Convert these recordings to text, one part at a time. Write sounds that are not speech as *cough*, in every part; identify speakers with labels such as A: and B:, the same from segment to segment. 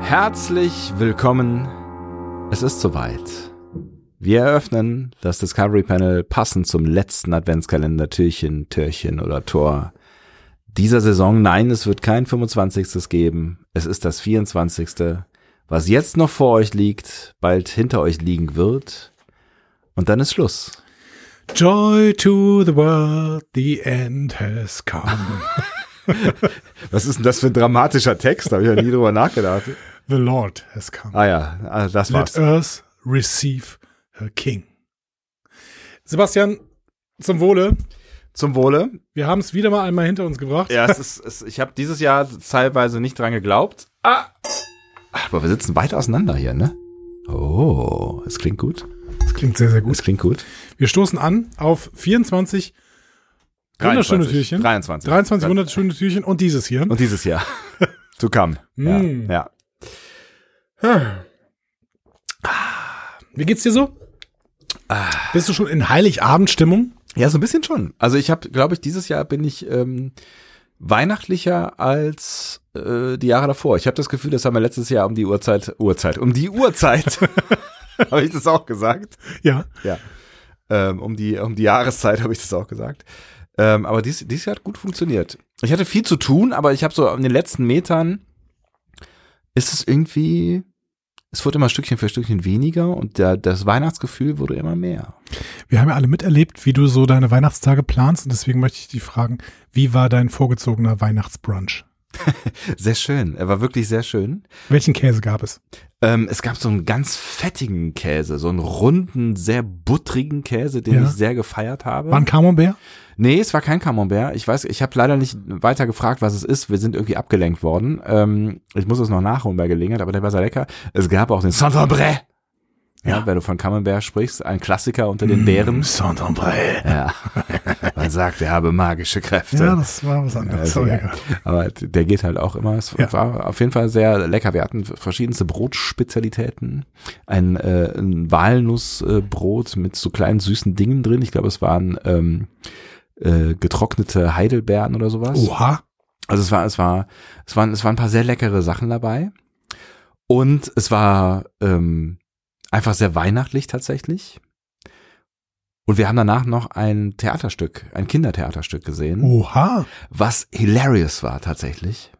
A: Herzlich willkommen. Es ist soweit. Wir eröffnen das Discovery Panel passend zum letzten Adventskalender Türchen, Türchen oder Tor dieser Saison. Nein, es wird kein 25. geben. Es ist das 24. Was jetzt noch vor euch liegt, bald hinter euch liegen wird. Und dann ist Schluss.
B: Joy to the world, the end
A: *laughs*
B: has come.
A: Was ist denn das für ein dramatischer Text? Da habe ich ja nie drüber nachgedacht.
B: The Lord has come.
A: Ah ja, also das
B: Let
A: war's.
B: earth receive her king. Sebastian, zum Wohle.
A: Zum Wohle.
B: Wir haben es wieder mal einmal hinter uns gebracht.
A: Ja, es ist, es, ich habe dieses Jahr teilweise nicht dran geglaubt. Ah! Aber wir sitzen weit auseinander hier, ne? Oh, es klingt gut.
B: Das klingt sehr, sehr
A: Es klingt gut.
B: Wir stoßen an auf 24 wunderschöne Türchen.
A: 23.
B: 23 wunderschöne Türchen und dieses hier.
A: Und dieses Jahr. *laughs* To come.
B: Mm.
A: Ja, ja.
B: Ah. Wie geht's dir so?
A: Ah.
B: Bist du schon in Heiligabendstimmung?
A: ja, so ein bisschen schon. Also ich habe, glaube ich, dieses Jahr bin ich ähm, weihnachtlicher als äh, die Jahre davor. Ich habe das Gefühl, das haben wir letztes Jahr um die Uhrzeit, Uhrzeit, um die Uhrzeit, *laughs* habe ich das auch gesagt.
B: Ja.
A: Ja. Ähm, um, die, um die Jahreszeit *laughs* habe ich das auch gesagt. Ähm, aber dies, dies Jahr hat gut funktioniert. Ich hatte viel zu tun, aber ich habe so an den letzten Metern ist es irgendwie, es wurde immer Stückchen für Stückchen weniger und der, das Weihnachtsgefühl wurde immer mehr.
B: Wir haben ja alle miterlebt, wie du so deine Weihnachtstage planst und deswegen möchte ich dich fragen, wie war dein vorgezogener Weihnachtsbrunch?
A: Sehr schön, er war wirklich sehr schön.
B: Welchen Käse gab es?
A: Ähm, es gab so einen ganz fettigen Käse, so einen runden, sehr buttrigen Käse, den
B: Ja.
A: ich sehr gefeiert habe.
B: War ein Camembert?
A: Nee, es war kein Camembert. Ich weiß, ich habe leider nicht weiter gefragt, was es ist. Wir sind irgendwie abgelenkt worden. Ähm, ich muss es noch nachholen bei Gelegenheit, aber der war sehr lecker. Es gab auch den Saint-Ambray. Ja,
B: Ja.
A: wenn du von Camembert sprichst, ein Klassiker unter den Bären.
B: Saint-Ambray.
A: *laughs* Ja. Man sagt, er habe magische Kräfte.
B: Ja, das war was
A: Also, Ja,
B: anderes.
A: ist
B: Sorry.
A: egal. Aber der geht halt auch immer. Es
B: Ja.
A: war auf jeden Fall sehr lecker. Wir hatten verschiedenste Brotspezialitäten. Ein, äh, ein Walnussbrot mit so kleinen süßen Dingen drin. Ich glaube, es waren ähm, äh, getrocknete Heidelbeeren oder sowas.
B: Oha.
A: Also es war, es war, es waren, es waren ein paar sehr leckere Sachen dabei. Und es war ähm, einfach sehr weihnachtlich tatsächlich. Und wir haben danach noch ein Theaterstück, ein Kindertheaterstück gesehen
B: Oh. Oha.
A: was hilarious war tatsächlich.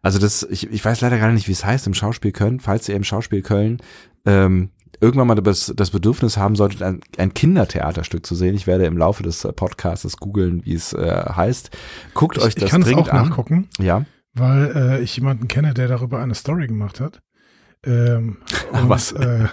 A: Also das, ich, ich weiß leider gar nicht, wie es heißt im Schauspiel Köln, falls ihr im Schauspiel Köln ähm, irgendwann mal das, das Bedürfnis haben solltet, ein, ein Kindertheaterstück zu sehen. Ich werde im Laufe des äh, Podcasts googeln, wie es äh, heißt. Guckt euch
B: Ich,
A: das
B: ich kann es
A: dringend
B: auch
A: an.
B: nachgucken,
A: Ja,
B: weil äh, ich jemanden kenne, der darüber eine Story gemacht hat. Ähm,
A: *laughs*
B: und,
A: Was?
B: Äh,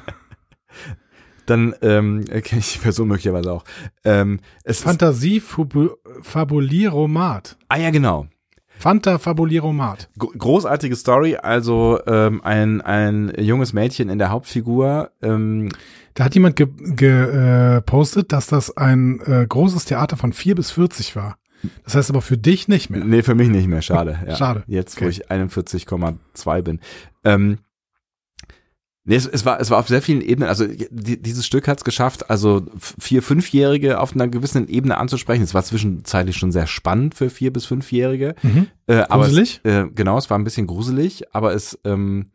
A: dann ähm, äh, kenne ich *laughs* die Person möglicherweise auch. Ähm, es ist,
B: Fantasie Fubu- Fabulieromat.
A: ah ja, genau.
B: Fanta Fabulieromat.
A: Gro- Großartige Story. Also ähm, ein, ein junges Mädchen in der Hauptfigur ähm,
B: Da hat jemand gepostet, ge, äh, postet, dass das ein äh, großes Theater von 4 bis 40 war. Das heißt aber für dich nicht mehr.
A: Nee, für mich nicht mehr.
B: *laughs*
A: Schade. Ja.
B: Schade.
A: Jetzt, wo
B: Okay.
A: ich 41,2 bin. Ähm, nee, es, es, war, es war auf sehr vielen Ebenen, also die, dieses Stück hat es geschafft, also f- vier, fünfjährige auf einer gewissen Ebene anzusprechen. Es war zwischenzeitlich schon sehr spannend für vier bis fünfjährige.
B: Mhm.
A: Äh, aber es,
B: Gruselig?
A: äh, genau, es war ein bisschen gruselig, aber es, ähm,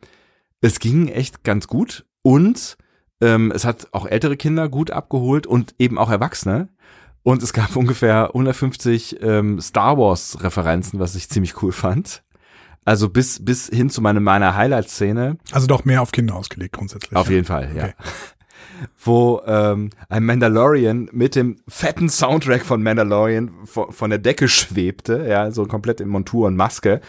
A: es ging echt ganz gut und ähm, es hat auch ältere Kinder gut abgeholt und eben auch Erwachsene. Und es gab *laughs* ungefähr 150 ähm, Star Wars Referenzen, was ich ziemlich cool fand. Also bis, bis hin zu meine, meiner Highlight-Szene.
B: Also doch mehr auf Kinder ausgelegt grundsätzlich.
A: Auf
B: ja.
A: jeden Fall, ja.
B: Okay.
A: *laughs* Wo ähm, ein Mandalorian mit dem fetten Soundtrack von Mandalorian von, von der Decke schwebte, ja, so komplett in Montur und Maske,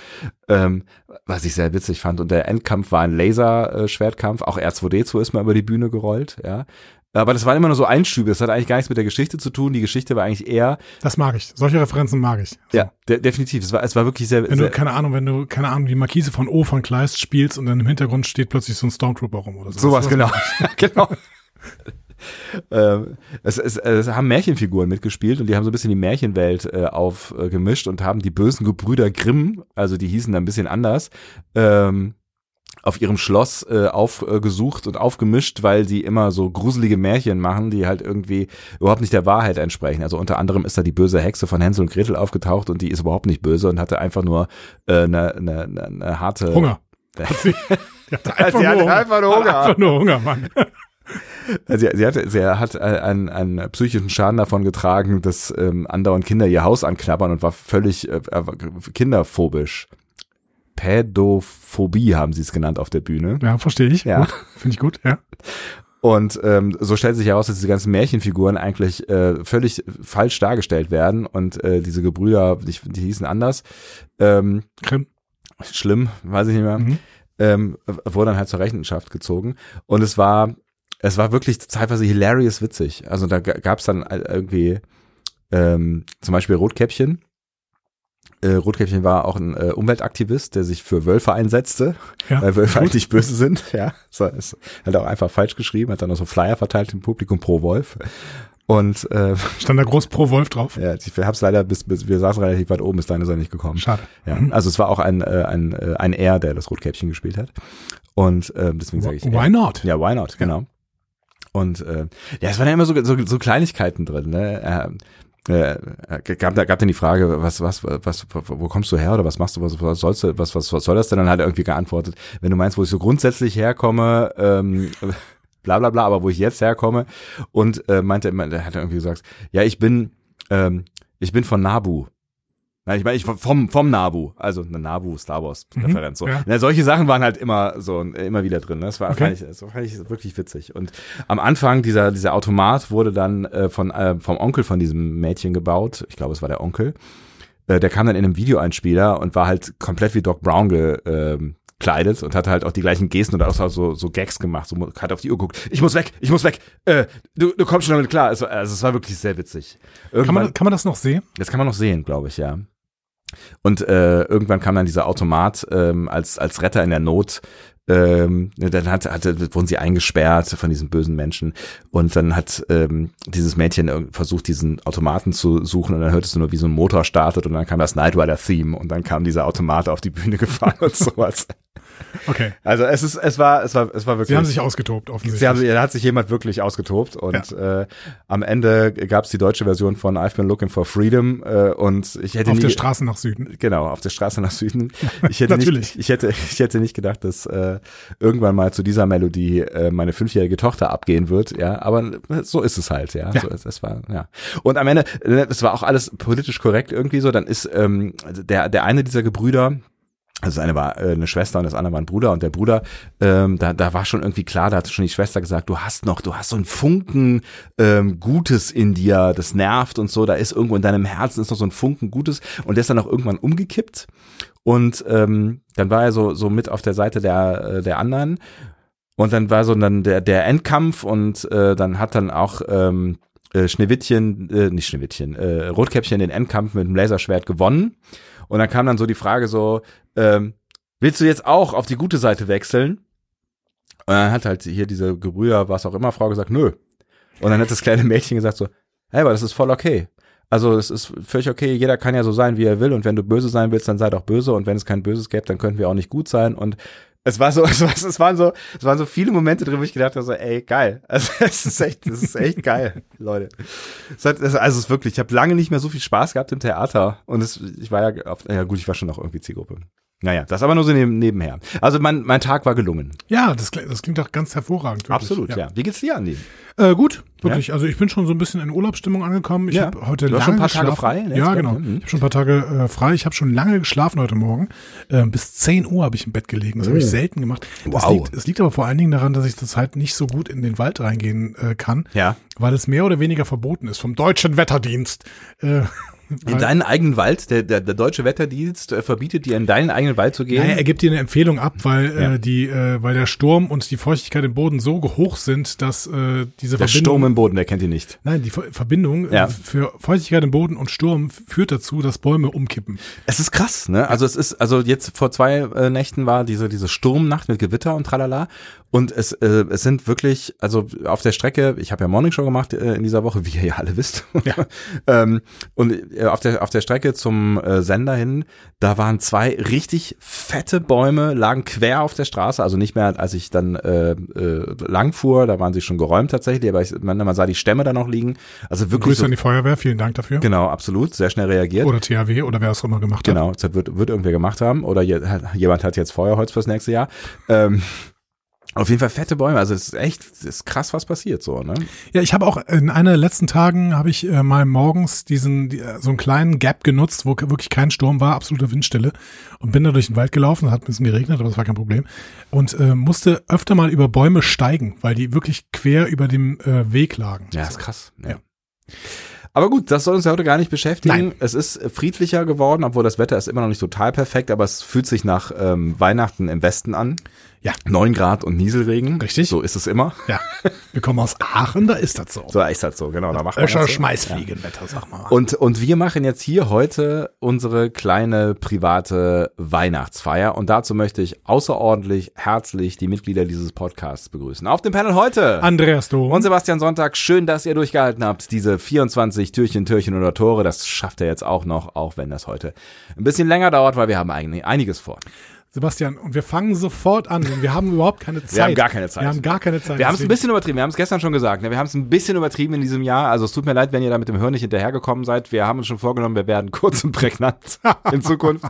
A: ähm, was ich sehr witzig fand. Und der Endkampf war ein Laserschwertkampf, auch R2D2 ist mal über die Bühne gerollt, ja. Aber das waren immer nur so Einstübe. Das hat eigentlich gar nichts mit der Geschichte zu tun. Die Geschichte war eigentlich eher.
B: Das mag ich. Solche Referenzen mag ich. So.
A: Ja, de definitiv. Es war, es war wirklich sehr.
B: Wenn du,
A: sehr
B: keine Ahnung, wenn du, keine Ahnung, die Markise von O von Kleist spielst und dann im Hintergrund steht plötzlich so ein Stormtrooper rum oder so.
A: sowas, genau. genau. *laughs* Ähm, es, es, es haben Märchenfiguren mitgespielt und die haben so ein bisschen die Märchenwelt äh, aufgemischt und haben die bösen Gebrüder Grimm, also die hießen da ein bisschen anders, ähm, auf ihrem Schloss äh, aufgesucht und aufgemischt, weil sie immer so gruselige Märchen machen, die halt irgendwie überhaupt nicht der Wahrheit entsprechen. Also unter anderem ist da die böse Hexe von Hänsel und Gretel aufgetaucht und die ist überhaupt nicht böse und hatte einfach nur eine äh, ne, ne, ne, ne harte *laughs*
B: Hunger. Die hat
A: Also Sie hat einfach nur Hunger.
B: Hat Einfach nur
A: *laughs*
B: Hunger, Mann.
A: Sie, sie, hat, sie hat äh, einen, einen psychischen Schaden davon getragen, dass ähm, andauernd Kinder ihr Haus anknabbern und war völlig äh, äh, kinderphobisch. Pädophobie haben sie es genannt auf der Bühne.
B: Ja, verstehe ich.
A: Ja.
B: Gut. Finde ich gut, ja.
A: Und ähm, so stellt sich heraus, dass diese ganzen Märchenfiguren eigentlich äh, völlig falsch dargestellt werden und äh, diese Gebrüder, die, die hießen anders, ähm,
B: Grimm.
A: schlimm, weiß ich nicht mehr,
B: Mhm.
A: ähm, wurde dann halt zur Rechenschaft gezogen. Und es war, es war wirklich teilweise hilarious witzig. Also da gab es dann irgendwie ähm, zum Beispiel Rotkäppchen. Äh, Rotkäppchen war auch ein äh, Umweltaktivist, der sich für Wölfe einsetzte,
B: Ja,
A: weil Wölfe
B: gut.
A: eigentlich böse sind. Ja, so ist halt auch einfach falsch geschrieben, hat dann noch so Flyer verteilt im Publikum pro Wolf. Und äh,
B: Stand da groß pro Wolf drauf.
A: ja, ich hab's leider bis, bis wir saßen relativ weit oben, bis dahin ist er nicht gekommen.
B: Schade.
A: Ja, also es war auch ein, äh, ein, äh, ein R, der das Rotkäppchen gespielt hat. Und ähm, deswegen sage ich
B: Why not?
A: Ja, why not, genau. Und äh, ja, es waren ja immer so, so, so Kleinigkeiten drin. Ne? Äh, äh, gab, da- gab dann die Frage, was, was, was, wo kommst du her oder was machst du, was, was sollst du, was, was, was soll das denn? Dann hat er irgendwie geantwortet, wenn du meinst, wo ich so grundsätzlich herkomme, ähm, *laughs* bla bla bla, aber wo ich jetzt herkomme. Und äh, meinte immer, der hat irgendwie gesagt, ja, ich bin, ähm, ich bin von Nabu. Nein, ich meine, ich vom, vom Nabu, also eine Nabu Star Wars Referenz. so.
B: ja.
A: Na, solche Sachen waren halt immer so immer wieder drin. ne? Das war,
B: Okay.
A: fand, ich, das fand ich wirklich witzig. Und am Anfang dieser dieser Automat wurde dann äh, von äh, vom Onkel von diesem Mädchen gebaut. Ich glaube, es war der Onkel. Äh, der kam dann in einem Videoeinspieler und war halt komplett wie Doc Brown ge, ähm, kleidet und hatte halt auch die gleichen Gesten und auch so, so Gags gemacht, so, mu- hat auf die Uhr geguckt, ich muss weg, ich muss weg, äh, du, du kommst schon damit klar. Also, also es war wirklich sehr witzig.
B: Kann
A: Irgendwann-
B: man, kann man das noch sehen?
A: das kann man noch sehen, glaube ich, ja. Und äh, irgendwann kam dann dieser Automat ähm, als, als Retter in der Not. Ähm, dann hat, hatte, wurden sie eingesperrt von diesen bösen Menschen. Und dann hat ähm, dieses Mädchen irg- versucht, diesen Automaten zu suchen. Und dann hörtest du nur, wie so ein Motor startet. Und dann kam das Knight Rider-Theme. Und dann kam dieser Automat auf die Bühne *laughs* gefahren und sowas.
B: Okay.
A: Also es ist, es war, es war, es war wirklich.
B: Sie haben sich ausgetobt, offensichtlich.
A: Äh, Sie haben, da hat sich jemand wirklich ausgetobt und äh, am Ende gab es die deutsche Version von I've been looking for freedom äh, und ich hätte
B: Auf
A: nie
B: der Straße nach Süden.
A: genau auf der Straße nach
B: *laughs*
A: Süden. Ich hätte
B: Natürlich.
A: nicht, ich hätte, ich hätte nicht gedacht, dass äh, irgendwann mal zu dieser Melodie äh, meine fünfjährige Tochter abgehen wird. Ja, aber so ist es halt. Ja,
B: Ja.
A: So, es, es war ja. Und am Ende, äh, es war auch alles politisch korrekt irgendwie so. Dann ist ähm, der der eine dieser Gebrüder also das eine war äh, eine Schwester und das andere war ein Bruder und der Bruder, ähm, da, da war schon irgendwie klar, da hat schon die Schwester gesagt, du hast noch, du hast so einen Funken ähm, Gutes in dir, das nervt und so, da ist irgendwo in deinem Herzen ist noch so ein Funken Gutes und der ist dann auch irgendwann umgekippt und ähm, dann war er so, so mit auf der Seite der, äh, der anderen und dann war so dann der, der Endkampf und äh, dann hat dann auch ähm, äh, Schneewittchen, äh, nicht Schneewittchen, äh, Rotkäppchen den Endkampf mit dem Laserschwert gewonnen. Und dann kam dann so die Frage so, ähm, willst du jetzt auch auf die gute Seite wechseln? Und dann hat halt hier diese Gebrüder, was auch immer, Frau gesagt, nö. Und dann hat das kleine Mädchen gesagt so, hey, aber das ist voll okay. Also es ist völlig okay, jeder kann ja so sein, wie er will. Und wenn du böse sein willst, dann sei doch böse. Und wenn es kein Böses gäbe, dann könnten wir auch nicht gut sein. Und es war so, *laughs* es, war, es waren so, es waren so viele Momente drin, wo ich gedacht habe, so, ey, geil. Also *laughs* es ist echt, es ist echt geil, Leute. Es hat, es, also es ist wirklich, ich habe lange nicht mehr so viel Spaß gehabt im Theater. Und es, ich war ja, auf, ja gut, ich war schon noch irgendwie Zielgruppe. Naja, das aber nur so neben, nebenher. Also mein, mein Tag war gelungen.
B: Ja, das, kli- das klingt doch ganz hervorragend. Wirklich.
A: Absolut, ja. Wie geht's dir, Andi?
B: Äh, gut, wirklich. Also ich bin schon so ein bisschen in Urlaubsstimmung angekommen. Ich
A: Ja.
B: habe heute
A: Du hast
B: lange
A: schon ein paar Tage
B: geschlafen.
A: frei, ne?
B: Ja,
A: Jetzt,
B: genau.
A: ne? Mhm.
B: Ich habe schon ein paar Tage äh, frei. Ich habe schon lange geschlafen heute Morgen. Äh, bis 10 Uhr habe ich im Bett gelegen. Das habe ich selten gemacht. Das
A: Oh. Wow.
B: liegt, es liegt aber vor allen Dingen daran, dass ich das halt nicht so gut in den Wald reingehen äh, kann,
A: Ja.
B: weil es mehr oder weniger verboten ist vom deutschen Wetterdienst. Äh,
A: In deinen eigenen Wald, der, der, der deutsche Wetterdienst äh, verbietet dir, in deinen eigenen Wald zu gehen.
B: Naja, er gibt dir eine Empfehlung ab, weil,
A: Ja.
B: äh, die, äh, weil der Sturm und die Feuchtigkeit im Boden so hoch sind, dass äh, diese
A: der
B: Verbindung.
A: Sturm im Boden, der kennt ihn nicht.
B: Nein, die Ver- Verbindung äh,
A: Ja.
B: für Feuchtigkeit im Boden und Sturm f- führt dazu, dass Bäume umkippen.
A: Es ist krass, ne? Also es ist, also jetzt vor zwei äh, Nächten war diese, diese Sturmnacht mit Gewitter und tralala. Und es, äh, es sind wirklich, also auf der Strecke, ich habe ja Morningshow gemacht äh, in dieser Woche, *laughs* wie ihr ja alle wisst. *laughs* ähm, und äh, auf, der, auf der Strecke zum äh, Sender hin, da waren zwei richtig fette Bäume, lagen quer auf der Straße, also nicht mehr, als ich dann äh, äh, lang fuhr, da waren sie schon geräumt tatsächlich, aber ich, man, man sah die Stämme da noch liegen. Also wirklich.
B: Grüße
A: So,
B: an die Feuerwehr, vielen Dank dafür.
A: genau, absolut, sehr schnell reagiert.
B: Oder THW oder wer es auch immer gemacht hat.
A: Genau, das wird, wird irgendwer gemacht haben oder je, hat, jemand hat jetzt Feuerholz fürs nächste Jahr. Ähm, auf jeden Fall fette Bäume, also es ist echt, es ist krass, was passiert so, ne?
B: Ja, ich habe auch in einer der letzten Tagen habe ich äh, mal morgens diesen die, äh, so einen kleinen Gap genutzt, wo ke- wirklich kein Sturm war, absolute Windstille und bin da durch den Wald gelaufen, hat ein bisschen geregnet, aber das war kein Problem und äh, musste öfter mal über Bäume steigen, weil die wirklich quer über dem äh, Weg lagen.
A: Ja, ist krass. Ja.
B: Ja.
A: Aber gut, das soll uns ja heute gar nicht beschäftigen.
B: Nein.
A: Es ist friedlicher geworden, obwohl das Wetter ist immer noch nicht total perfekt, aber es fühlt sich nach ähm, Weihnachten im Westen an.
B: Ja.
A: 9 Grad und Nieselregen.
B: Richtig.
A: So ist es immer.
B: Ja, wir kommen aus Aachen, da ist das so.
A: So ist das so, genau. Da macht man
B: Öscher
A: das so.
B: Schmeißfliegenwetter, sag mal.
A: Und, und wir machen jetzt hier heute unsere kleine private Weihnachtsfeier. Und dazu möchte ich außerordentlich herzlich die Mitglieder dieses Podcasts begrüßen. Auf dem Panel heute
B: Andreas Dom.
A: und Sebastian Sonntag. Schön, dass ihr durchgehalten habt. Diese 24 Türchen, Türchen oder Tore, das schafft er jetzt auch noch, auch wenn das heute ein bisschen länger dauert, weil wir haben eigentlich einiges vor.
B: Sebastian, und wir fangen sofort an, denn wir haben überhaupt keine Zeit.
A: Wir haben gar keine Zeit.
B: Wir haben gar keine Zeit.
A: Wir haben es ein
B: deswegen-
A: bisschen übertrieben. Wir haben es gestern schon gesagt. ne? Wir haben es ein bisschen übertrieben in diesem Jahr. Also es tut mir leid, wenn ihr da mit dem Hör nicht hinterhergekommen seid. Wir haben uns schon vorgenommen, wir werden *laughs* kurz und prägnant in
B: *laughs*
A: Zukunft.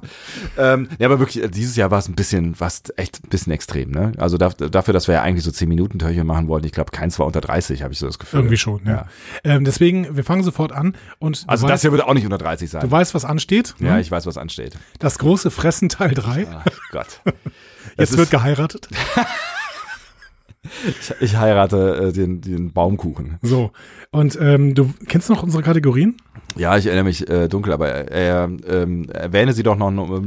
A: ähm, ja, aber wirklich, äh, dieses Jahr war es ein bisschen, war es echt ein bisschen extrem. Ne? Also da, dafür, dass wir ja eigentlich so 10 Minuten Törchen machen wollten. Ich glaube, keins war unter 30, habe ich so das Gefühl.
B: Irgendwie schon, ja. Ähm, deswegen, wir fangen sofort an und
A: Also
B: du,
A: das
B: weißt,
A: hier würde auch nicht unter 30 sein.
B: du weißt, was ansteht.
A: ja,
B: ne?
A: ich weiß, was ansteht.
B: das große Fressen Teil 3.
A: Ach Gott.
B: Jetzt
A: Es
B: wird
A: ist,
B: geheiratet.
A: ich heirate äh, den, den Baumkuchen.
B: So. Und ähm, du kennst noch unsere Kategorien?
A: Ja, ich erinnere mich äh, dunkel, aber äh, ähm, erwähne sie doch noch, noch,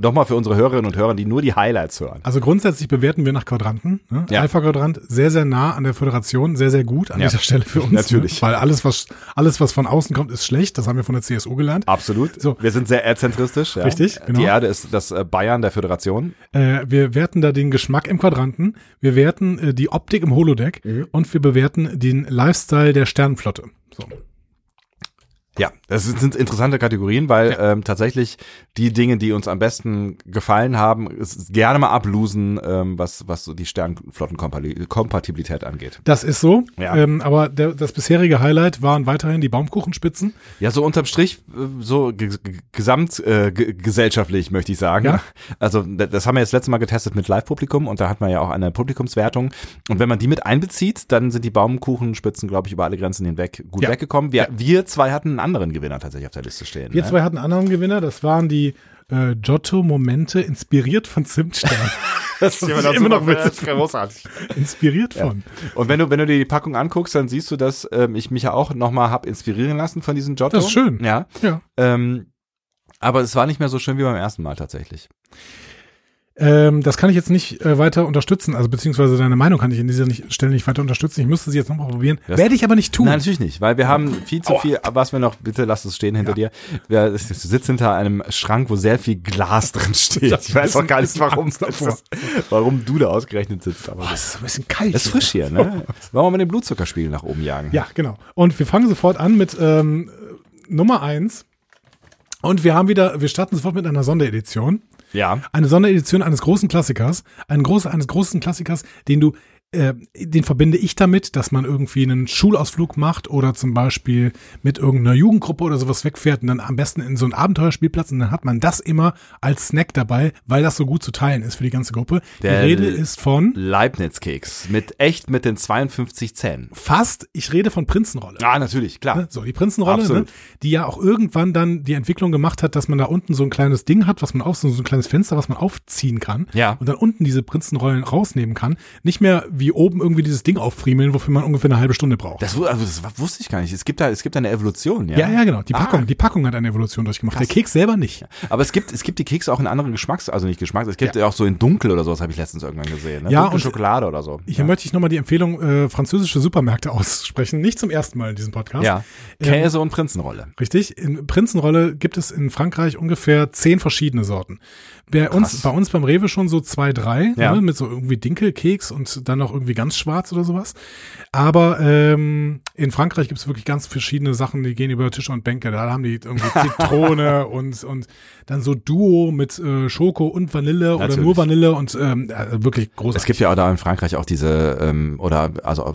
A: doch mal für unsere Hörerinnen und Hörer, die nur die Highlights hören.
B: Also grundsätzlich bewerten wir nach Quadranten. Ne?
A: Ja.
B: Alpha-Quadrant sehr, sehr nah an der Föderation, sehr, sehr gut an
A: Ja.
B: dieser Stelle für uns.
A: Natürlich.
B: Ne? Weil alles was, alles, was von außen kommt, ist schlecht. Das haben wir von der CSU gelernt.
A: Absolut.
B: So.
A: Wir sind sehr erzentristisch. Ja.
B: Richtig, genau.
A: Die Erde ist das äh, Bayern der Föderation.
B: Äh, wir werten da den Geschmack im Quadranten, wir werten äh, die Optik im Holodeck
A: Mhm.
B: und wir bewerten den Lifestyle der Sternenflotte. So.
A: Ja, das sind, sind interessante Kategorien, weil ähm, tatsächlich die Dinge, die uns am besten gefallen haben, ist, gerne mal ablosen, ähm, was, was so die Sternflottenkompatibilität angeht.
B: Das ist so.
A: Ja.
B: Ähm, aber der, das bisherige Highlight waren weiterhin die Baumkuchenspitzen.
A: Ja, so unterm Strich, äh, so ge- ge- gesamt äh, ge- gesellschaftlich möchte ich sagen.
B: Ja.
A: Also d- das haben wir jetzt letztes Mal getestet mit Live-Publikum und da hat man ja auch eine Publikumswertung. Und wenn man die mit einbezieht, dann sind die Baumkuchenspitzen, glaube ich, über alle Grenzen hinweg gut
B: Ja.
A: weggekommen. Wir, wir zwei hatten einen anderen Gewinner tatsächlich auf der Liste stehen.
B: Wir
A: ne?
B: zwei hatten einen anderen Gewinner, das waren die äh, Giotto-Momente inspiriert
A: *laughs*
B: von Zimtstern.
A: das
B: ist immer noch witzig.
A: großartig.
B: inspiriert von.
A: Und wenn du, wenn du dir die Packung anguckst, dann siehst du, dass ähm, ich mich ja auch nochmal hab inspirieren lassen von diesem Giotto.
B: Das ist schön.
A: Ja.
B: Ja.
A: Ähm, aber es war nicht mehr so schön wie beim ersten Mal tatsächlich.
B: Ähm, das kann ich jetzt nicht äh, weiter unterstützen, also beziehungsweise deine Meinung kann ich an dieser nicht, Stelle nicht weiter unterstützen. Ich müsste sie jetzt nochmal probieren.
A: Das-
B: Werde ich aber nicht tun.
A: Nein, natürlich nicht, weil wir haben viel zu
B: Aua.
A: viel, was wir noch, bitte lass es stehen hinter dir. Wir, es- du sitzt hinter einem Schrank, wo sehr viel Glas drin steht. Ich weiß auch gar nicht, warum,
B: Angst davor.
A: das- warum du da ausgerechnet sitzt. Aber
B: Boah, es ist so ein bisschen kalt.
A: es ist
B: hier.
A: frisch hier, ne? *laughs* Wollen wir mal den Blutzuckerspiegel nach oben jagen?
B: Ja, genau. Und wir fangen sofort an mit ähm, Nummer eins. Und wir haben wieder, wir starten sofort mit einer Sonderedition.
A: Ja.
B: Eine Sonderedition eines großen Klassikers. Ein groß, eines großen Klassikers, den du, äh, den verbinde ich damit, dass man irgendwie einen Schulausflug macht oder zum Beispiel mit irgendeiner Jugendgruppe oder sowas wegfährt und dann am besten in so einen Abenteuerspielplatz und dann hat man das immer als Snack dabei, weil das so gut zu teilen ist für die ganze Gruppe.
A: Der-
B: die Rede ist von
A: Leibniz-Keks. Mit echt mit den 52 Zähnen.
B: fast, ich rede von Prinzenrolle.
A: Ah, natürlich, klar.
B: Ne? So, die Prinzenrolle, ne?
A: Absolut.
B: die ja auch irgendwann dann die Entwicklung gemacht hat, dass man da unten so ein kleines Ding hat, was man auf, so ein kleines Fenster, was man aufziehen kann
A: Ja.
B: und dann unten diese Prinzenrollen rausnehmen kann. Nicht mehr wie oben irgendwie dieses Ding auffriemeln, wofür man ungefähr eine halbe Stunde braucht.
A: Das, wu- also das wusste ich gar nicht. Es gibt da, es gibt da eine Evolution, ja.
B: ja, ja, genau. Die
A: Ah.
B: Packung, die Packung hat eine Evolution durchgemacht. Der Keks selber nicht.
A: Aber es gibt, es gibt die Kekse auch in anderen Geschmacks, also nicht Geschmacks, es gibt
B: Ja.
A: auch so in dunkel oder sowas, habe ich letztens irgendwann gesehen. Ne?
B: Ja,
A: Dunkle
B: und-
A: Schokolade oder so.
B: Hier möchte ich nochmal die Empfehlung, äh, französische Supermärkte *laughs* aussprechen. Nicht zum ersten Mal in diesem Podcast. Ähm,
A: ja. Ähm, Käse und Prinzenrolle.
B: Richtig. In Prinzenrolle gibt es in Frankreich ungefähr zehn verschiedene Sorten. Bei uns, bei uns beim Rewe schon so zwei, drei,
A: Ja.
B: ne, mit so irgendwie Dinkelkeks und dann noch irgendwie ganz schwarz oder sowas. Aber ähm, in Frankreich gibt es wirklich ganz verschiedene Sachen, die gehen über Tische und Bänke. Da haben die
A: *laughs*
B: irgendwie Zitrone und, und dann so Duo mit äh, Schoko und Vanille oder
A: Natürlich.
B: nur Vanille und ähm, äh, wirklich großartig.
A: Es gibt ja auch da in Frankreich auch diese, ähm, oder also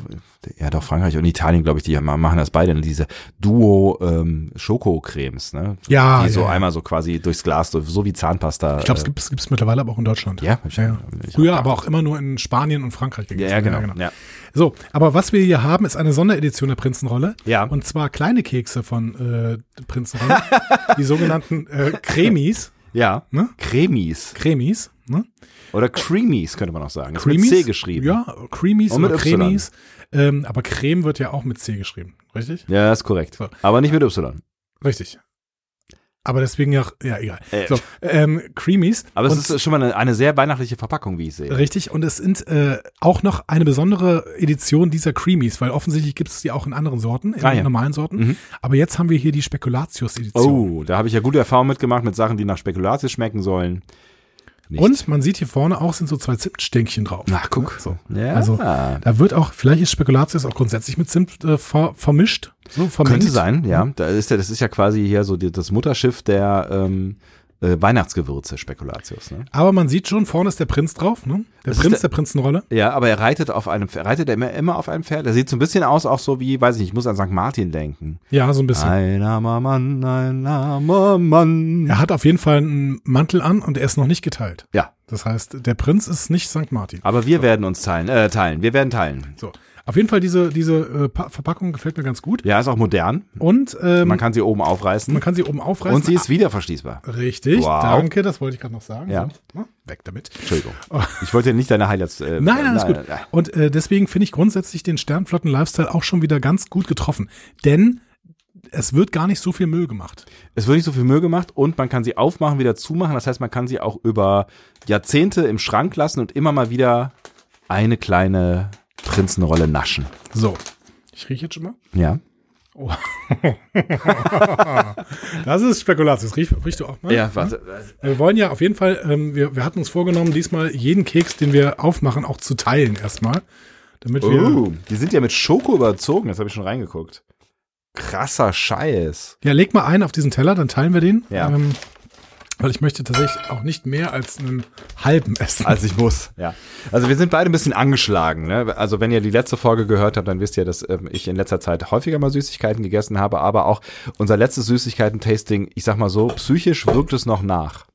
A: ja doch Frankreich und Italien, glaube ich, die haben- machen das beide, ne, diese Duo ähm, Schokocremes, ne?
B: Ah, Ja,
A: Die so
B: ja, ja.
A: einmal so quasi durchs Glas, so, so wie Zahnpasta. äh,
B: ich glaube, es gibt es gibt's mittlerweile aber auch in Deutschland.
A: Ja, hab ich-
B: ja, ja.
A: hab ich auch
B: Früher
A: gedacht.
B: aber auch immer nur in Spanien und Frankreich
A: äh,
B: gegessen.
A: ja, ja, genau. Ja.
B: So, aber was wir hier haben, ist eine Sonderedition der Prinzenrolle.
A: Ja.
B: Und *laughs* zwar kleine Kekse von äh, Prinzenrolle. die sogenannten äh,
A: *laughs*
B: Cremis.
A: ja.
B: Ne?
A: Cremies
B: Cremis. Ne?
A: oder Creamies könnte man auch sagen. Ist
B: Creamies?
A: mit C geschrieben.
B: Ja, Cremis
A: Und mit
B: oder
A: Y.
B: Cremis. Ähm, aber Creme wird ja auch mit C geschrieben. Richtig?
A: ja ist korrekt.
B: So.
A: Aber nicht mit Y.
B: Richtig. Aber deswegen ja, ja egal.
A: Äh.
B: So, ähm, Cremis.
A: Aber es
B: Und-
A: ist schon mal eine, eine sehr weihnachtliche Verpackung, wie ich sehe.
B: Richtig, und es sind äh, auch noch eine besondere Edition dieser Creamies, weil offensichtlich gibt es die auch in anderen Sorten, in
A: Ah, ja.
B: normalen Sorten. Aber jetzt haben wir hier die Spekulatius-Edition.
A: Oh, da habe ich ja gute Erfahrungen mitgemacht mit Sachen, die nach Spekulatius schmecken sollen. nicht.
B: und man sieht hier vorne auch sind so zwei Zimtstänkchen drauf.
A: Ach, guck.
B: Ne? So.
A: Ja.
B: Also da wird auch, vielleicht ist Spekulatius auch grundsätzlich mit Zimt äh, ver vermischt. So, vermengt.
A: Könnte sein, ja.
B: Hm.
A: Da ist ja. Das ist ja quasi hier so die, das Mutterschiff der ähm, äh, Weihnachtsgewürze, Spekulatius. Ne?
B: Aber man sieht schon, vorne ist der Prinz drauf, ne? Der
A: Das ist
B: Prinz
A: der-
B: der, Prinzenrolle.
A: Ja, aber er reitet auf einem Pferd. Reitet er immer, immer auf einem Pferd? Er sieht so ein bisschen aus, auch so wie, weiß ich nicht, ich muss an St. Martin denken.
B: Ja, so ein bisschen.
A: Ein armer Mann, ein armer Mann.
B: Er hat auf jeden Fall einen Mantel an und er ist noch nicht geteilt.
A: Ja,
B: Das heißt, der Prinz ist nicht St. Martin.
A: aber wir werden uns teilen. Äh, teilen. Wir werden teilen.
B: So, auf jeden Fall diese, diese äh, Pa- Verpackung gefällt mir ganz gut.
A: Ja, ist auch modern.
B: Und ähm,
A: Man
B: man, kann,
A: kann sie oben aufreißen.
B: sie oben aufreißen.
A: und sie ist wieder verschließbar.
B: Ah, Richtig,
A: Wow.
B: danke, das wollte ich gerade noch sagen.
A: Ja.
B: So, na, weg damit.
A: Entschuldigung. Ich wollte nicht deine Highlights. Äh,
B: Nein, nein, alles
A: äh,
B: gut. Und äh, deswegen finde ich grundsätzlich den Sternflotten-Lifestyle auch schon wieder ganz gut getroffen. Denn es wird gar nicht so viel Müll gemacht.
A: Es wird nicht so viel Müll gemacht und man kann sie aufmachen, wieder zumachen. Das heißt, man kann sie auch über Jahrzehnte im Schrank lassen und immer mal wieder eine kleine Prinzenrolle naschen.
B: So, ich rieche jetzt schon mal. Oh.
A: Ja.
B: *laughs* Das ist Spekulatius. Riech, riechst du auch mal?
A: warte.
B: Wir wollen ja auf jeden Fall, ähm, wir, wir hatten uns vorgenommen, diesmal jeden Keks, den wir aufmachen, auch zu teilen erstmal. Damit wir.
A: Oh, die sind ja mit Schoko überzogen. Jetzt habe ich schon reingeguckt. Krasser Scheiß.
B: Ja, leg mal einen auf diesen Teller, dann teilen wir den.
A: Ja.
B: Ähm, weil ich möchte tatsächlich auch nicht mehr als einen halben essen.
A: Als ich muss. *laughs* Ja. Also wir sind beide ein bisschen angeschlagen. Ne? Also wenn ihr die letzte Folge gehört habt, dann wisst ihr, dass ähm, ich in letzter Zeit häufiger mal Süßigkeiten gegessen habe, aber auch unser letztes Süßigkeiten-Tasting, ich sag mal so, psychisch wirkt es noch nach.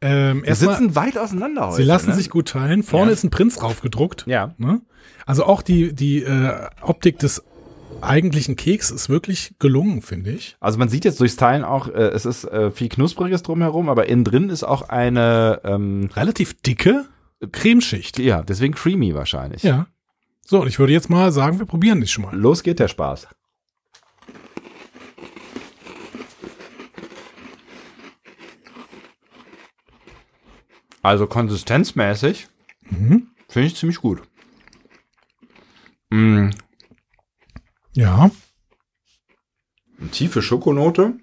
B: ähm,
A: Wir
B: erstmal,
A: sitzen weit auseinander heute.
B: sie lassen
A: ne?
B: sich gut teilen. Vorne
A: Ja.
B: ist ein Prinz draufgedruckt.
A: Ja.
B: Ne? Also auch die, die äh, Optik des eigentlichen Keks ist wirklich gelungen, finde ich.
A: Also man sieht jetzt durchs Teilen auch, äh, es ist äh, viel Knuspriges drumherum, aber innen drin ist auch eine, ähm,
B: Relativ dicke Cremeschicht.
A: ja, deswegen creamy wahrscheinlich.
B: Ja. So, und ich würde jetzt mal sagen, wir probieren dich schon mal.
A: Los geht der Spaß. Also konsistenzmäßig finde ich ziemlich gut. Mm,
B: Ja.
A: eine tiefe Schokonote.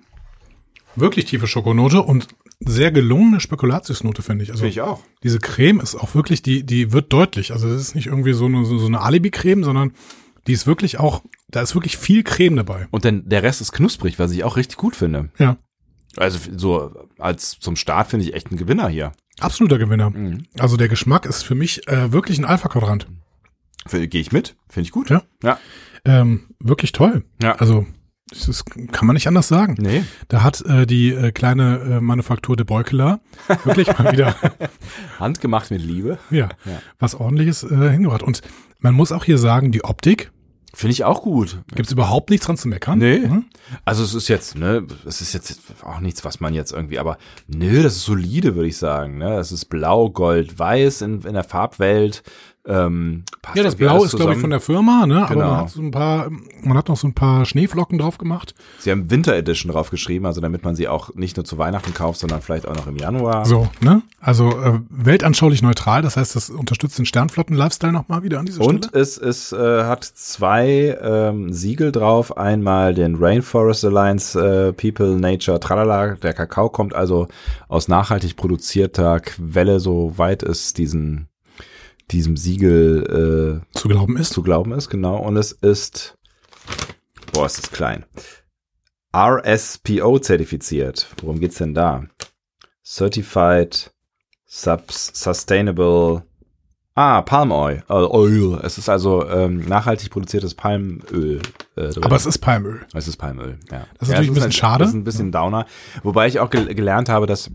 B: Wirklich tiefe Schokonote und sehr gelungene Spekulatiusnote, finde ich. Also,
A: Finde ich auch.
B: diese Creme ist auch wirklich, die, die wird deutlich. Also das ist nicht irgendwie so eine, so, so eine Alibi-Creme, sondern die ist wirklich auch, da ist wirklich viel Creme dabei.
A: Und dann der Rest ist knusprig, was ich auch richtig gut finde.
B: Ja,
A: Also f- so als zum Start finde ich echt einen Gewinner hier.
B: absoluter Gewinner.
A: Mhm.
B: Also der Geschmack ist für mich äh, wirklich ein Alpha-Quadrant.
A: Gehe ich mit, finde ich gut.
B: Ja.
A: Ja.
B: Ähm, wirklich toll.
A: Ja.
B: Also das ist, kann man nicht anders sagen.
A: Nee.
B: Da hat äh, die äh, kleine äh, Manufaktur
A: *laughs*
B: de Beukeler wirklich mal wieder
A: Handgemacht mit Liebe.
B: ja,
A: Ja.
B: was ordentliches äh, hingebracht. Und man muss auch hier sagen, die Optik,
A: Finde ich auch gut.
B: gibt's überhaupt nichts dran zu meckern.
A: Nee.
B: Mhm.
A: Also es ist jetzt, ne, es ist jetzt auch nichts, was man jetzt irgendwie, aber nö, das ist solide, würde ich sagen. Ne? Das ist blau, gold, weiß in, in der Farbwelt. Ähm, passt
B: Ja, das
A: irgendwie
B: Blau
A: alles
B: ist, glaube ich,
A: zusammen.
B: von der Firma, ne? Aber
A: Genau.
B: man hat so ein paar, man hat noch so ein paar Schneeflocken drauf gemacht.
A: Sie haben Winter Edition draufgeschrieben, also damit man sie auch nicht nur zu Weihnachten kauft, sondern vielleicht auch noch im Januar.
B: So, ne? Also äh, weltanschaulich neutral, das heißt, das unterstützt den Sternflotten-Lifestyle nochmal wieder an dieser
A: Und
B: Stelle.
A: es, es äh, hat zwei ähm, Siegel drauf. Einmal den Rainforest Alliance äh, People Nature Tralala. Der Kakao kommt also aus nachhaltig produzierter Quelle, soweit es diesen, diesem Siegel äh,
B: Zu glauben ist.
A: zu glauben ist, genau. Und es ist, boah, es ist klein. RSPO zertifiziert. Worum geht's denn da? Certified Subs Sustainable. Ah, Palm Oil. Äh, Oil. Es ist also ähm, nachhaltig produziertes Palmöl. Äh, drin.
B: Aber es ist Palmöl.
A: Es ist Palmöl, ja.
B: Das ist
A: ja,
B: natürlich ein bisschen schade.
A: Das ist ein bisschen Downer. Wobei ich auch gel gelernt habe, dass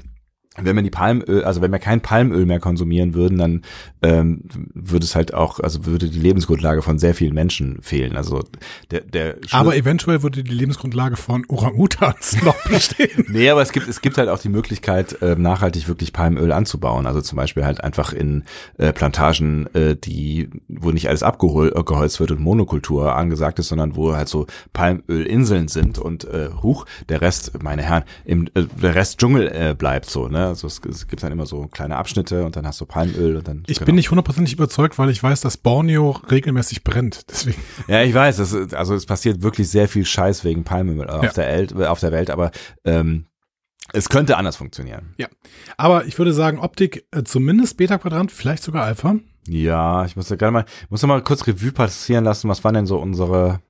A: wenn wir die Palmöl, also wenn wir kein Palmöl mehr konsumieren würden, dann ähm, würde es halt auch, also würde die Lebensgrundlage von sehr vielen Menschen fehlen. Also der, der
B: Aber eventuell würde die Lebensgrundlage von Orang-Utans *laughs* noch bestehen.
A: Nee, aber es gibt, es gibt halt auch die Möglichkeit, äh, nachhaltig wirklich Palmöl anzubauen. Also zum Beispiel halt einfach in äh, Plantagen, äh, die, wo nicht alles abgeholzt äh, geholzt wird und Monokultur angesagt ist, sondern wo halt so Palmölinseln sind und äh, huch, der Rest, meine Herren, im, äh, der Rest Dschungel äh, bleibt so, ne? Also es, es gibt dann immer so kleine Abschnitte und dann hast du Palmöl und dann.
B: Ich
A: genau.
B: bin nicht hundertprozentig überzeugt, weil ich weiß, dass Borneo regelmäßig brennt. Deswegen.
A: Ja, ich weiß, es, ist- also es passiert wirklich sehr viel Scheiß wegen Palmöl äh, auf,
B: Ja.
A: der, El auf der Welt, aber ähm, es könnte anders funktionieren.
B: Ja. Aber ich würde sagen, Optik äh, zumindest Beta-Quadrant, vielleicht sogar Alpha.
A: Ja, ich muss ja gerade mal, muss ja mal kurz Revue passieren lassen. Was waren denn so unsere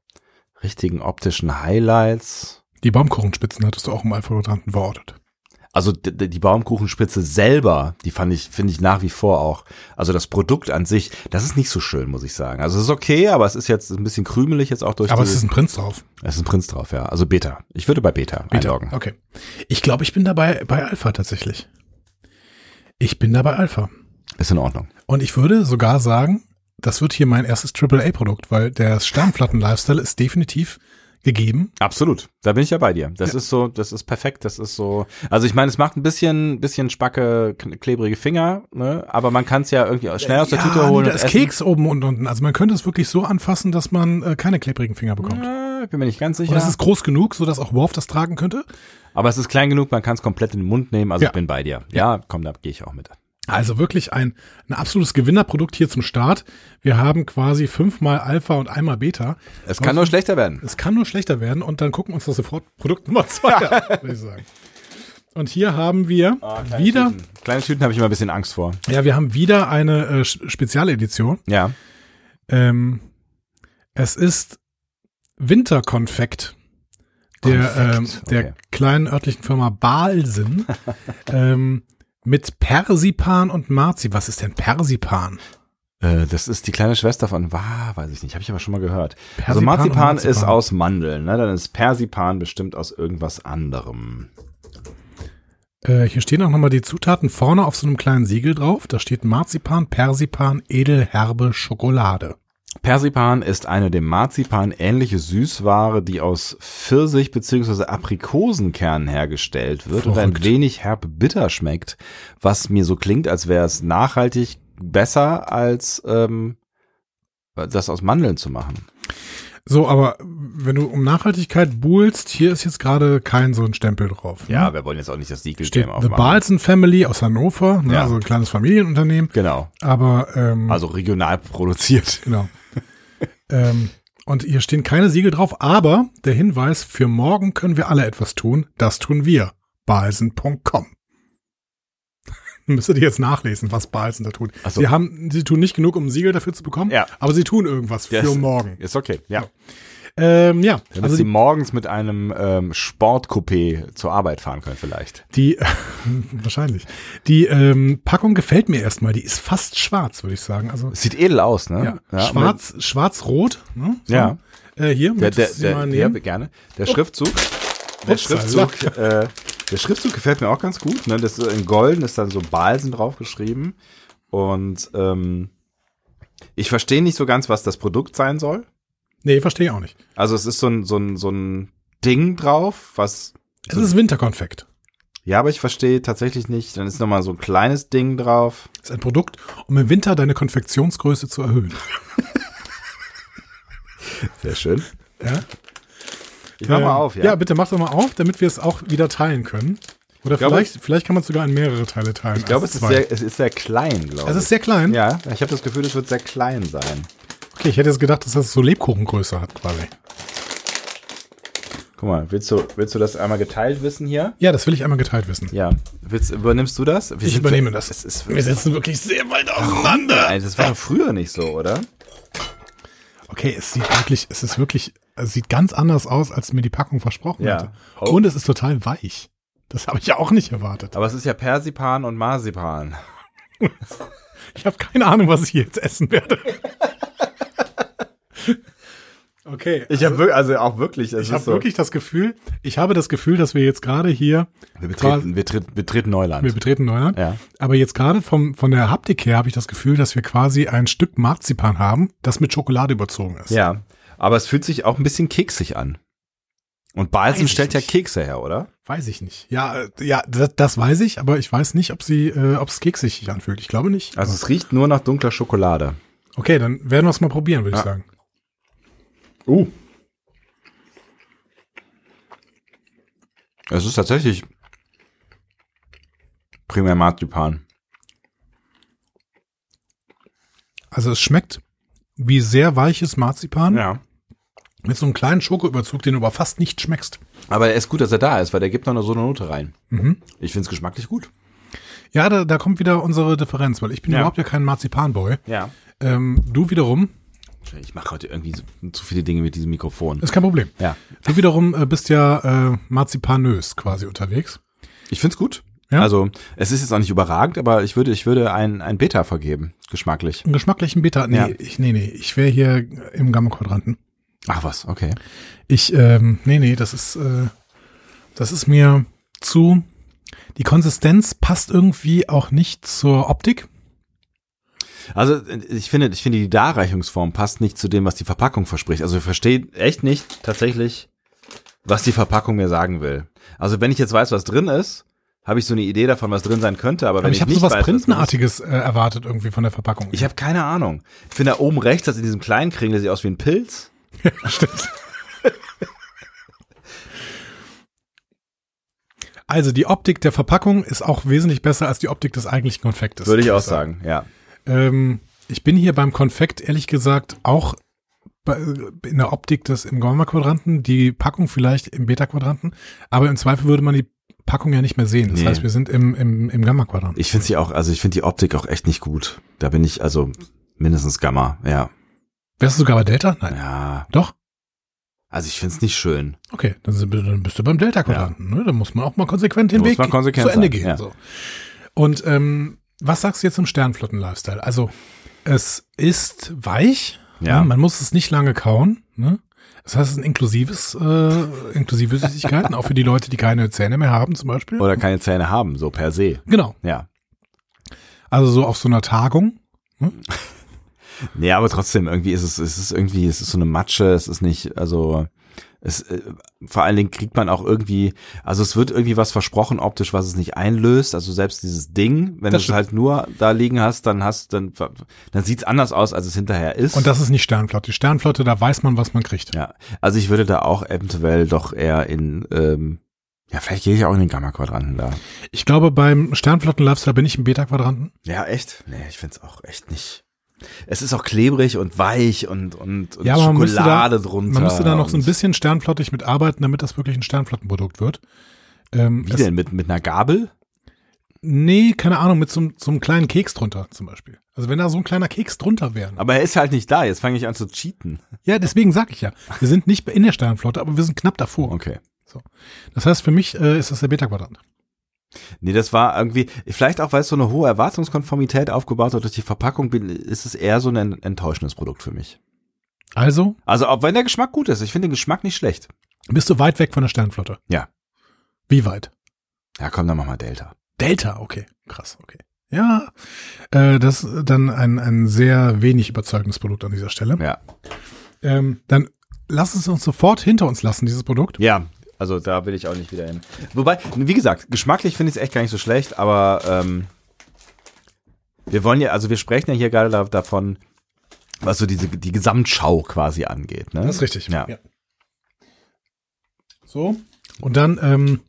A: richtigen optischen Highlights?
B: Die Baumkuchenspitzen hattest du auch im Alpha-Quadranten verortet.
A: Also d- d- die Baumkuchenspitze selber, die fand ich, finde ich nach wie vor auch. Also das Produkt an sich, das ist nicht so schön, muss ich sagen. Also es ist okay, aber es ist jetzt ein bisschen krümelig jetzt auch durch.
B: Aber es
A: dieses-
B: ist ein Prinz drauf.
A: es ist ein Prinz drauf, ja. Also Beta. Ich würde bei Beta,
B: Beta.
A: einloggen.
B: Okay. Ich glaube, ich bin dabei bei Alpha tatsächlich. Ich bin dabei Alpha.
A: Ist in Ordnung.
B: Und ich würde sogar sagen, das wird hier mein erstes AAA-Produkt, weil der Sternplatten-Lifestyle ist definitiv gegeben.
A: Absolut, da bin ich ja bei dir. Das ist so, das ist perfekt, das ist so. Also ich meine, es macht ein bisschen, bisschen spacke, kn- klebrige Finger, ne? Aber man kann es ja irgendwie aus- schnell aus der Tüte holen.
B: nee, da
A: und
B: ist
A: essen.
B: Keks oben und unten. Also man könnte es wirklich so anfassen, dass man äh, keine klebrigen Finger bekommt.
A: Ja, ich bin mir nicht ganz
B: Und
A: sicher.
B: das ist groß genug, sodass auch Worf das tragen könnte.
A: aber es ist klein genug, man kann es komplett in den Mund nehmen. Also
B: Ja.
A: ich bin bei dir. Ja, komm, da gehe ich auch mit.
B: Also wirklich ein, ein absolutes Gewinnerprodukt hier zum Start. Wir haben quasi fünfmal Alpha und einmal Beta.
A: Es kann nur schlechter werden.
B: Es kann nur schlechter werden und dann gucken wir uns das sofort Produkt Nummer zwei an, würde ich sagen. Und hier haben wir
A: Ah,
B: wieder,
A: Tüten. Kleine Tüten habe ich immer ein bisschen Angst vor.
B: ja, wir haben wieder eine äh, Sch- Spezialedition.
A: Ja.
B: Ähm, es ist Winterkonfekt der,
A: Konfekt,
B: ähm, der
A: okay.
B: kleinen örtlichen
A: *laughs*
B: Firma Balsen ähm, mit Persipan und Marzi. Was ist denn Persipan?
A: Äh, Das ist die kleine Schwester von, war, weiß ich nicht, habe ich aber schon mal gehört. also
B: Persipan
A: Marzipan,
B: und Marzipan.
A: ist aus Mandeln, ne? Dann ist Persipan bestimmt aus irgendwas anderem.
B: Äh, hier stehen auch nochmal die Zutaten vorne auf so einem kleinen Siegel drauf. Da steht Marzipan, Persipan, edelherbe Schokolade.
A: Persipan ist eine dem Marzipan ähnliche Süßware, die aus Pfirsich- bzw. Aprikosenkernen hergestellt wird und ein
B: Verrückt.
A: wenig herb bitter schmeckt, was mir so klingt, als wäre es nachhaltig besser als ähm, das aus Mandeln zu machen.
B: So, aber wenn du um Nachhaltigkeit buhlst, hier ist jetzt gerade kein so ein Stempel drauf. ne?
A: Ja, wir wollen jetzt auch nicht das
B: steht
A: Siegel-Game
B: The
A: aufmachen.
B: Balzen Family aus Hannover, ne,
A: Ja.
B: also ein kleines Familienunternehmen.
A: Genau,
B: Aber ähm,
A: also regional produziert.
B: *laughs* Genau. ähm, und hier stehen keine Siegel drauf, aber der Hinweis, für morgen können wir alle etwas tun, das tun wir. Balsen.com. *laughs* Müsstet ihr jetzt nachlesen, was Balsen da tut.
A: Ach so.
B: Sie, haben, sie tun nicht genug, um ein Siegel dafür zu bekommen,
A: Ja.
B: aber sie tun irgendwas für
A: Yes.
B: morgen.
A: Ist okay, ja.
B: Ähm, ja,
A: Damit
B: also
A: sie
B: die,
A: morgens mit einem ähm, Sportcoupé zur Arbeit fahren können vielleicht.
B: die *laughs* wahrscheinlich. Die ähm, Packung gefällt mir erstmal, die ist fast schwarz, würde ich sagen. Also
A: Sieht edel aus, ne?
B: ja, schwarz, schwarz-rot. Ne? So.
A: Ja.
B: Äh, hier,
A: Der, der,
B: möchtest du sie
A: der,
B: mal
A: der,
B: nehmen?
A: gerne. Der Schriftzug. Der
B: Ups,
A: Schriftzug, äh, der Schriftzug gefällt mir auch ganz gut. Ne? Das ist in Golden ist dann so Balsen draufgeschrieben. Und ähm, ich verstehe nicht so ganz, was das Produkt sein soll.
B: nee, verstehe ich auch nicht.
A: Also es ist so ein, so ein, so ein Ding drauf, was
B: Es ist Winterkonfekt.
A: Ja, aber ich verstehe tatsächlich nicht. Dann ist nochmal so ein kleines Ding drauf.
B: Ist ein Produkt, um im Winter deine Konfektionsgröße zu erhöhen.
A: Sehr schön.
B: Ja?
A: Ich mach
B: Ähm,
A: mal auf, ja.
B: Ja, bitte mach doch mal auf, damit wir es auch wieder teilen können. Oder
A: glaube,
B: vielleicht, vielleicht kann man es sogar in mehrere Teile teilen.
A: ich glaube, es ist, sehr, es ist sehr klein, glaube ich.
B: Es ist sehr klein.
A: ja, ich habe das Gefühl, es wird sehr klein sein.
B: Okay, ich hätte jetzt gedacht, dass das so Lebkuchengröße hat quasi.
A: Guck mal, willst du, willst du das einmal geteilt wissen hier?
B: Ja, das will ich einmal geteilt wissen.
A: Ja. Willst, übernimmst du das? Wir
B: Ich
A: sind-
B: übernehme das.
A: Es ist,
B: Wir sitzen wirklich sehr weit auseinander.
A: Ey, das war doch früher nicht so, oder?
B: Okay, es sieht wirklich, es ist wirklich, es sieht ganz anders aus, als mir die Packung versprochen
A: Ja.
B: hatte.
A: Oh.
B: Und es ist total weich. Das habe ich ja auch nicht erwartet.
A: Aber es ist ja Persipan und Marzipan.
B: Ich habe keine Ahnung, was ich hier jetzt
A: *laughs*
B: essen werde. okay.
A: Ich habe wirklich, also auch wirklich, es
B: Ich
A: ist
B: habe
A: so.
B: wirklich das Gefühl, ich habe das Gefühl, dass wir jetzt gerade hier,
A: wir betreten, wir, treten, wir treten Neuland.
B: wir betreten Neuland,
A: Ja.
B: aber jetzt gerade vom, von der Haptik her habe ich das Gefühl, dass wir quasi ein Stück Marzipan haben, das mit Schokolade überzogen ist.
A: ja, aber es fühlt sich auch ein bisschen keksig an. Und
B: Weiß
A: Balsen
B: ich
A: stellt
B: nicht.
A: ja Kekse her, oder?
B: Weiß ich nicht. Ja, äh, ja, das, das weiß ich, aber ich weiß nicht, ob sie, äh, ob es keksig sich anfühlt. Ich glaube nicht.
A: Also es riecht nur nach dunkler Schokolade.
B: Okay, dann werden wir es mal probieren, würde
A: Ja.
B: ich sagen.
A: Uh. Es ist tatsächlich primär Marzipan.
B: Also es schmeckt wie sehr weiches Marzipan
A: Ja.
B: mit so einem kleinen Schokoüberzug, den du aber fast nicht schmeckst.
A: Aber er ist gut, dass er da ist, weil der gibt noch eine- so eine Note rein.
B: Mhm.
A: Ich finde es geschmacklich gut.
B: Ja, da, da kommt wieder unsere Differenz, weil ich bin
A: Ja.
B: überhaupt ja kein Marzipanboy.
A: Ja.
B: Ähm, du wiederum,
A: Ich mache heute irgendwie so, zu viele Dinge mit diesem Mikrofon.
B: ist kein Problem.
A: Ja.
B: Du wiederum äh, bist ja äh, marzipanös quasi unterwegs.
A: Ich finde es gut.
B: Ja?
A: Also, es ist jetzt auch nicht überragend, aber ich würde, ich würde ein, ein Beta vergeben, geschmacklich.
B: Einen geschmacklichen Beta. Nee,
A: Ja.
B: ich, nee, nee, ich wäre hier im Gamma-Quadranten.
A: Ach was, okay.
B: Ich, ähm, nee, nee, das ist, äh, das ist mir zu. Die Konsistenz passt irgendwie auch nicht zur Optik.
A: Also, ich finde, ich finde, die Darreichungsform passt nicht zu dem, was die Verpackung verspricht. Also, ich verstehe echt nicht tatsächlich, was die Verpackung mir sagen will. Also, wenn ich jetzt weiß, was drin ist, habe ich so eine Idee davon, was drin sein könnte, aber wenn
B: Aber ich
A: ich,
B: habe
A: nicht
B: so was
A: weiß, was drin ist-
B: Printenartiges äh, erwartet irgendwie von der Verpackung.
A: Ich habe keine Ahnung. Ich finde da oben rechts, das in diesem kleinen Kringel, der sieht aus wie ein Pilz.
B: also die Optik der Verpackung ist auch wesentlich besser als die Optik des eigentlichen Konfektes.
A: Würde ich auch sagen, ja.
B: Ähm, ich bin hier beim Konfekt ehrlich gesagt auch bei, äh, in der Optik des im Gamma-Quadranten, die Packung vielleicht im Beta-Quadranten, aber im Zweifel würde man die Packung ja nicht mehr sehen. Das
A: Nee.
B: heißt, wir sind im, im, im Gamma-Quadranten.
A: Ich finde sie auch, also ich finde die Optik auch echt nicht gut. Da bin ich also mindestens Gamma, ja.
B: Wärst du sogar bei Delta? Nein.
A: Ja,
B: Doch?
A: also ich finde es nicht schön.
B: Okay, dann, sind, wir- dann bist du beim Delta-Quadranten. Ne? Da muss man auch mal konsequent den
A: Muss
B: Weg
A: man konsequent
B: zu Ende
A: sein,
B: gehen.
A: ja.
B: So. Und ähm, was sagst du jetzt zum Sternflotten-Lifestyle? Also, es ist weich.
A: Ja.
B: Ne? Man muss es nicht lange kauen. Ne? Das heißt, es ist ein inklusives, äh, inklusive Süßigkeiten, auch für die Leute, die keine Zähne mehr haben zum Beispiel.
A: Oder keine Zähne haben, so per se.
B: Genau.
A: Ja.
B: Also so auf so einer Tagung.
A: Nee, aber trotzdem, irgendwie ist es, es ist irgendwie, es ist so eine Matsche, es ist nicht, also es, äh, vor allen Dingen kriegt man auch irgendwie, also es wird irgendwie was versprochen optisch, was es nicht einlöst. Also selbst dieses Ding, wenn
B: Das
A: du es
B: stimmt.
A: halt nur da liegen hast, dann hast, dann, dann sieht's anders aus, als es hinterher ist.
B: Und das ist nicht Sternflotte. Sternflotte, da weiß man, was man kriegt.
A: Ja, also ich würde da auch eventuell doch eher in, ähm, ja, vielleicht gehe ich auch in den Gamma-Quadranten da.
B: Ich glaube, beim Sternflotten-Lifestyle bin ich im Beta-Quadranten.
A: Ja, echt? Nee, ich find's auch echt nicht. Es ist auch klebrig und weich und, und, und
B: Ja, aber man müsste da,
A: Schokolade drunter.
B: Man müsste da noch so ein
A: und-
B: bisschen sternflottig mit arbeiten, damit das wirklich ein Sternflottenprodukt wird. Ähm,
A: Wie
B: es-
A: denn? Mit, mit einer Gabel?
B: Nee, keine Ahnung, mit so, einem- so einem kleinen Keks drunter zum Beispiel. Also wenn da so ein kleiner Keks drunter wäre.
A: Aber er ist halt nicht da. Jetzt fange ich an zu cheaten.
B: Ja, deswegen sag ich ja. Wir sind nicht in der Sternflotte, aber wir sind knapp davor.
A: Okay.
B: Das heißt, für mich äh, ist das der Beta-Quadrant.
A: Nee, das war irgendwie, vielleicht auch, weil es so eine hohe Erwartungskonformität aufgebaut hat durch die Verpackung, bin- ist es eher so ein ent- enttäuschendes Produkt für mich.
B: Also
A: Also, auch wenn der Geschmack gut ist. Ich finde den Geschmack nicht schlecht.
B: bist du weit weg von der Sternflotte.
A: Ja.
B: Wie weit?
A: Ja, komm, dann mach mal Delta.
B: Delta, okay. Krass, okay. Ja, äh, das ist dann ein, ein sehr wenig überzeugendes Produkt an dieser Stelle.
A: Ja.
B: Ähm, dann lass es uns sofort hinter uns lassen, dieses Produkt.
A: Ja, Also da will ich auch nicht wieder hin. Wobei, wie gesagt, geschmacklich finde ich es echt gar nicht so schlecht, aber ähm, wir wollen ja, also wir sprechen ja hier gerade da, davon, was so diese, die Gesamtschau quasi angeht. Ne?
B: Das ist richtig.
A: Ja.
B: So. Und dann ähm,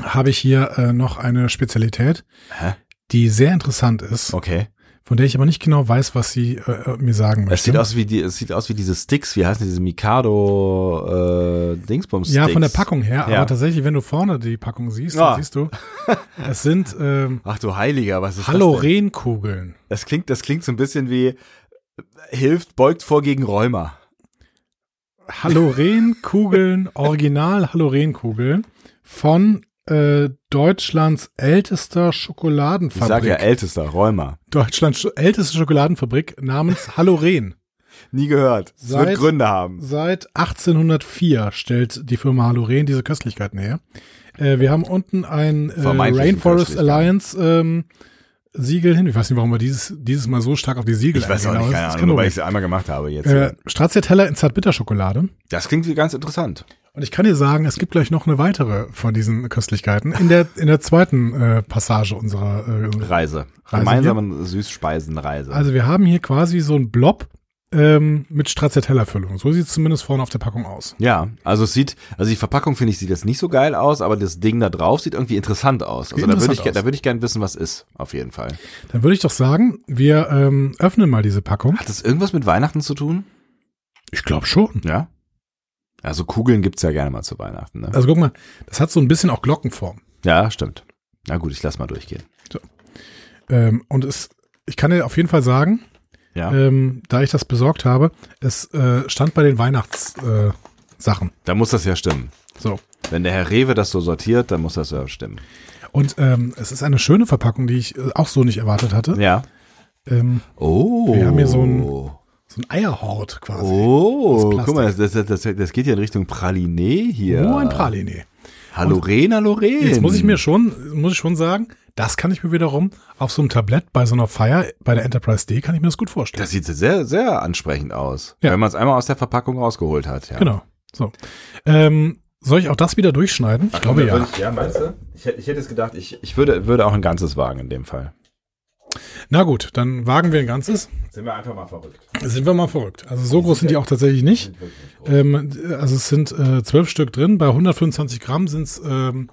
B: habe ich hier äh, noch eine Spezialität,
A: Hä?
B: die sehr interessant ist,
A: Okay.
B: von der ich aber nicht genau weiß, was sie äh, äh, mir sagen möchte.
A: Es sieht, aus wie die, es sieht aus wie diese Sticks, wie heißen die, diese Mikado äh, Dingsbums-Sticks.
B: ja, von der Packung
A: Ja.
B: her,
A: Ah.
B: aber tatsächlich, wenn du vorne die Packung siehst,
A: Ja.
B: dann siehst
A: *laughs*
B: du, es sind ähm,
A: Ach du Heiliger, was ist das? denn?
B: Halorenkugeln.
A: Das klingt, das klingt so ein bisschen wie äh, hilft, beugt vor gegen Rheuma. *laughs*
B: Halorenkugeln, Original Halorenkugel von äh, Deutschlands ältester
A: Ich sage ja
B: Schokoladenfabrik.
A: ältester, Rheuma.
B: Deutschlands sch- älteste Schokoladenfabrik
A: *laughs*
B: namens Haloren.
A: Nie gehört. Es wird
B: Seit-
A: Gründe haben.
B: Seit 1804 stellt die Firma Haloren diese Köstlichkeiten her. Äh, wir haben unten ein äh,
A: Vermeintlichen
B: Rainforest
A: Köstlichkeiten.
B: Alliance ähm, Siegel hin. Ich weiß nicht, warum wir dieses, dieses Mal so stark auf die Siegel
A: Ich weiß auch
B: eingehen,
A: nicht,
B: aber
A: keine
B: das ist
A: Ahnung, nur weil ich
B: Problem.
A: es einmal gemacht habe jetzt.
B: äh, Stracciatella in Zartbitterschokolade.
A: das klingt wie ganz interessant.
B: Und ich kann dir sagen, es gibt gleich noch eine weitere von diesen Köstlichkeiten in der, in der zweiten äh, Passage unserer. Äh,
A: Reise.
B: Reise,
A: Gemeinsame Süßspeisenreise.
B: also wir haben hier quasi so einen Blob ähm, mit Stracciatella-Füllung. So sieht es zumindest vorne auf der Packung aus.
A: ja, also es sieht, also die Verpackung finde ich sieht jetzt nicht so geil aus, aber das Ding da drauf sieht irgendwie interessant aus. Also
B: Sieht
A: da würde ich,
B: interessant
A: ge-
B: aus.
A: da würde ich gerne wissen, was ist, auf jeden Fall.
B: Dann würde ich doch sagen, wir ähm, öffnen mal diese Packung.
A: Hat das irgendwas mit Weihnachten zu tun?
B: Ich glaube schon.
A: Ja. Also Kugeln gibt's ja gerne mal zu Weihnachten, ne?
B: Also guck mal, das hat so ein bisschen auch Glockenform.
A: Ja, stimmt. Na gut, ich lass mal durchgehen.
B: Ähm, und es, ich kann dir auf jeden Fall sagen,
A: Ja.
B: ähm, da ich das besorgt habe, es äh, stand bei den Weihnachtssachen. Äh, Sachen.
A: Da muss das ja stimmen.
B: so.
A: Wenn der Herr Rewe das so sortiert, dann muss das ja stimmen.
B: Und ähm, es ist eine schöne Verpackung, die ich äh, auch so nicht erwartet hatte.
A: Ja.
B: Ähm,
A: Oh.
B: Wir haben hier so ein- so ein Eierhort quasi.
A: Oh,
B: Plastik.
A: guck mal, das, das, das, das geht ja in Richtung Praline hier.
B: Nur ein Praline.
A: Hallo Ren, hallo Ren.
B: Jetzt muss ich mir schon, muss ich schon sagen, das kann ich mir wiederum auf so einem Tablett bei so einer Feier bei der Enterprise D kann ich mir das gut vorstellen.
A: Das sieht sehr, sehr ansprechend aus.
B: Ja.
A: Wenn man es einmal aus der Verpackung rausgeholt hat. Ja.
B: Genau. So. Ähm, soll ich auch das wieder durchschneiden? Ich glaube ja.
A: ja, meinst du? Ich, hätte- ich hätte es gedacht, ich, ich würde, würde auch ein ganzes wagen in dem Fall.
B: Na gut, dann wagen wir ein ganzes.
A: Sind wir einfach mal verrückt.
B: Sind wir mal verrückt. Also so groß sind die auch tatsächlich nicht. Ähm, also es sind äh, zwölf Stück drin. Bei 125 Gramm sind es ähm,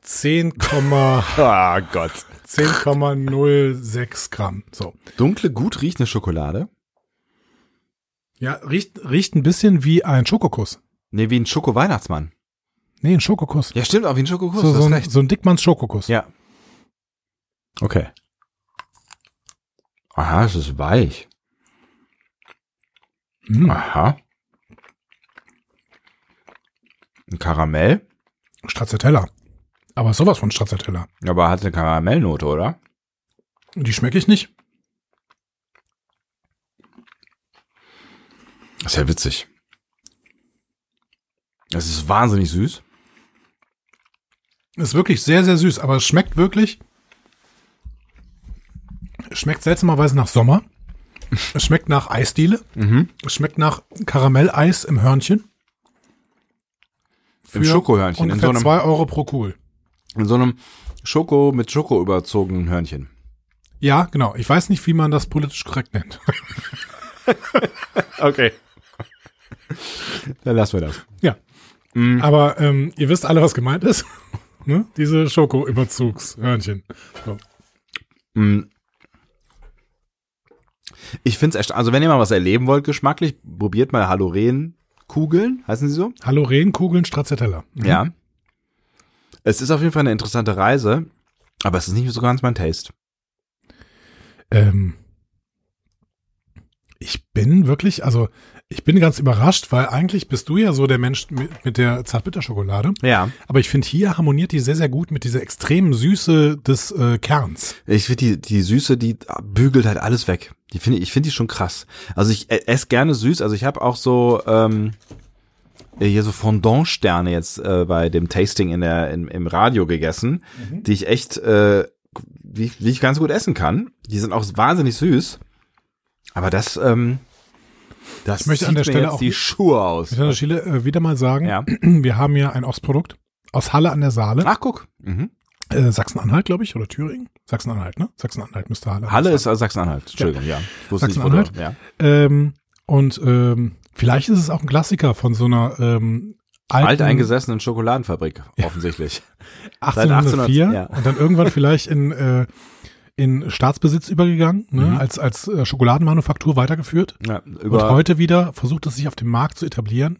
B: 10, *laughs*
A: Ah, Gott.
B: 10,06 Gramm. So.
A: Dunkle, gut riechende Schokolade.
B: Ja, riecht, riecht ein bisschen wie ein Schokokuss.
A: Nee, wie ein Schoko-Weihnachtsmann.
B: Nee, ein Schokokuss.
A: Ja, stimmt, auch wie ein Schokokuss.
B: so,
A: du
B: so,
A: hast
B: ein,
A: recht.
B: so ein Dickmanns Schokokuss.
A: Ja. Okay. Aha, es ist weich.
B: Mm.
A: Aha. Ein Karamell?
B: Stracciatella. Aber sowas von Stracciatella.
A: Aber hat eine Karamellnote, oder?
B: Die schmecke ich nicht.
A: Das ist ja witzig. Es ist wahnsinnig süß.
B: Ist wirklich sehr, sehr süß, aber es schmeckt wirklich. es Schmeckt seltsamerweise nach
A: *laughs*
B: Sommer. Es schmeckt nach Eisdiele.
A: Mhm.
B: Es schmeckt nach Karamelleis im Hörnchen.
A: Im
B: Für
A: Schokohörnchen, in so
B: Ungefähr
A: einem-
B: 2 Euro pro Kugel.
A: In so einem Schoko mit Schoko überzogenen Hörnchen.
B: Ja, genau. Ich weiß nicht, wie man das politisch korrekt nennt. *laughs*
A: Okay. Dann lassen wir das.
B: Ja.
A: Mhm.
B: Aber ähm, ihr wisst alle, was gemeint ist. *laughs* ne? Diese Schoko-Überzugshörnchen. So.
A: Ich finde es echt, also wenn ihr mal was erleben wollt geschmacklich, probiert mal Haloren-Kugeln, heißen sie so?
B: Halorenkugeln, Stracciatella. Mhm.
A: Ja. Es ist auf jeden Fall eine interessante Reise, aber es ist nicht so ganz mein Taste.
B: Ähm, ich bin wirklich, also ich bin ganz überrascht, weil eigentlich bist du ja so der Mensch mit, mit der Zartbitterschokolade.
A: Ja.
B: Aber ich finde, hier harmoniert die sehr, sehr gut mit dieser extremen Süße des äh, Kerns.
A: Ich finde die, die Süße, die bügelt halt alles weg. Die finde ich, ich finde die schon krass. Also ich e- esse gerne süß. Also ich habe auch so ähm, äh, hier so Fondant-Sterne jetzt äh, bei dem Tasting in der, im, im Radio gegessen,
B: Mhm.
A: die ich echt, äh, die, ich- die ich ganz gut essen kann. Die sind auch wahnsinnig süß. Aber das, ähm, Das
B: Ich möchte
A: sieht
B: an der
A: mir
B: Stelle
A: jetzt
B: auch-
A: die Schuhe aus.
B: Ich kann an der Stelle äh, wieder mal sagen,
A: Ja.
B: *clears throat* wir haben ja ein Ostprodukt aus Halle an der Saale,
A: Ach, guck. Mhm.
B: äh, Sachsen-Anhalt, glaube ich, oder Thüringen. Sachsen-Anhalt, ne? Sachsen-Anhalt müsste Halle.
A: Halle
B: sein.
A: ist äh, Sachsen-Anhalt. Entschuldigung, ja. Ich wusste nicht, wo
B: Sachsen-Anhalt.
A: du- Ja.
B: Ähm, und ähm, vielleicht ist es auch ein Klassiker von so einer ähm, alten,
A: Alteingesessenen Schokoladenfabrik, offensichtlich.
B: 1804
A: 1800, ja.
B: und dann irgendwann vielleicht in, äh, in Staatsbesitz übergegangen, ne?
A: Mhm.
B: als, als äh, Schokoladenmanufaktur weitergeführt.
A: Ja, über
B: und heute wieder versucht es sich auf dem Markt zu etablieren.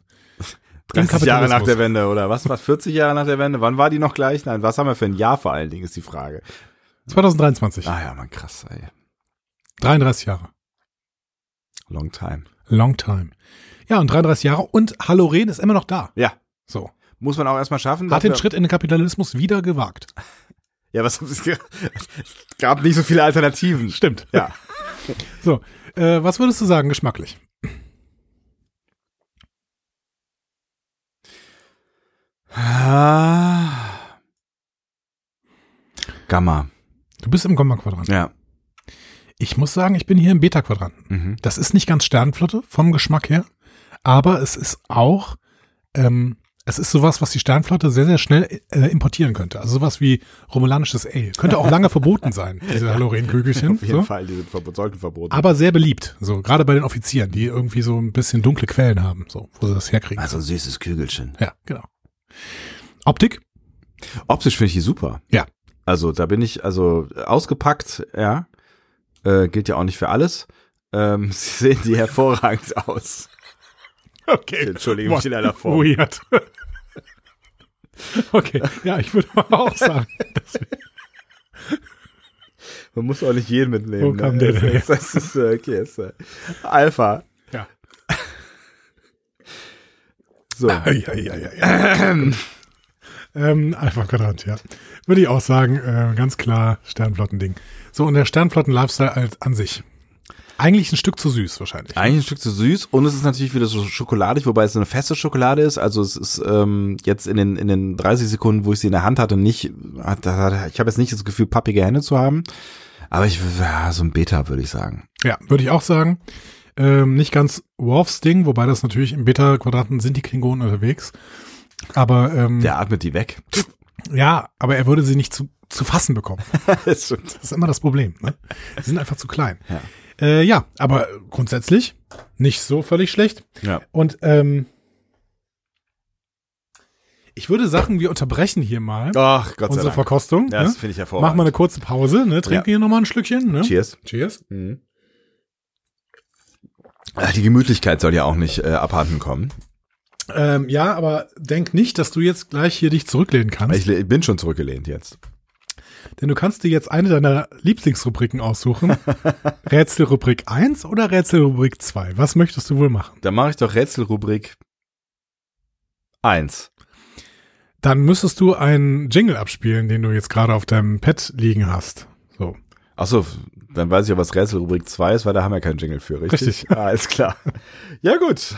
A: 30
B: im
A: Jahre nach
B: Kapitalismus.
A: der Wende oder was? Was? 40 Jahre nach der Wende? Wann war die noch gleich? Nein, was haben wir für ein Jahr vor allen Dingen, ist die Frage.
B: 2023,
A: Ah ja, man, krass, ey.
B: 33 Jahre.
A: Long time.
B: Long time. Ja, und 33 Jahre und Hallo Rehn ist immer noch da.
A: Ja.
B: So.
A: Muss man auch erstmal schaffen.
B: Hat den
A: dafür-
B: Schritt in den Kapitalismus wieder gewagt.
A: Ja, was *laughs* es ge- es gab nicht so viele Alternativen.
B: Stimmt.
A: Ja.
B: *laughs* So, äh, was würdest du sagen, geschmacklich?
A: Ah. Gamma.
B: Du bist im Komma-Quadranten.
A: Ja.
B: Ich muss sagen, ich bin hier im Beta-Quadranten.
A: Mhm.
B: Das ist nicht ganz Sternflotte vom Geschmack her, aber es ist auch, ähm, es ist sowas, was die Sternflotte sehr, sehr schnell äh, importieren könnte. Also sowas wie romulanisches Ale. Könnte auch lange verboten
A: *laughs*
B: sein, diese Halorenkügelchen.
A: Auf jeden
B: So.
A: Fall, die sind verbo- sollten verboten.
B: Aber sehr beliebt, so gerade bei den Offizieren, die irgendwie so ein bisschen dunkle Quellen haben, so wo sie das herkriegen.
A: ein Also süßes Kügelchen.
B: Ja, genau. Optik?
A: Optisch finde ich die super.
B: Ja.
A: Also da bin ich, also äh, ausgepackt, ja. Äh, gilt ja auch nicht für alles. Ähm, *laughs* sie sehen die hervorragend aus.
B: Okay.
A: Entschuldige mich in aller Form.
B: *laughs* Weird. okay, ja, ich würde mal
A: *laughs*
B: auch sagen.
A: Man muss auch nicht jeden mitnehmen.
B: Wo
A: *laughs*
B: kam der denn
A: Das, das ist, äh, okay, ist, äh, Alpha.
B: Ja. *laughs*
A: So.
B: ja, ja, ja, ja. ähm, Alpha Quadrant, ja. Würde ich auch sagen, äh, ganz klar Sternflotten-Ding. So, und der Sternflotten-Lifestyle als- an sich. Eigentlich ein Stück zu süß wahrscheinlich.
A: Eigentlich ein Stück zu süß und es ist natürlich wieder so schokoladig, wobei es eine feste Schokolade ist. Also es ist ähm, jetzt in den in den 30 Sekunden, wo ich sie in der Hand hatte, nicht. Hat, hat, ich habe jetzt nicht das Gefühl, pappige Hände zu haben. Aber ich ja, so ein Beta würde ich sagen.
B: Ja, würde ich auch sagen. Ähm, nicht ganz Worfs Ding, wobei das natürlich im Beta-Quadranten sind die Klingonen unterwegs. Aber ähm, ja.
A: Der atmet die weg. *laughs*
B: aber er würde sie nicht zu, zu fassen bekommen.
A: Das stimmt.
B: Das ist immer das Problem. Ne? Sie sind einfach zu klein.
A: Ja.
B: Äh, ja, aber grundsätzlich nicht so völlig schlecht.
A: Ja.
B: Und ähm, ich würde sagen, wir unterbrechen hier mal
A: Ach Gott sei
B: unsere
A: Dank.
B: Verkostung.
A: Ja, das
B: ne?
A: finde ich
B: Machen
A: hervorragend.
B: wir eine kurze Pause, ne? trinken hier nochmal ein Schlückchen. Ne?
A: Cheers.
B: Cheers.
A: Mhm. Ach, Die Gemütlichkeit soll ja auch nicht äh, abhanden kommen.
B: Ähm, ja, aber denk nicht, dass du jetzt gleich hier dich zurücklehnen kannst,
A: Ich le- bin schon zurückgelehnt jetzt.
B: denn du kannst dir jetzt eine deiner
A: *laughs*
B: Lieblingsrubriken aussuchen. Rätselrubrik 1 oder Rätselrubrik 2? Was möchtest du wohl machen?
A: Dann mache ich doch Rätselrubrik 1.
B: Dann müsstest du einen Jingle abspielen, den du jetzt gerade auf deinem Pad liegen hast. So.
A: Achso, dann weiß ich ja, was Rätselrubrik 2 ist, weil da haben wir keinen Jingle für, richtig?
B: Richtig.
A: Ah, *laughs* alles klar. Ja, gut.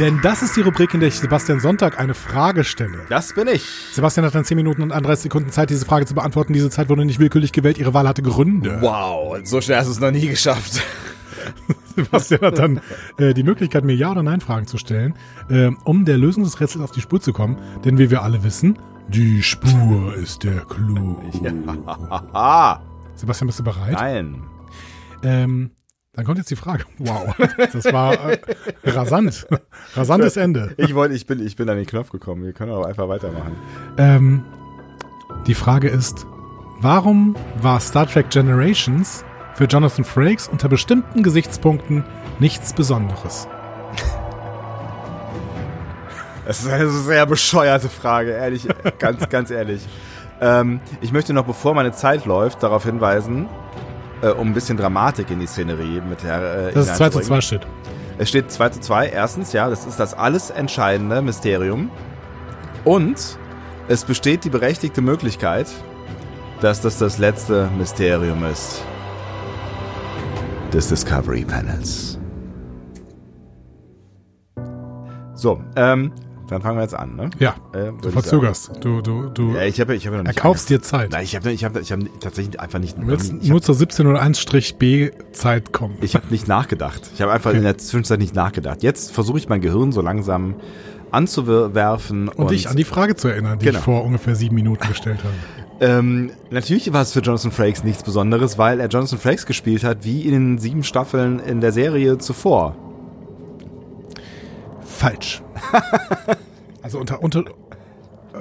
B: Denn das ist die Rubrik, in der ich Sebastian Sonntag eine Frage stelle.
A: Das bin ich.
B: Sebastian hat dann 10 Minuten und 31 Sekunden Zeit, diese Frage zu beantworten. Diese Zeit wurde nicht willkürlich gewählt. Ihre Wahl hatte Gründe.
A: Wow, so schnell hast du es noch nie geschafft.
B: *laughs* Sebastian hat dann äh, die Möglichkeit, mir Ja- oder Nein-Fragen zu stellen, ähm, um der Lösung des Rätsels auf die Spur zu kommen. Denn wie wir alle wissen, die Spur ist der Clou.
A: Ah,
B: Sebastian, bist du bereit?
A: nein.
B: Ähm, dann kommt jetzt die Frage. Wow, das war äh, rasant.
A: *laughs*
B: Rasantes Ende.
A: Ich wollte, ich bin, ich bin an den Knopf gekommen. Wir können aber einfach weitermachen.
B: Ähm, die Frage ist, warum war Star Trek Generations für Jonathan Frakes unter bestimmten Gesichtspunkten nichts Besonderes?
A: Das ist eine sehr bescheuerte Frage, ehrlich,
B: *laughs*
A: ganz, ganz ehrlich. Ähm, ich möchte noch, bevor meine Zeit läuft, darauf hinweisen, äh, um ein bisschen Dramatik in die Szenerie mit der. Äh,
B: Das ist 2 zu
A: hineinzubringen.
B: 2 steht.
A: Es steht 2 zu 2. Erstens, ja, das ist das alles entscheidende Mysterium. Und es besteht die berechtigte Möglichkeit, dass das das letzte Mysterium ist. Des Discovery Panels. So, ähm, Dann fangen wir jetzt an, ne?
B: Ja,
A: Äh, würd
B: du
A: ich
B: verzögerst. Du, du, du
A: sagen. Ja, ich habe ich hab ja noch nicht.
B: erkaufst dir Zeit.
A: Nein, ich habe ich hab, ich hab tatsächlich einfach nicht.
B: Du willst
A: ich hab-
B: nur zur 1701-B Zeit kommen.
A: Ich habe nicht nachgedacht. Ich habe einfach in der Zwischenzeit nicht nachgedacht. Jetzt versuche ich mein Gehirn so langsam anzuwerfen.
B: und dich an die Frage zu erinnern, die
A: Genau.
B: ich vor ungefähr
A: *laughs*
B: sieben Minuten gestellt habe.
A: ähm, natürlich war es für Jonathan Frakes nichts Besonderes, weil er Jonathan Frakes gespielt hat, wie in den sieben Staffeln in der Serie zuvor.
B: Falsch. also unter, unter äh,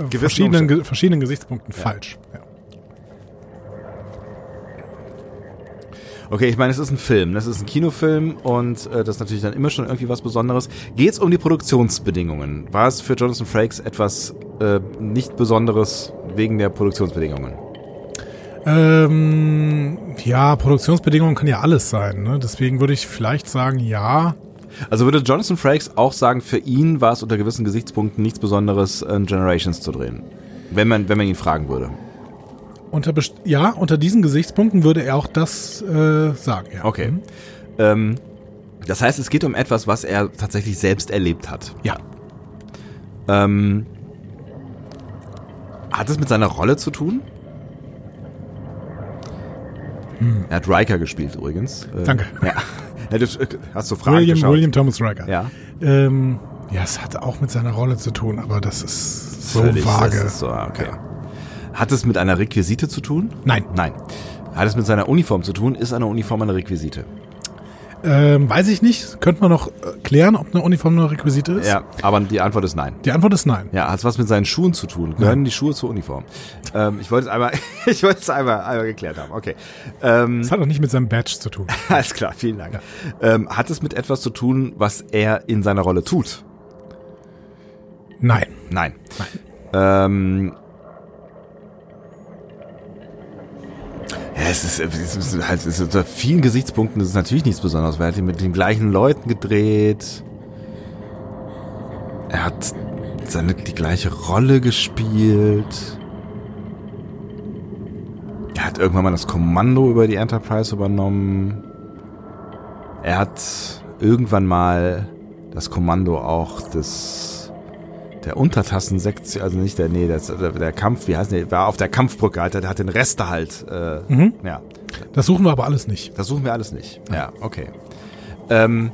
A: Gewissen
B: verschiedenen, ge, verschiedenen Gesichtspunkten falsch. Ja.
A: Okay, ich meine, es ist ein Film, das ist ein Kinofilm und äh, das ist natürlich dann immer schon irgendwie was Besonderes. Geht es um die Produktionsbedingungen? War es für Jonathan Frakes etwas äh, nicht Besonderes wegen der Produktionsbedingungen?
B: Ähm, ja, Produktionsbedingungen kann ja alles sein. Ne? Deswegen würde ich vielleicht sagen, ja.
A: Also würde Jonathan Frakes auch sagen, für ihn war es unter gewissen Gesichtspunkten nichts Besonderes, ähm, Generations zu drehen. Wenn man, wenn man ihn fragen würde.
B: Unter, best- ja, unter diesen Gesichtspunkten würde er auch das äh, sagen. Ja.
A: Okay.
B: Mhm.
A: Ähm, das heißt, es geht um etwas, was er tatsächlich selbst erlebt hat.
B: Ja.
A: Ähm, hat es mit seiner Rolle zu tun?
B: Hm.
A: Er hat Riker gespielt übrigens. Äh,
B: Danke.
A: Ja. Ja, du, äh, hast du Fragen
B: *laughs* William,
A: geschaut?
B: William Thomas Riker.
A: Ja.
B: Ähm, ja, es hat auch mit seiner Rolle zu tun, aber das ist so
A: Völlig, das
B: vage.
A: ist so, ah, okay.
B: Ja.
A: Hat es mit einer Requisite zu tun?
B: Nein.
A: Nein. Hat es mit seiner Uniform zu tun? Ist eine Uniform eine Requisite?
B: Ähm, weiß ich nicht. Könnte man noch äh, klären, ob eine Uniform eine Requisite ist?
A: Ja, aber die Antwort ist nein.
B: Die Antwort ist nein.
A: Ja, hat es was mit seinen Schuhen zu tun? Gehören die Schuhe zur Uniform? Ähm, ich wollte es einmal, *laughs* ich wollte es einmal, einmal geklärt haben. Okay. *laughs* Ähm,
B: Das hat auch nicht mit seinem Badge zu tun.
A: alles klar, vielen Dank. Ähm, hat es mit etwas zu tun, was er in seiner Rolle tut?
B: Nein.
A: Nein. Ähm, ja, es ist, es ist, halt, es ist unter vielen Gesichtspunkten ist es natürlich nichts Besonderes, weil er hat ihn mit den gleichen Leuten gedreht. Er hat seine, die gleiche Rolle gespielt. Er hat irgendwann mal das Kommando über die Enterprise übernommen. Er hat irgendwann mal das Kommando auch des der Untertassensektion, also nicht der, nee, das, der, der Kampf, wie heißt der, war auf der Kampfbrücke, halt, der hat den Rest halt, äh,
B: Mhm.
A: ja,
B: Das suchen wir aber alles nicht.
A: das suchen wir alles nicht. Ja, okay. Ähm,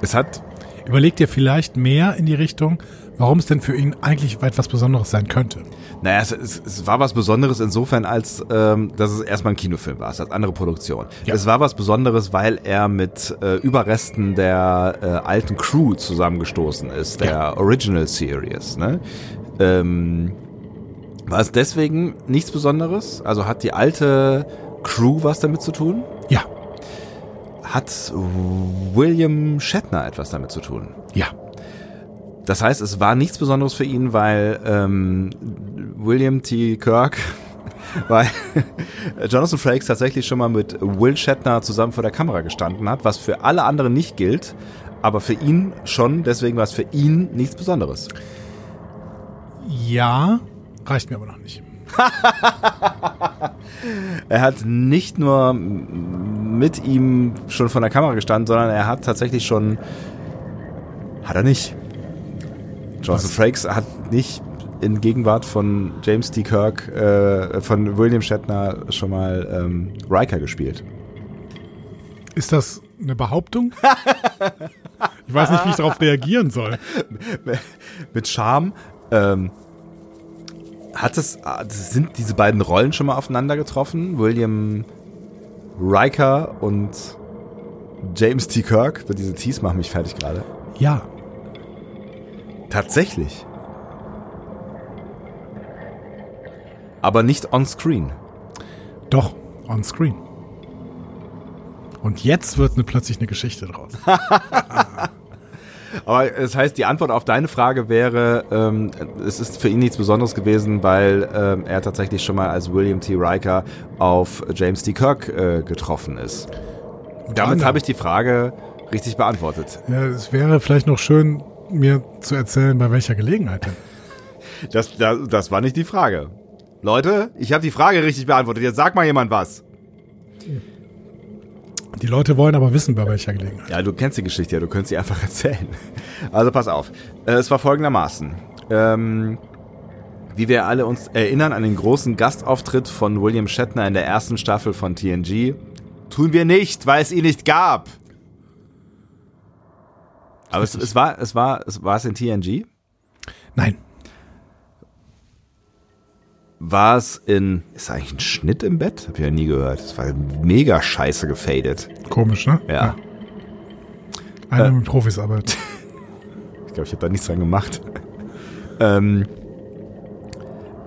A: es hat,
B: Überleg dir vielleicht mehr in die Richtung, warum es denn für ihn eigentlich etwas Besonderes sein könnte.
A: naja, es, es, es war was Besonderes insofern, als ähm, dass es erstmal ein Kinofilm war, es hat andere Produktion.
B: Ja.
A: Es war was Besonderes, weil er mit äh, Überresten der äh, alten Crew zusammengestoßen ist, der
B: Ja.
A: Original Series, ne? Ähm, War es deswegen nichts Besonderes? Also hat die alte Crew was damit zu tun?
B: Ja,
A: Hat William Shatner etwas damit zu tun?
B: ja,
A: Das heißt, es war nichts Besonderes für ihn, weil ähm, William T. Kirk, *laughs* weil *laughs* Jonathan Frakes tatsächlich schon mal mit Will Shatner zusammen vor der Kamera gestanden hat, was für alle anderen nicht gilt, aber für ihn schon, deswegen war es für ihn nichts Besonderes.
B: ja. Reicht mir aber noch nicht.
A: Er hat nicht nur mit ihm schon vor der Kamera gestanden, sondern er hat tatsächlich schon. Hat er nicht. Jonathan
B: Was?
A: Frakes hat nicht in Gegenwart von James D. Kirk, äh, von William Shatner schon mal ähm, Riker gespielt.
B: Ist das eine Behauptung? *laughs* Ich weiß nicht, wie ich darauf reagieren soll.
A: *laughs* Mit Charme. Ähm, hat es, ah, sind diese beiden Rollen schon mal aufeinander getroffen? William Riker und James T. Kirk? Diese Tees machen mich fertig gerade.
B: Ja,
A: Tatsächlich. Aber nicht on screen.
B: doch, on screen. Und jetzt wird eine, plötzlich eine Geschichte *laughs* draus.
A: Aber das heißt, die Antwort auf deine Frage wäre, ähm, es ist für ihn nichts Besonderes gewesen, weil ähm, er tatsächlich schon mal als William T. Riker auf James D. Kirk äh, getroffen ist. Damit habe ich die Frage richtig beantwortet.
B: Ja, es wäre vielleicht noch schön, mir zu erzählen, bei welcher Gelegenheit denn.
A: Das, das, das war nicht die Frage. Leute, ich habe die Frage richtig beantwortet. Jetzt sag mal jemand was.
B: Die Leute wollen aber wissen, bei welcher Gelegenheit.
A: Ja, du kennst die Geschichte, ja, du könntest sie einfach *laughs* erzählen. Also pass auf. Äh, Es war folgendermaßen. Ähm, wie wir alle uns erinnern an den großen Gastauftritt von William Shatner in der ersten Staffel von TNG, tun wir nicht, weil es ihn nicht gab. Aber es, es war, es war, es war es in TNG?
B: Nein.
A: War es in, ist eigentlich ein Schnitt im Bett? Hab ich ja nie gehört. Es war mega scheiße gefadet.
B: Komisch, ne?
A: Ja.
B: Einer mit Profis arbeitet.
A: Ich glaube, ich habe da nichts dran gemacht. *laughs* ähm,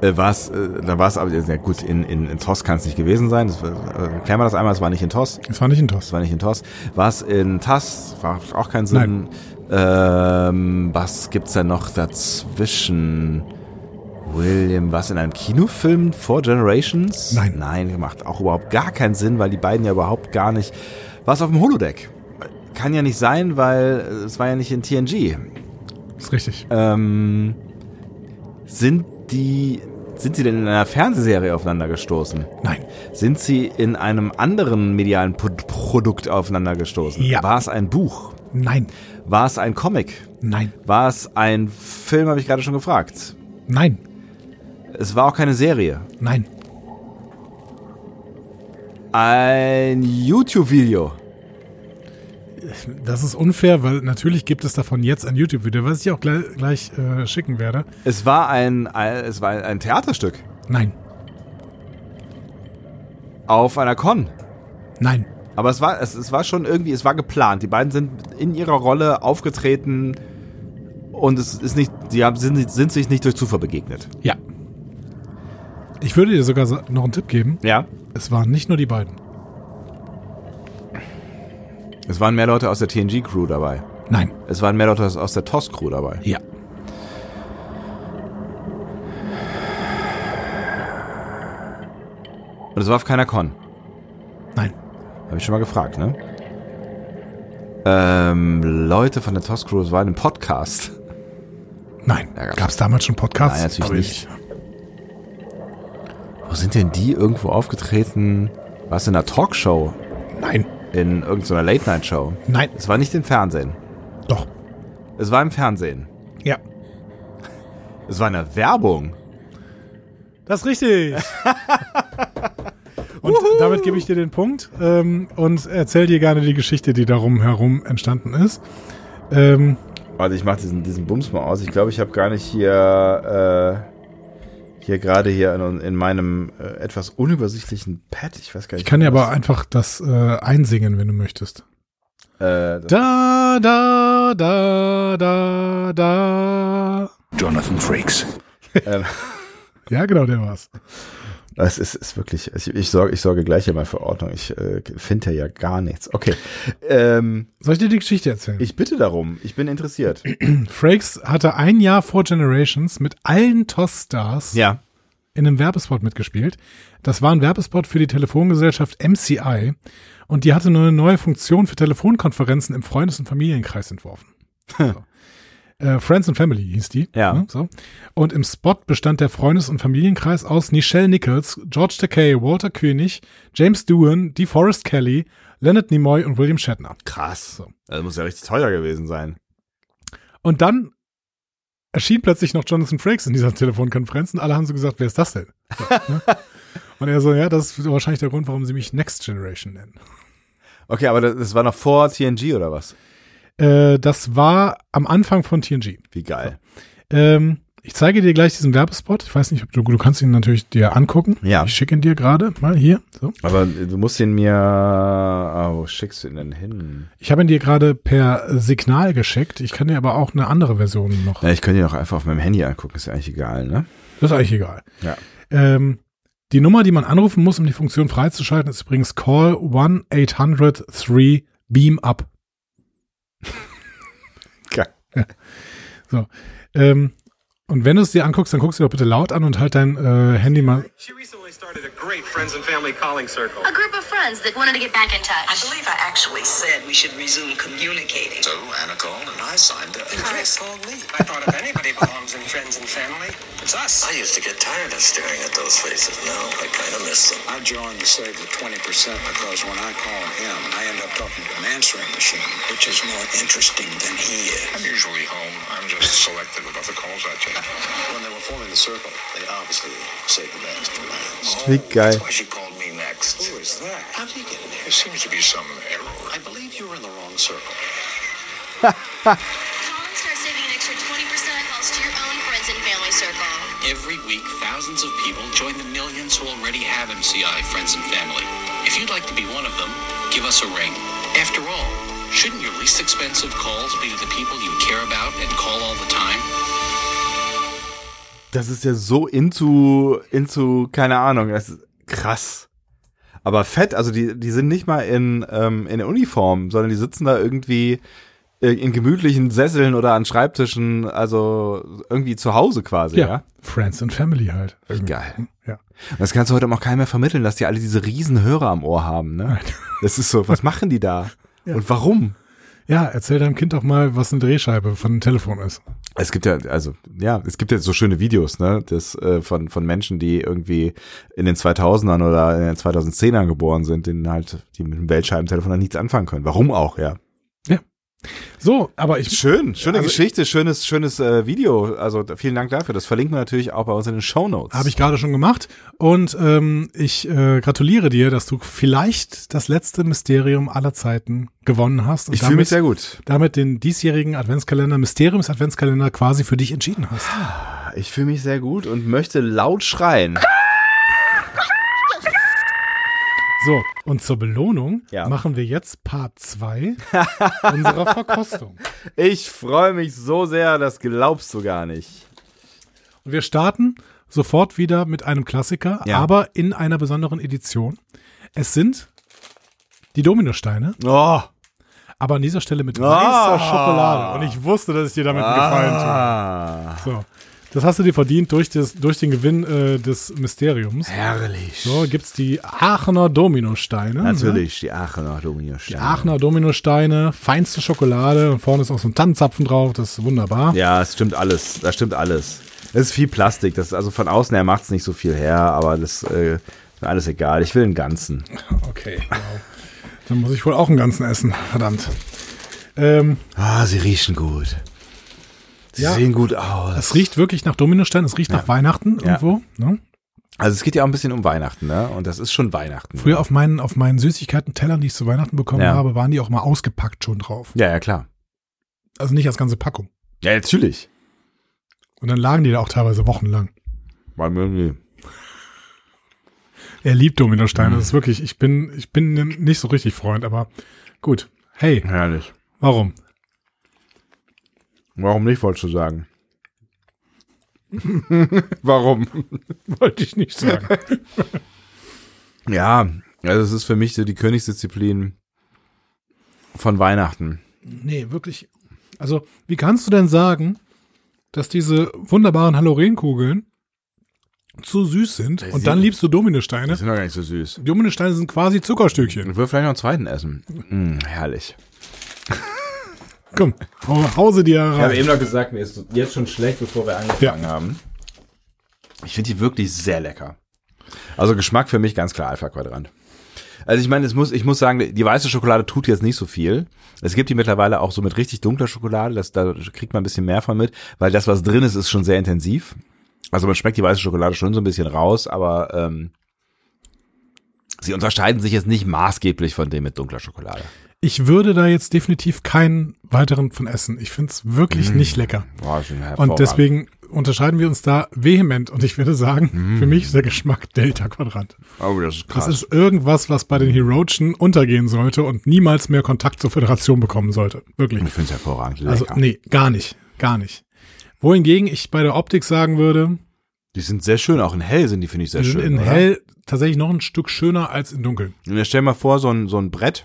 A: äh, war's, äh, da war es aber, ja gut, in, in, in TOS kann es nicht gewesen sein. Das, war- äh, klären wir das einmal, es war nicht in TOS.
B: Das war nicht ein Toss.
A: Es war nicht in TOS. War es in TAS? War auch keinen Sinn. Ähm, was gibt's da noch dazwischen? William, was in einem Kinofilm vor Generations?
B: Nein.
A: Nein, macht auch überhaupt gar keinen Sinn, weil die beiden ja überhaupt gar nicht. Was auf dem Holodeck? Kann ja nicht sein, weil äh, es war ja nicht in TNG.
B: Ist richtig.
A: Ähm, sind die sind sie denn in einer Fernsehserie aufeinander gestoßen?
B: Nein.
A: Sind sie in einem anderen medialen Pro Produkt aufeinander gestoßen?
B: Ja.
A: War es ein Buch?
B: Nein.
A: War es ein Comic?
B: Nein.
A: War es ein Film, habe ich gerade schon gefragt.
B: Nein.
A: Es war auch keine Serie.
B: Nein.
A: Ein YouTube-Video.
B: Das ist unfair, weil natürlich gibt es davon jetzt ein YouTube-Video, was ich auch gleich, gleich äh, schicken werde.
A: Es war ein, ein, es war ein Theaterstück.
B: Nein.
A: Auf einer Con.
B: Nein.
A: Aber es war, es, es war schon irgendwie, es war geplant. Die beiden sind in ihrer Rolle aufgetreten und es ist nicht, sie haben, sind, sind sich nicht durch Zufall begegnet.
B: Ja. Ich würde dir sogar sa- noch einen Tipp geben.
A: Ja.
B: Es waren nicht nur die beiden.
A: Es waren mehr Leute aus der TNG-Crew dabei.
B: Nein.
A: Es waren mehr Leute aus- aus der TOS-Crew dabei.
B: Ja.
A: Und es war auf keiner Con.
B: Nein.
A: Habe ich schon mal gefragt, ne? Ähm, Leute von der TOS-Crew, es war ein Podcast.
B: Nein.
A: Ja, gab's-
B: Gab es damals schon Podcasts?
A: Nein, natürlich
B: Glaub ich
A: nicht. Wo sind denn die irgendwo aufgetreten? Was in einer Talkshow?
B: Nein.
A: In irgendeiner Late-Night-Show?
B: Nein.
A: Es war nicht im Fernsehen.
B: Doch.
A: Es war im Fernsehen.
B: Ja.
A: Es war eine Werbung.
B: Das
A: *laughs*
B: ist richtig. Und damit gebe ich dir den Punkt ähm, und erzähl dir gerne die Geschichte, die darum herum entstanden ist. Ähm,
A: Warte, ich mache diesen, diesen Bums mal aus. Ich glaube, ich habe gar nicht hier, äh, hier gerade hier in, in meinem äh, etwas unübersichtlichen Pad. Ich weiß gar nicht.
B: ich kann dir
A: was-
B: aber einfach das äh, einsingen, wenn du möchtest.
A: Äh, das,
B: Da, da, da, da, da.
C: Jonathan Frakes.
A: ähm,
B: *laughs* Ja, genau, der war's.
A: das ist, ist wirklich. Ich, ich, sorge, ich sorge gleich hier mal für Ordnung. Ich äh, finde ja gar nichts. Okay. Ähm,
B: Soll ich dir die Geschichte erzählen?
A: ich bitte darum. Ich bin interessiert.
B: Frakes hatte ein Jahr vor Generations mit allen Toss-Stars
A: Ja.
B: in einem Werbespot mitgespielt. Das war ein Werbespot für die Telefongesellschaft MCI und die hatte nur eine neue Funktion für Telefonkonferenzen im Freundes- und Familienkreis entworfen. So. Äh, Friends and Family hieß die.
A: Hm. Ja.
B: Ne, so. Und im Spot bestand der Freundes- und Familienkreis aus Nichelle Nichols, George Takei, Walter König, James Doohan, DeForest Kelly, Leonard Nimoy und William Shatner.
A: Krass.
B: So.
A: Also muss ja richtig teuer gewesen sein.
B: Und dann erschien plötzlich noch Jonathan Frakes in dieser Telefonkonferenz und alle haben so gesagt, wer ist das denn? So, ne? Und er so, ja, das ist wahrscheinlich der Grund, warum sie mich Next Generation nennen.
A: Okay, aber das, das war noch vor TNG oder was?
B: Äh, das war am Anfang von TNG.
A: Wie geil.
B: Ähm, ich zeige dir gleich diesen Werbespot. Ich weiß nicht, ob du, du kannst ihn natürlich dir angucken.
A: Ja.
B: Ich schicke ihn dir gerade mal hier. So.
A: Aber du musst ihn mir. Ah, wo schickst du ihn denn hin?
B: Ich habe ihn dir gerade per Signal geschickt. Ich kann dir aber auch eine andere Version noch.
A: Ja, ich könnte ihn auch einfach auf meinem Handy angucken, ist ja eigentlich egal, ne?
B: Das ist eigentlich egal.
A: Ja.
B: Ähm, die Nummer, die man anrufen muss, um die Funktion freizuschalten, ist übrigens Call 1-800-3 Beam Up.
A: Geil.
B: So. Ähm, und wenn du es dir anguckst, dann guckst du doch bitte laut an und halt dein äh, Handy mal.
D: She recently
C: really started a great friends and family calling circle.
D: A group of friends that wanted to get back in
E: I
D: touch.
E: believe I actually said we should resume communicating.
F: So Anna called and I signed up.
E: I called Lee.
G: I thought if anybody belongs in friends and family, it's us.
F: I used to get tired of staring at those faces. Now I kind of miss them.
H: I joined to save the 20% because when I call him, I end up talking to an answering machine, which is more interesting than he is.
F: I'm usually home. I'm just selective about the calls I take. When they were forming the circle, they obviously saved the best for last.
A: Wie geil.
F: Oh, That's why she called me next.
H: Who is that?
F: How did you get in there? There seems to be some error. I believe you were in the wrong circle.
D: Call and start saving an extra 20% on calls to your own friends and family circle.
I: Every week, thousands of people join the millions who already have MCI friends and family. If you'd like to be one of them, give us a ring. After all, shouldn't your least expensive calls be to the people you care about and call all the time?
A: Das ist ja so into, into, keine Ahnung, das ist krass. Aber fett, also die, die sind nicht mal in, ähm, in der Uniform, sondern die sitzen da irgendwie äh, in gemütlichen Sesseln oder an Schreibtischen, also irgendwie zu Hause quasi, ja.
B: Ja, Friends and Family halt.
A: Geil.
B: Ja. *laughs*
A: Das kannst du heute auch keinem mehr vermitteln, dass die alle diese riesen Hörer am Ohr haben, ne? Das ist so, was machen die da? Und warum?
B: ja, erzähl deinem Kind doch mal, was eine Drehscheibe von einem Telefon ist.
A: Es gibt ja, also ja, es gibt ja so schöne Videos, ne, das äh, von von Menschen, die irgendwie in den 2000ern oder in den 2010ern geboren sind, denen halt die mit dem Weltscheibentelefon dann nichts anfangen können. Warum auch, ja?
B: So, aber ich.
A: Schön, schöne
B: Also-
A: Geschichte, schönes schönes äh, Video. Also da- vielen Dank dafür. Das verlinken wir natürlich auch bei uns in den Show Notes.
B: Habe ich gerade schon gemacht. Und ähm, ich äh, gratuliere dir, dass du vielleicht das letzte Mysterium aller Zeiten gewonnen hast. Und
A: Ich fühle mich sehr gut.
B: Damit den diesjährigen Adventskalender, Mysteriums-Adventskalender quasi für dich entschieden hast.
A: Ich fühle mich sehr gut und möchte laut schreien.
B: So, und zur Belohnung
A: Ja.
B: machen wir jetzt Part 2 *laughs* unserer Verkostung.
A: Ich freue mich so sehr, das glaubst du gar nicht.
B: Und wir starten sofort wieder mit einem Klassiker,
A: Ja.
B: aber in einer besonderen Edition. Es sind die Dominosteine,
A: Oh,
B: aber an dieser Stelle mit weißer Schokolade. Und ich wusste, dass ich dir damit einen
A: ah,
B: Gefallen tue. So, das hast du dir verdient durch, das, durch den Gewinn äh, des Mysteriums.
A: herrlich.
B: So gibt's die Aachener Dominosteine. Ne?
A: Natürlich, die Aachener Dominosteine.
B: Die Aachener Dominosteine, feinste Schokolade und vorne ist auch so ein Tannenzapfen drauf, das ist wunderbar.
A: Ja, es stimmt alles. Das stimmt alles. Es ist viel Plastik. Das, also von außen her macht's nicht so viel her, aber das äh, ist mir alles egal. Ich will einen Ganzen.
B: Okay, wow. Dann muss ich wohl auch einen ganzen essen, verdammt. Ähm,
A: Ah, sie riechen gut. Sie
B: Ja.
A: sehen gut aus.
B: es riecht wirklich nach Dominostein, es riecht nach Weihnachten irgendwo. Ne?
A: also es geht ja auch ein bisschen um Weihnachten, ne? Und das ist schon Weihnachten. ne?
B: Früher auf meinen, auf meinen Süßigkeiten-Tellern, die ich zu Weihnachten bekommen
A: Ja.
B: habe, waren die auch mal ausgepackt schon drauf.
A: Ja, ja, klar.
B: Also nicht als ganze Packung.
A: Ja, natürlich.
B: Und dann lagen die da auch teilweise wochenlang.
A: Weil mir irgendwie-
B: Er liebt Dominosteine,
A: Mhm.
B: das ist wirklich, ich bin, ich bin nicht so richtig Freund, aber gut. Hey,
A: Herrlich.
B: warum? *laughs*
A: Warum nicht, wolltest du sagen? *laughs* Warum?
B: Wollte ich nicht sagen.
A: Ja, also es ist für mich so die Königsdisziplin von Weihnachten.
B: Nee, wirklich. Also, wie kannst du denn sagen, dass diese wunderbaren Halorenkugeln zu süß sind und
A: sie-
B: dann liebst du Dominosteine?
A: sind doch gar nicht so süß.
B: Dominosteine sind quasi Zuckerstückchen.
A: Ich würde vielleicht noch einen zweiten essen. Mm, herrlich.
B: Komm, hau- hause dir
A: Ich habe
B: rein.
A: eben noch gesagt, mir ist jetzt schon schlecht, bevor wir angefangen haben. Ich finde die wirklich sehr lecker. Also Geschmack für mich ganz klar Alpha-Quadrant. Also ich meine, es muss, ich muss sagen, die weiße Schokolade tut jetzt nicht so viel. Es gibt die mittlerweile auch so mit richtig dunkler Schokolade, das, da kriegt man ein bisschen mehr von mit, weil das, was drin ist, ist schon sehr intensiv. Also man schmeckt die weiße Schokolade schon so ein bisschen raus, aber ähm, sie unterscheiden sich jetzt nicht maßgeblich von dem mit dunkler Schokolade.
B: Ich würde da jetzt definitiv keinen weiteren von essen. Ich finde es
A: Mm.
B: wirklich nicht lecker.
A: Boah, schon
B: Und
A: hervorragend.
B: deswegen unterscheiden wir uns da vehement. Und ich würde sagen, für mich ist der Geschmack Delta-Quadrant.
A: Oh, das ist Mm. krass.
B: Das ist irgendwas, was bei den Heroischen untergehen sollte und niemals mehr Kontakt zur Föderation bekommen sollte. Wirklich.
A: ich finde es hervorragend lecker.
B: Also, nee, gar nicht. Gar nicht. Wohingegen ich bei der Optik sagen würde,
A: Die sind sehr schön, auch in hell sind die, finde ich, sehr
B: die sind
A: schön.
B: in
A: oder?
B: hell tatsächlich noch ein Stück schöner als in dunkel.
A: Und jetzt stell mal vor, so ein, so ein Brett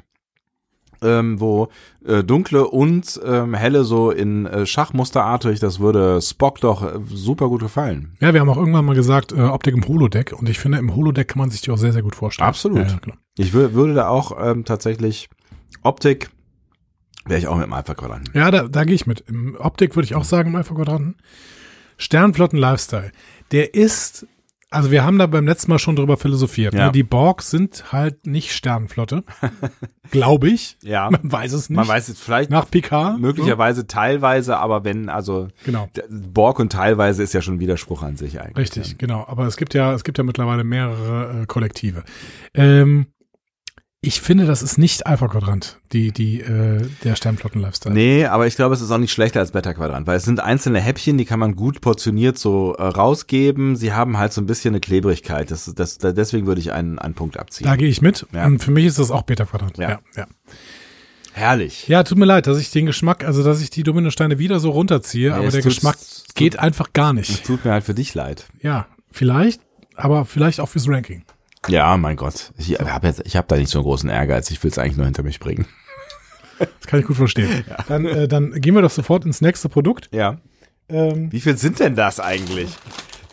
A: ähm, wo äh, dunkle und ähm, helle so in äh, Schachmusterartig, das würde Spock doch äh, super gut gefallen.
B: Ja, wir haben auch irgendwann mal gesagt, äh, Optik im Holodeck. Und ich finde, im Holodeck kann man sich die auch sehr, sehr gut vorstellen.
A: Absolut.
B: Ja, ja, genau.
A: Ich wür würde da auch ähm, tatsächlich Optik, wäre ich auch mit dem Alpha-Quadranten.
B: ja da, da gehe ich mit. Im Optik würde ich auch sagen, im Alpha-Quadranten. Sternflotten-Lifestyle. Der ist, also wir haben da beim letzten Mal schon drüber philosophiert.
A: Ja.
B: Ne? Die Borg sind halt
A: *laughs*
B: nicht Sternflotte. Glaube ich.
A: Ja.
B: Man weiß es *laughs* nicht.
A: Man weiß jetzt vielleicht
B: Nach Picard. ne?
A: möglicherweise teilweise, aber wenn, also
B: Genau.
A: d- Borg und teilweise ist ja schon ein Widerspruch an sich eigentlich.
B: Richtig, genau. Aber es gibt ja, es gibt ja mittlerweile mehrere äh, Kollektive. Ähm, ich finde, das ist nicht Alpha-Quadrant, die, die, äh, der Sternflotten-Lifestyle.
A: Nee, aber ich glaube, es ist auch nicht schlechter als Beta-Quadrant, weil es sind einzelne Häppchen, die kann man gut portioniert so äh, rausgeben. Sie haben halt so ein bisschen eine Klebrigkeit. Das, das, da, deswegen würde ich einen, einen Punkt abziehen.
B: Da gehe ich mit.
A: Ja.
B: Und für mich ist das auch Beta-Quadrant.
A: Ja.
B: Ja. Ja,
A: Herrlich.
B: ja, tut mir leid, dass ich den Geschmack, also dass ich die Dominosteine wieder so runterziehe, aber
A: es
B: der
A: tut-
B: Geschmack
A: es tut-
B: geht einfach gar nicht.
A: Tut mir halt für dich leid.
B: Ja, vielleicht, aber vielleicht auch fürs Ranking.
A: Ja, mein Gott. Ich habe hab da nicht so einen großen Ehrgeiz. Ich will es eigentlich nur hinter mich bringen.
B: Das kann ich
A: *laughs*
B: gut verstehen. Dann, äh, dann gehen wir doch sofort ins nächste Produkt.
A: Ja.
B: Ähm,
A: Wie viel sind denn das eigentlich?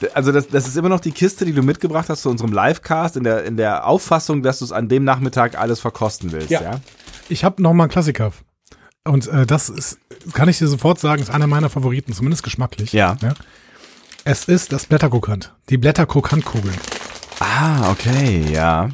A: D- Also das, das ist immer noch die Kiste, die du mitgebracht hast zu unserem Livecast in der, in der Auffassung, dass du es an dem Nachmittag alles verkosten willst. Ja.
B: Ja. Ich habe noch mal einen Klassiker. Und äh, das ist, kann ich dir sofort sagen, ist einer meiner Favoriten, zumindest geschmacklich. ne?
A: Ja.
B: Es ist das Blätterkrokant. Die Blätterkrokantkugeln.
A: Ah, okay, ja.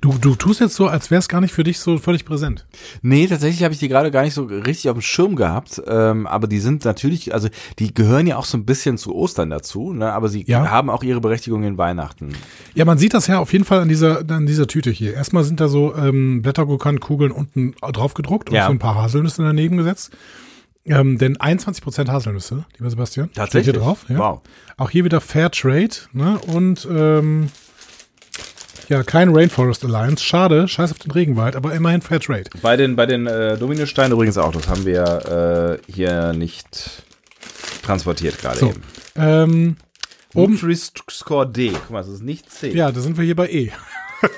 B: Du, du tust jetzt so, als wäre es gar nicht für dich so völlig präsent.
A: Nee, tatsächlich habe ich die gerade gar nicht so richtig auf dem Schirm gehabt. Ähm, aber die sind natürlich, also die gehören ja auch so ein bisschen zu Ostern dazu, ne? aber sie
B: Ja.
A: haben auch ihre Berechtigung in Weihnachten.
B: Ja, man sieht das ja auf jeden Fall an dieser, an dieser Tüte hier. Erstmal sind da so ähm, Blätterkrokantkugeln unten drauf gedruckt
A: Ja.
B: und so ein paar Haselnüsse daneben gesetzt. Ähm, denn 21% Haselnüsse, lieber Sebastian. steht
A: Tatsächlich?
B: Hier drauf, ja.
A: Wow.
B: Auch hier wieder Fair Trade, ne? Und ähm, ja, kein Rainforest Alliance. Schade, scheiß auf den Regenwald, aber immerhin Fair Trade.
A: Bei den, bei den äh, Dominosteinen übrigens auch, das haben wir äh, hier nicht transportiert gerade
B: So.
A: eben.
B: Ähm, Oben-
A: Nutri Score D. Guck mal, es ist nicht C.
B: ja, da sind wir hier bei E.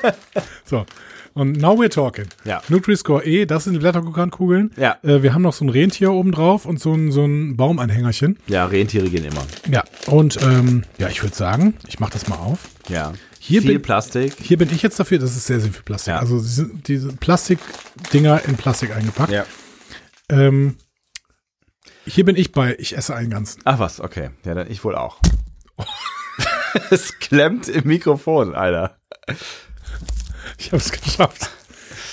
B: *laughs* so. Und now we're talking.
A: Ja.
B: Nutri-Score E, das sind die Blätterkrokantkugeln.
A: Ja.
B: Äh, wir haben noch so ein Rentier oben drauf und so ein, so ein Baumanhängerchen.
A: Ja, Rentiere gehen immer.
B: Ja. Und ähm, ja, ich würde sagen, ich mache das mal auf.
A: Ja.
B: Hier
A: Viel
B: bin-
A: Plastik.
B: Hier bin ich jetzt dafür, das ist sehr, sehr viel Plastik.
A: Ja.
B: Also sie sind diese Plastikdinger in Plastik eingepackt.
A: Ja.
B: Ähm, hier bin ich bei, ich esse einen ganzen.
A: Ach was, okay. Ja, dann ich wohl *laughs* auch. es klemmt im Mikrofon, Alter.
B: Ich habe es *laughs* geschafft,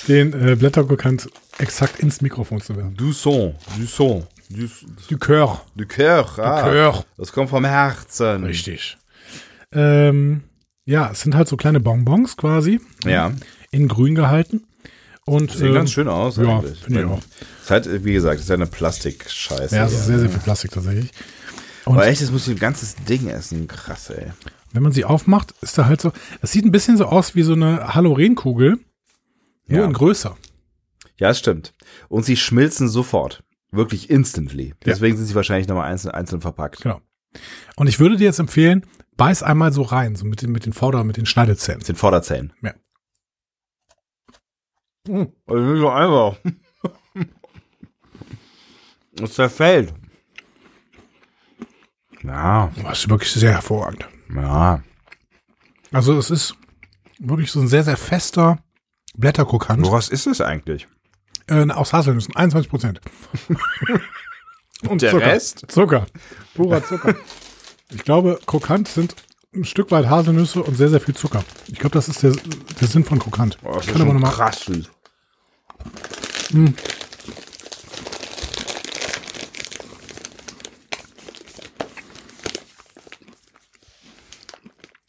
B: den äh, Blätterkrokant exakt ins Mikrofon zu werfen.
A: Du son, du son, du,
B: Du Cœur.
A: du Cœur. Ah,
B: Cœur.
A: Das kommt vom Herzen.
B: Richtig. Ähm, ja, es sind halt so kleine Bonbons quasi,
A: Ja.
B: in grün gehalten. Und,
A: Sieht
B: ähm,
A: ganz schön aus
B: Ja,
A: eigentlich.
B: finde ich auch.
A: Ist halt, wie gesagt, ist ja eine Plastikscheiße.
B: Ja, es
A: hier.
B: ist sehr, sehr viel Plastik tatsächlich. Und
A: Aber echt, das muss ich ein ganzes Ding essen. Krass, ey.
B: wenn man sie aufmacht, ist da halt so, es sieht ein bisschen so aus wie so eine Halorenkugel, nur
A: Ja.
B: in größer.
A: Ja, das stimmt. Und sie schmilzen sofort. Wirklich instantly. Deswegen sind sie wahrscheinlich nochmal einzeln, einzeln verpackt.
B: Genau. Und ich würde dir jetzt empfehlen, beiß einmal so rein, so mit den, mit den Vorder-, mit den Schneidezähnen.
A: Mit den Vorderzähnen.
B: Ja.
A: Das ist nicht so
B: *laughs*
A: einfach. Es zerfällt. Ja,
B: Oh, Das ist wirklich sehr hervorragend.
A: ja.
B: Also es ist wirklich so ein sehr, sehr fester Blätterkrokant
A: Woraus ist es eigentlich?
B: äh, aus Haselnüssen,
A: *laughs*
B: 21 Prozent. Und
A: Der
B: Zucker.
A: Rest?
B: Zucker. Purer Zucker. ich glaube, Krokant sind ein Stück weit Haselnüsse und sehr, sehr viel Zucker. Ich glaube, das ist der, der Sinn von Krokant. ich kann aber nochmal
A: krass süß.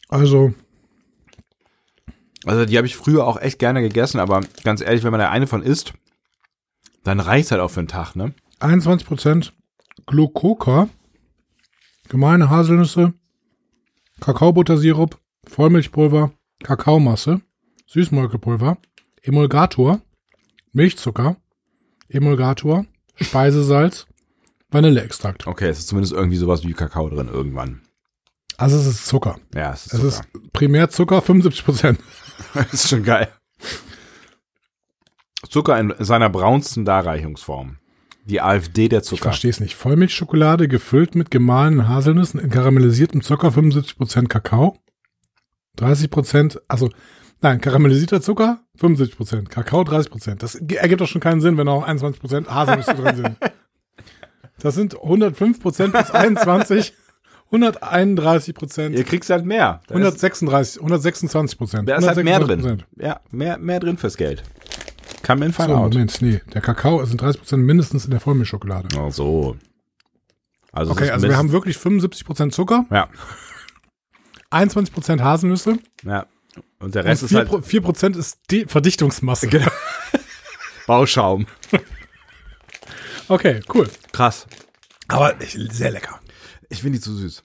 B: Also,
A: Also die habe ich früher auch echt gerne gegessen, aber ganz ehrlich, wenn man da eine von isst, dann reicht halt auch für den Tag, ne?
B: 21% Glucoka, gemeine Haselnüsse, Kakaobuttersirup, Vollmilchpulver, Kakaomasse, Süßmolkepulver, Emulgator, Milchzucker, Emulgator, Speisesalz, Vanilleextrakt.
A: Okay, es ist zumindest irgendwie sowas wie Kakao drin irgendwann.
B: Also es ist Zucker.
A: Ja, es ist,
B: Es
A: Zucker. *laughs*
B: ist primär Zucker, 75%.
A: Das ist schon geil. Zucker in seiner braunsten Darreichungsform. Die AfD der
B: Ich
A: Zucker.
B: verstehe es nicht. Vollmilchschokolade gefüllt mit gemahlenen Haselnüssen in karamellisiertem Zucker, 75% Kakao, 30%, also nein, karamellisierter Zucker, 75%, Kakao 30%. Das ge- ergibt doch schon keinen Sinn, wenn auch 21% Haselnüsse
A: *laughs*
B: drin sind. Das sind 105% plus 21, 131%.
A: Ihr kriegt halt mehr. Da ist,
B: 136, 126 Prozent.
A: da ist halt mehr drin. Ja, mehr, mehr drin fürs Geld. Kann man
B: So,
A: fallen out.
B: Moment, nee. Der Kakao sind 30 Prozent mindestens in der Vollmilchschokolade.
A: Ach Oh, so. Also, es
B: Okay,
A: ist
B: also wir
A: mindestens-
B: haben wirklich 75 Prozent Zucker, 21 Prozent Haselnüsse
A: Ja, ja. Und der
B: und
A: Rest ist
B: 4
A: halt
B: Pro- 4 Prozent ist die Verdichtungsmasse.
A: Bauschaum.
B: *laughs* Okay, cool.
A: Krass.
B: Aber ich, sehr lecker.
A: Ich finde die zu süß.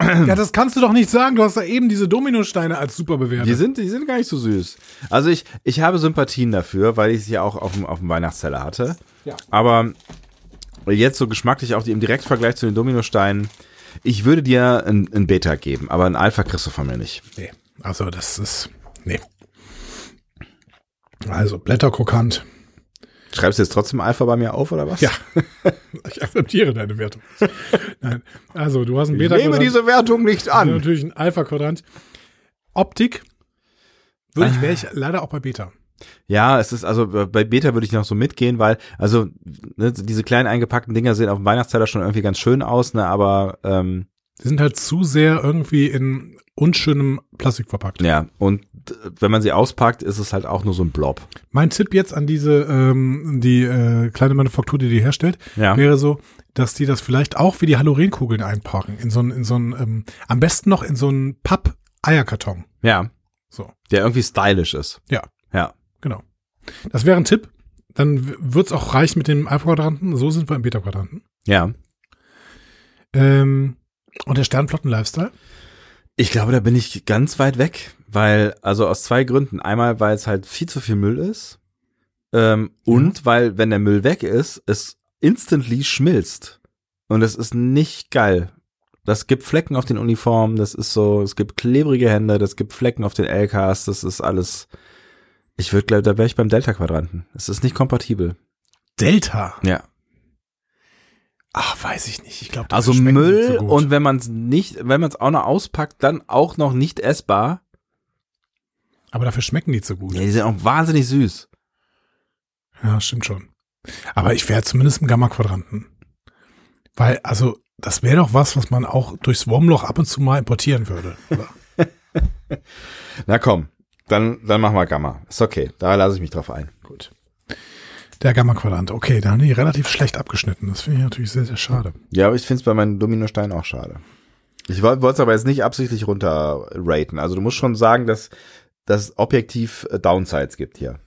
B: Ja, das kannst du doch nicht sagen. Du hast da eben diese Dominosteine als super
A: Die
B: bewertet.
A: sind, die sind gar nicht so süß. Also ich, ich habe Sympathien dafür, weil ich sie auch auf dem, auf dem Weihnachtszeller hatte.
B: Ja.
A: Aber jetzt so geschmacklich auch die, im Direktvergleich zu den Dominosteinen. Ich würde dir ein, ein Beta geben, aber ein Alpha kriegst du von mir nicht.
B: Nee, also das ist, nee. Also Blätterkrokant.
A: Schreibst du jetzt trotzdem Alpha bei mir auf oder was?
B: Ja. Ich akzeptiere deine *laughs* Wertung. Nein. Also, du hast ein
A: Ich
B: Beta.
A: nehme diese Wertung nicht
B: Ja,
A: an.
B: natürlich ein Alpha-Quadrant. Optik würde ich, wäre ich leider auch bei Beta.
A: Ja, es ist also bei Beta würde ich noch so mitgehen, weil also ne, diese kleinen eingepackten Dinger sehen auf dem Weihnachtszeller schon irgendwie ganz schön aus, ne? Aber ähm,
B: Die sind halt zu sehr irgendwie in unschönem Plastik verpackt.
A: ja und äh, wenn man sie auspackt, ist es halt auch nur so ein Blob.
B: Mein Tipp jetzt an diese, ähm, die äh, kleine Manufaktur, die die herstellt,
A: Ja.
B: wäre so, dass die das vielleicht auch wie die Halorenkugeln einpacken. In so einen, in so einen, ähm, am besten noch in so einen Papp-Eierkarton.
A: Ja,
B: So,
A: der irgendwie stylisch ist.
B: ja,
A: Ja,
B: genau. Das wäre ein Tipp. Dann wird es auch reichen mit dem Alpha-Quadranten. So sind wir im Beta-Quadranten.
A: ja.
B: Ähm, und der Sternflotten-Lifestyle?
A: Ich glaube, da bin ich ganz weit weg, weil also aus zwei Gründen. Einmal, weil es halt viel zu viel Müll ist ähm, und weil, wenn der Müll weg ist, es instantly schmilzt und das ist nicht geil. Das gibt Flecken auf den Uniformen, das ist so, es gibt klebrige Hände, das gibt Flecken auf den LKs, das ist alles. Ich würde glaube, da wäre ich beim Delta-Quadranten. Es ist nicht kompatibel.
B: Delta.
A: Ja.
B: Ach, weiß ich nicht. Ich glaube, das
A: Also
B: schmeckt nicht
A: Müll
B: so gut.
A: und wenn man es nicht, wenn man es auch noch auspackt, dann auch noch nicht essbar.
B: aber dafür schmecken die zu gut.
A: Ja, die sind auch wahnsinnig süß.
B: Ja, stimmt schon. Aber ich wäre zumindest im Gamma-Quadranten. Weil, also, das wäre doch was, was man auch durchs Wurmloch ab und zu mal importieren würde. Oder?
A: Na komm, dann, dann machen wir Gamma. Ist okay, da lasse ich mich drauf ein. Gut.
B: Der Gamma-Quadrant. Okay, da haben die relativ schlecht abgeschnitten. Das finde ich natürlich sehr, sehr schade.
A: Ja, aber ich finde es bei meinen Dominosteinen auch schade. Ich wollte es aber jetzt nicht absichtlich runter raten. Also du musst schon sagen, dass dass objektiv äh, Downsides gibt hier.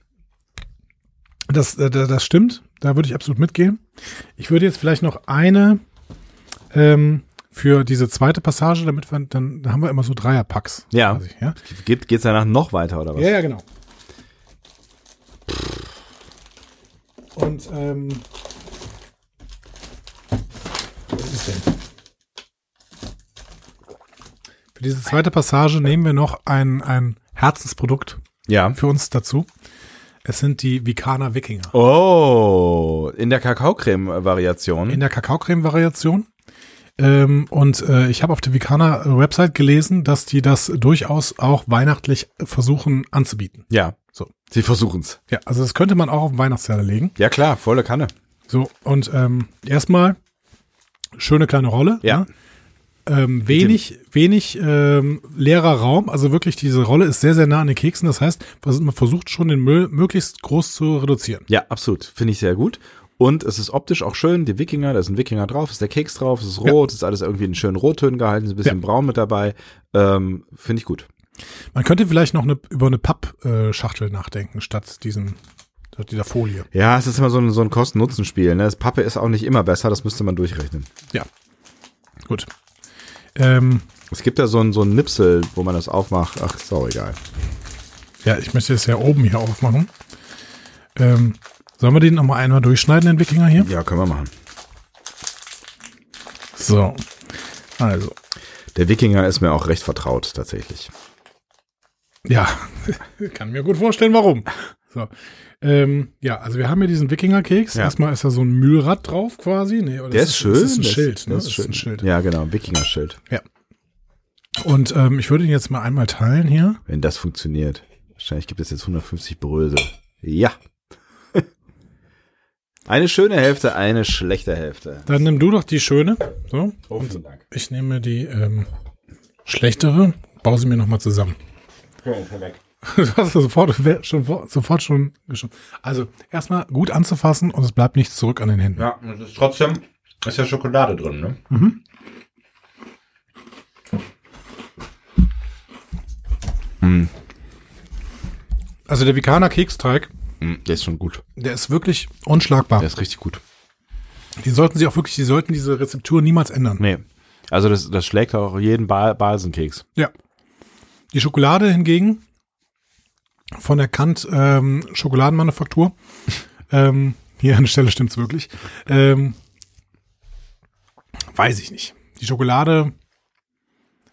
B: Das, äh, da- das stimmt. Da würde ich absolut mitgehen. Ich würde jetzt vielleicht noch eine ähm, für diese zweite Passage, damit wir, dann haben wir immer so Dreierpacks.
A: Ja.
B: quasi, ja?
A: Gibt geht's danach noch weiter oder was?
B: Ja, ja, genau. Und, ähm. Was ist denn? Für diese zweite Passage nehmen wir noch ein, ein Herzensprodukt
A: Ja.
B: für uns dazu. Es sind die Vikana Wikinger.
A: Oh, in der Kakaocreme-Variation.
B: In der Kakaocreme-Variation. Ähm, und äh, ich habe auf der Vikana-Website gelesen, dass die das durchaus auch weihnachtlich versuchen anzubieten.
A: ja.
B: So.
A: Sie versuchen's.
B: Ja, also das könnte man auch auf den Weihnachtszettel legen.
A: Ja klar, volle Kanne.
B: So, und ähm, erstmal schöne kleine Rolle. ne?
A: Ja.
B: Ähm, wenig, wenig ähm, leerer Raum. Also wirklich, diese Rolle ist sehr, sehr nah an den Keksen. Das heißt, vers- man versucht schon den Müll möglichst groß zu reduzieren.
A: Ja, absolut. Finde ich sehr gut. Und es ist optisch auch schön, die Wikinger, da ist ein Wikinger drauf, ist der Keks drauf, es ist rot, ist alles irgendwie in schönen Rottönen gehalten, ist ein bisschen
B: Ja.
A: braun mit dabei. Ähm, Finde ich gut.
B: Man könnte vielleicht noch eine, über eine Pappschachtel nachdenken, statt diesem, statt dieser Folie.
A: Ja, es ist immer so ein, so ein Kosten-Nutzen-Spiel. Ne? Das Pappe ist auch nicht immer besser, das müsste man durchrechnen.
B: Ja. Gut. Ähm,
A: Es gibt da so ein, so ein Nipsel, wo man das aufmacht. Ach, ist auch egal.
B: ja, ich möchte es ja oben hier aufmachen. Ähm, sollen wir den nochmal einmal durchschneiden, den Wikinger hier?
A: Ja, können wir machen.
B: So. Also.
A: Der Wikinger ist mir auch recht vertraut, tatsächlich.
B: *laughs* Ja, kann mir gut vorstellen, warum. So. Ähm, ja, also wir haben hier diesen Wikingerkeks.
A: Ja.
B: Erstmal ist da so ein Mühlrad drauf quasi. Nee, oder
A: Der
B: das
A: ist schön.
B: Das ist ein
A: das-
B: Schild. Ne?
A: Das ist, schön.
B: ein Schild.
A: Ja, genau. Wikinger-Schild.
B: Ja. Und ähm, ich würde ihn jetzt mal einmal teilen hier.
A: Wenn das funktioniert. Wahrscheinlich gibt es jetzt 150 Brösel. Ja. *laughs* eine schöne Hälfte, eine schlechte Hälfte.
B: Dann nimm du doch die schöne. So.
J: Oh,
A: Vielen Dank.
B: Ich nehme die ähm, schlechtere, baue sie mir nochmal zusammen. *laughs* Du hast ja sofort, we- schon, vor- sofort schon geschoben. Also erstmal gut anzufassen und es bleibt nichts zurück an den Händen.
J: Ja, und es ist trotzdem ist ja Schokolade drin, ne?
B: Also der Vikaner Keksteig,
A: Mm, Der ist schon gut.
B: der ist wirklich unschlagbar.
A: Der ist richtig gut.
B: Die sollten sie auch wirklich, die sollten diese Rezeptur niemals ändern.
A: Nee. Also das, das schlägt auch jeden ba Balsenkeks.
B: Ja. Die Schokolade hingegen von der Kant ähm, *laughs* Schokoladenmanufaktur. ähm, hier an der Stelle stimmt's wirklich. Ähm, weiß ich nicht. Die Schokolade,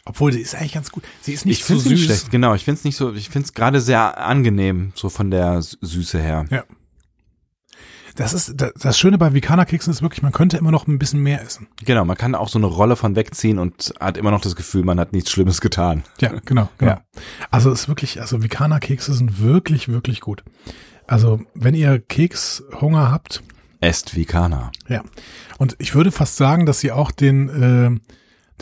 B: obwohl sie ist eigentlich ganz gut. Sie ist nicht
A: ich
B: so
A: finde es
B: süß.
A: nicht schlecht. Genau, ich finde es nicht so, ich finde es gerade sehr angenehm, so von der S- Süße her.
B: Ja. Das ist da- das Schöne bei Vikaner Keksen ist wirklich, man könnte immer noch ein bisschen mehr essen.
A: Genau, man kann auch so eine Rolle von wegziehen und hat immer noch das Gefühl, man hat nichts Schlimmes getan.
B: Ja, genau, genau. Also es ist wirklich, also Vikaner Kekse sind wirklich, wirklich gut. Also wenn ihr Kekshunger habt,
A: Esst Vikana.
B: Ja. Und ich würde fast sagen, dass sie auch den, äh,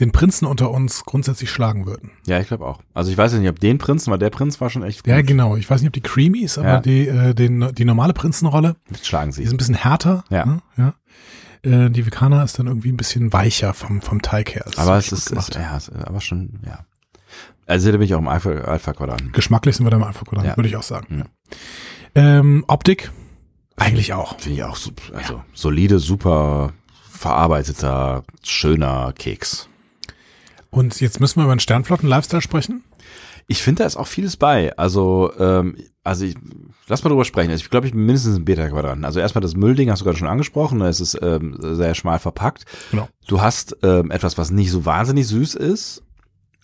B: den Prinzen unter uns grundsätzlich schlagen würden.
A: Ja, ich glaube auch. Also ich weiß ja nicht, ob den Prinzen, weil der Prinz war schon echt gut.
B: Ja, genau. Ich weiß nicht, ob die Creamies, aber
A: Ja.
B: die, äh, den, die normale Prinzenrolle,
A: Jetzt schlagen
B: die ist
A: sie.
B: ein bisschen härter.
A: Ja.
B: Ne? ja. Äh, die Vikaner ist dann irgendwie ein bisschen weicher vom, vom Teig her. Das
A: Aber es
B: schon gut
A: ist,
B: gemacht.
A: ist, ja, es- aber schon, ja. Also da bin ich auch im Alpha- Alpha-Quadrant.
B: geschmacklich sind wir da mal einfach gut dran,
A: Ja.
B: würde ich auch sagen.
A: Ja.
B: Ähm, Optik? Eigentlich auch.
A: Finde ich auch super, also solide, super verarbeiteter, schöner Keks.
B: Und jetzt müssen wir über den Sternflotten-Lifestyle sprechen.
A: Ich finde, da ist auch vieles bei. Also, ähm, also ich, lass mal drüber sprechen. Also ich glaube, ich bin mindestens im Beta-Quadranten. Also erstmal das Müllding hast du gerade schon angesprochen. Es ist ähm, sehr schmal verpackt.
B: Genau.
A: Du hast ähm, etwas, was nicht so wahnsinnig süß ist.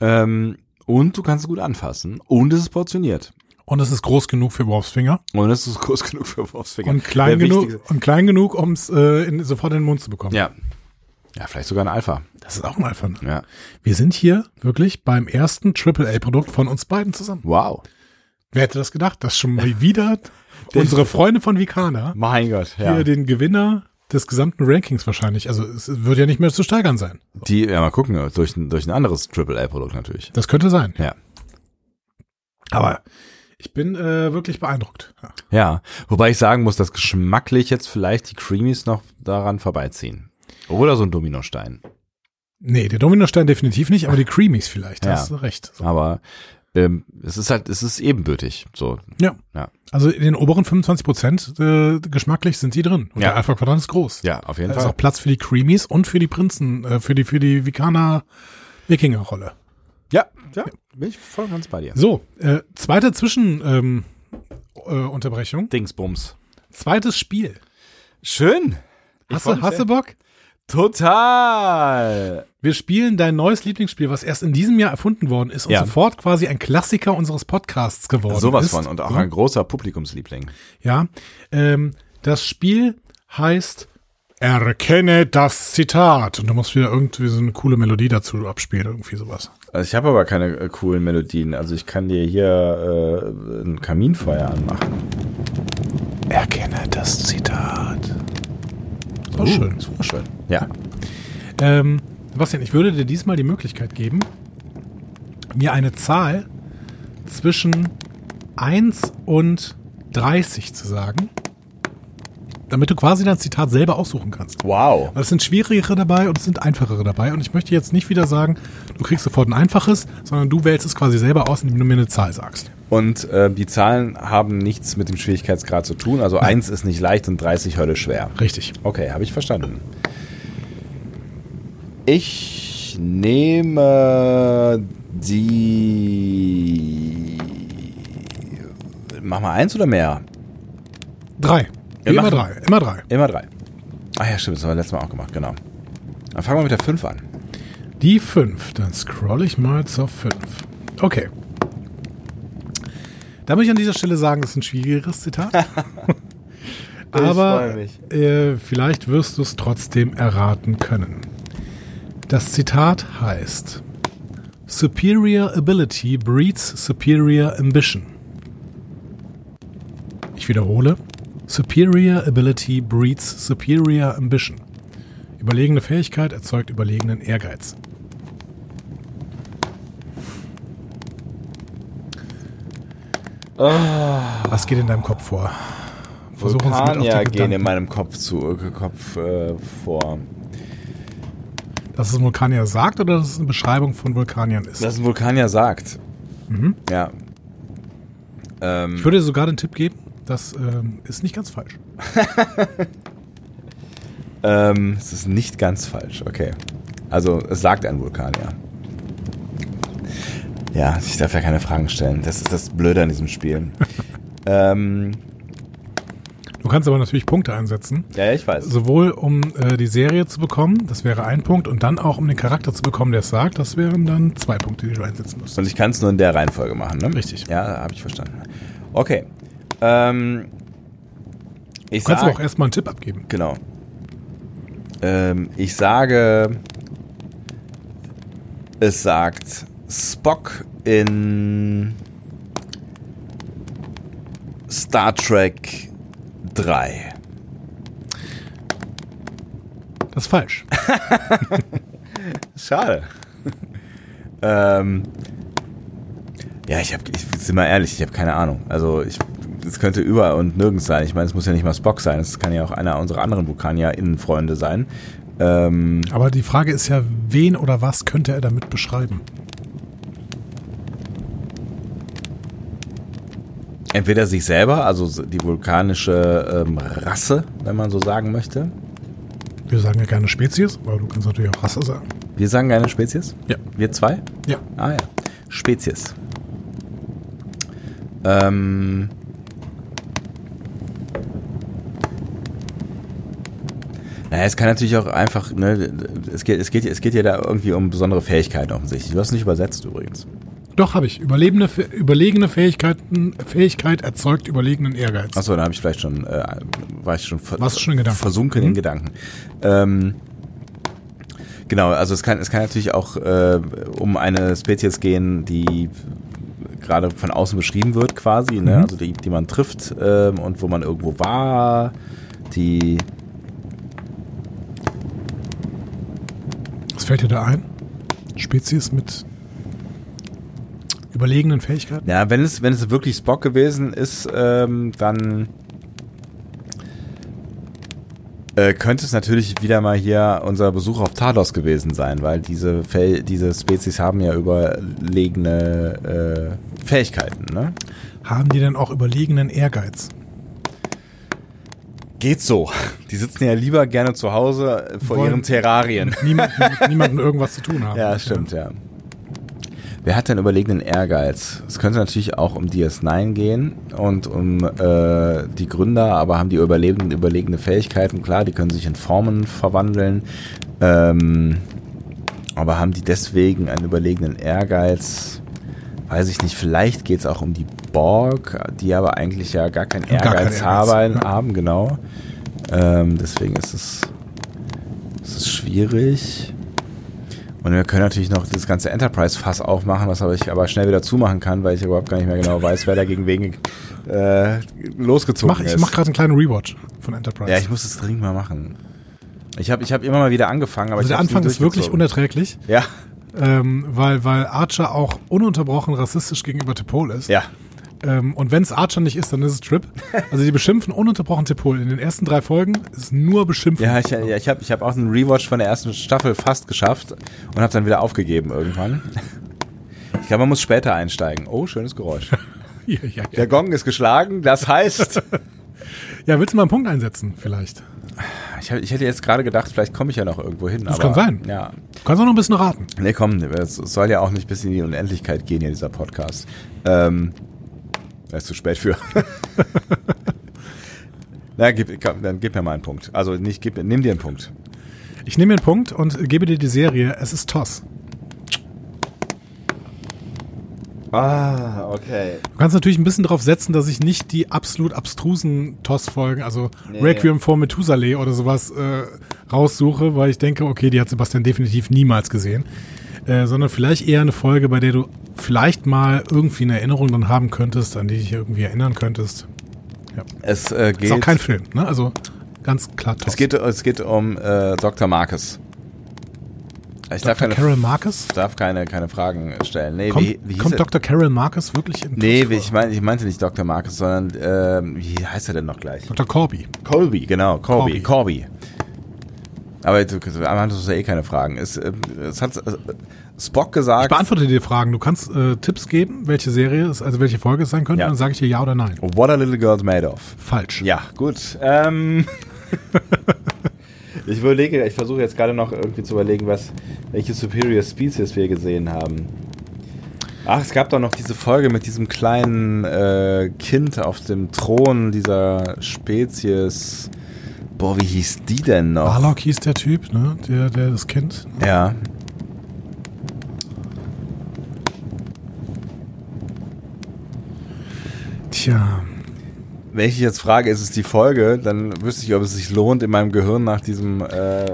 A: Ähm, und du kannst es gut anfassen. Und es ist portioniert.
B: Und es ist groß genug für Wolfsfinger
A: Und es ist groß *laughs* genug für Wurfsfinger.
B: und klein
A: Der
B: genug,
A: wichtigste-
B: und klein genug, um es äh, in- sofort in den Mund zu bekommen.
A: Ja. Ja, vielleicht sogar ein Alpha.
B: Das ist auch ein Alpha. Ne?
A: Ja.
B: Wir sind hier wirklich beim ersten AAA-Produkt von uns beiden zusammen.
A: Wow.
B: Wer hätte das gedacht, dass schon
A: *laughs*
B: mal wieder unsere Freunde von Vikana
A: Mein Gott, ja.
B: hier den Gewinner des gesamten Rankings wahrscheinlich, also es wird ja nicht mehr zu steigern sein.
A: Die, ja, mal gucken, durch, ein- durch ein anderes AAA-Produkt natürlich.
B: Das könnte sein.
A: Ja.
B: Aber ich bin äh, wirklich beeindruckt. Ja.
A: Ja. Wobei ich sagen muss, dass geschmacklich jetzt vielleicht die Creamies noch daran vorbeiziehen. Oder so ein Dominostein.
B: Nee, der Dominostein definitiv nicht, aber die Creamies vielleicht, da
A: Ja.
B: hast du recht. So.
A: Aber ähm, es ist halt, es ist ebenbürtig. So.
B: Ja.
A: Ja.
B: Also in den oberen 25 Prozent äh, geschmacklich sind die drin. Und
A: Ja.
B: der Alpha-Quadrant ist groß.
A: Ja, auf jeden
B: Da ist
A: Fall.
B: auch Platz für die Creamies und für die Prinzen, äh, für die, für die Vikana-Wikinger-Rolle.
A: Ja, ja, bin ich voll und ganz bei dir.
B: So, äh, zweite Zwischenunterbrechung. Ähm, äh, Unterbrechung.
A: Dingsbums.
B: Zweites Spiel.
A: Schön.
B: Hasse, hasse Bock?
A: Total.
B: Wir spielen dein neues Lieblingsspiel, was erst in diesem Jahr erfunden worden ist und
A: Ja.
B: sofort quasi ein Klassiker unseres Podcasts geworden
A: Sowas
B: ist.
A: von und auch
B: Ja.
A: ein großer Publikumsliebling.
B: Ja. Ähm, das Spiel heißt Erkenne das Zitat. Und du musst wieder irgendwie so eine coole Melodie dazu abspielen, irgendwie sowas.
A: Also ich habe aber keine äh, coolen Melodien. Also ich kann dir hier äh, ein Kaminfeuer anmachen.
B: Erkenne das Zitat. Das war
A: Uh,
B: schön.
A: Das war schön. Ja.
B: Ähm, Sebastian, ich würde dir diesmal die Möglichkeit geben, mir eine Zahl zwischen 1 und 30 zu sagen, damit du quasi dein Zitat selber aussuchen kannst.
A: Wow.
B: Weil es sind schwierigere dabei und es sind einfachere dabei. Und ich möchte jetzt nicht wieder sagen, du kriegst sofort ein einfaches, sondern du wählst es quasi selber aus, indem du mir eine Zahl sagst.
A: Und äh, die Zahlen haben nichts mit dem Schwierigkeitsgrad zu tun. Also eins ist nicht leicht und 30 Hölle schwer.
B: Richtig.
A: Okay, habe ich verstanden. Ich nehme die. Mach mal eins oder mehr?
B: Drei. Wie
A: Wir
B: immer
A: machen-
B: drei. Immer drei.
A: Immer drei. Ah ja, stimmt, das haben wir letztes Mal auch gemacht, genau. Dann fangen wir mit der 5 an.
B: Die 5. Dann scroll ich mal zur 5. Okay. Da muss ich an dieser Stelle sagen, das ist ein schwierigeres Zitat.
A: freu
B: Aber
A: mich.
B: äh, vielleicht wirst du es trotzdem erraten können. Das Zitat heißt: Superior ability breeds superior ambition. Ich wiederhole: Superior ability breeds superior ambition. Überlegene Fähigkeit erzeugt überlegenen Ehrgeiz. Was geht in deinem Kopf vor? Versuch uns mit
A: Ah.
B: auf die
A: Vulkanier gehen in
B: Gedanken.
A: meinem Kopf zu Kopf äh, vor.
B: Dass es ein Vulkanier sagt oder dass es eine Beschreibung von Vulkaniern ist?
A: Dass ein Vulkanier sagt. Ja.
B: Mhm. ich würde dir sogar den Tipp geben, das ähm, ist nicht ganz falsch.
A: Ähm, es ist nicht ganz falsch, okay. Also es sagt ein Vulkanier. Ja, ich darf ja keine Fragen stellen. Das ist das Blöde an diesem
B: *laughs*
A: Spiel. ähm,
B: Du kannst aber natürlich Punkte einsetzen.
A: ja, ich weiß.
B: Sowohl um äh, die Serie zu bekommen, das wäre ein Punkt, und dann auch um den Charakter zu bekommen, der es sagt, das wären dann zwei Punkte, die du einsetzen musst.
A: Und ich kann es nur in der Reihenfolge machen, ne?
B: Richtig.
A: Ja, habe ich verstanden. Okay. Ähm, ich
B: Du kannst
A: sag,
B: aber auch erstmal einen Tipp abgeben.
A: Genau. Ähm, ich sage, es sagt Spock in Star Trek 3.
B: Das ist falsch.
A: Schade. *laughs* ähm, ja, ich habe, ich bin mal ehrlich, ich habe keine Ahnung. Also ich, es könnte über und nirgends sein. Ich meine, es muss ja nicht mal Spock sein. Es kann ja auch einer unserer anderen Vulkanier-Innenfreunde sein. Ähm,
B: Aber die Frage ist ja, wen oder was könnte er damit beschreiben?
A: Entweder sich selber, also die vulkanische ähm, Rasse, wenn man so sagen möchte.
B: Wir sagen ja gerne Spezies, aber du kannst natürlich auch Rasse sagen.
A: Wir sagen eine Spezies?
B: Ja.
A: Wir zwei?
B: Ja.
A: Ah ja. Spezies. Ähm. Naja, es kann natürlich auch einfach, ne, es geht, es geht, es geht ja da irgendwie um besondere Fähigkeiten offensichtlich. Du hast nicht übersetzt übrigens.
B: Doch, habe ich. Überlebende, Fäh- überlegene Fähigkeiten, Fähigkeit erzeugt überlegenen Ehrgeiz.
A: Achso, da habe ich vielleicht schon, äh, war ich schon, ver
B: Warst du schon in Gedanken? Hm?
A: versunken in Gedanken. Ähm, genau, also es kann, es kann natürlich auch äh, um eine Spezies gehen, die gerade von außen beschrieben wird quasi,
B: Mhm.
A: ne? also die, die man trifft ähm, und wo man irgendwo war, die
B: Was fällt dir da ein? Spezies mit überlegenen Fähigkeiten?
A: Ja, wenn es, wenn es wirklich Spock gewesen ist, ähm, dann äh, könnte es natürlich wieder mal hier unser Besuch auf Talos gewesen sein, weil diese, Fäh- diese Spezies haben ja überlegene äh, Fähigkeiten. Ne?
B: Haben die denn auch überlegenen Ehrgeiz?
A: Geht so. Die sitzen ja lieber gerne zu Hause äh, vor
B: Wollen-
A: ihren Terrarien. *laughs*
B: Niemand, mit niemandem irgendwas zu tun haben.
A: Ja, stimmt, ja. Wer hat denn überlegenen Ehrgeiz? Es könnte natürlich auch um DS9 gehen und um äh, die Gründer, aber haben die Überlebenden überlegene Fähigkeiten? Klar, die können sich in Formen verwandeln, ähm, aber haben die deswegen einen überlegenen Ehrgeiz? Weiß ich nicht, vielleicht geht es auch um die Borg, die aber eigentlich ja gar keinen
B: Gar
A: Ehrgeiz,
B: keinen Ehrgeiz,
A: haben,
B: ja.
A: haben, genau. Ähm, deswegen ist es, es ist schwierig. Und wir können natürlich noch das ganze Enterprise-Fass aufmachen, was aber ich aber schnell wieder zumachen kann, weil ich überhaupt gar nicht mehr genau weiß, wer dagegen wegen äh, losgezogen
B: Mach,
A: ist.
B: ich mache gerade einen kleinen Rewatch von Enterprise.
A: ja, ich muss das dringend mal machen. Ich habe ich hab immer mal wieder angefangen, aber
B: also
A: ich
B: der
A: hab's nie
B: Anfang ist wirklich
A: durchgezogen.
B: unerträglich,
A: Ja,
B: ähm, weil, weil Archer auch ununterbrochen rassistisch gegenüber T'Pol ist.
A: ja.
B: Ähm, und wenn es Archer nicht ist, dann ist es Trip. Also die beschimpfen ununterbrochen T'Pol. In den ersten drei Folgen ist nur beschimpfen.
A: Ja, ich, ja, ich habe ich hab auch einen Rewatch von der ersten Staffel fast geschafft und habe dann wieder aufgegeben irgendwann. Ich glaube, man muss später einsteigen. Oh, schönes Geräusch.
B: *laughs* Ja, ja, ja.
A: Der Gong ist geschlagen, das heißt...
B: ja, willst du mal einen Punkt einsetzen vielleicht?
A: Ich, hab- ich hätte jetzt gerade gedacht, vielleicht komme ich ja noch irgendwo hin. Das
B: kann sein.
A: Ja.
B: Du kannst auch noch ein bisschen raten.
A: Nee, komm, es soll ja auch nicht bis in die Unendlichkeit gehen hier, dieser Podcast. Ähm, da ist zu spät
B: *laughs*
A: für. Na, gib, komm, dann gib mir mal einen Punkt. Also nicht, gib, nimm dir einen Punkt.
B: Ich nehme mir einen Punkt und gebe dir die Serie. Es ist Toss.
A: Ah, okay.
B: Du kannst natürlich ein bisschen darauf setzen, dass ich nicht die absolut abstrusen TOS-Folgen, also
A: Nee.
B: Requiem for Methuselah oder sowas, äh, raussuche, weil ich denke, okay, die hat Sebastian definitiv niemals gesehen. Äh, sondern vielleicht eher eine Folge, bei der du vielleicht mal irgendwie eine Erinnerung dran haben könntest, an die dich irgendwie erinnern könntest.
A: Es äh, geht.
B: Ist auch kein Film, ne? Also ganz klar TOS.
A: Es geht, es geht um äh, Dr. Marcus. Ich darf
B: Dr.
A: keine,
B: Carol Marcus?
A: darf keine, keine Fragen stellen. Nee,
B: Kommt,
A: wie, wie hieß
B: kommt
A: er?
B: Dr. Carol Marcus wirklich in
A: Nee,
B: TOS
A: wie-
B: vor?
A: ich, mein, ich meinte nicht Dr. Marcus, sondern ähm, wie heißt er denn noch gleich?
B: Dr. Corby.
A: Colby, genau, Colby.
B: Colby.
A: Colby. Aber du, du hattest ja eh keine Fragen. Es, äh, es hat äh, Spock
B: Ich
A: gesagt.
B: beantworte dir Fragen. Du kannst äh, Tipps geben, welche Serie es, also welche Folge es sein könnte,
A: Ja.
B: und dann sage ich dir ja oder nein.
A: What are little girls made of?
B: Falsch.
A: Ja, gut. Ähm, *laughs* ich überlege, ich versuche jetzt gerade noch irgendwie zu überlegen, was, welche Superior Species wir gesehen haben. Ach, es gab doch noch diese Folge mit diesem kleinen äh, Kind auf dem Thron dieser Spezies. Boah, wie hieß die denn noch?
B: Barlock hieß der Typ, ne? Der, der das Kind.
A: Ja.
B: Tja.
A: Wenn ich jetzt frage, ist es die Folge, dann wüsste ich, ob es sich lohnt, in meinem Gehirn nach diesem. Äh,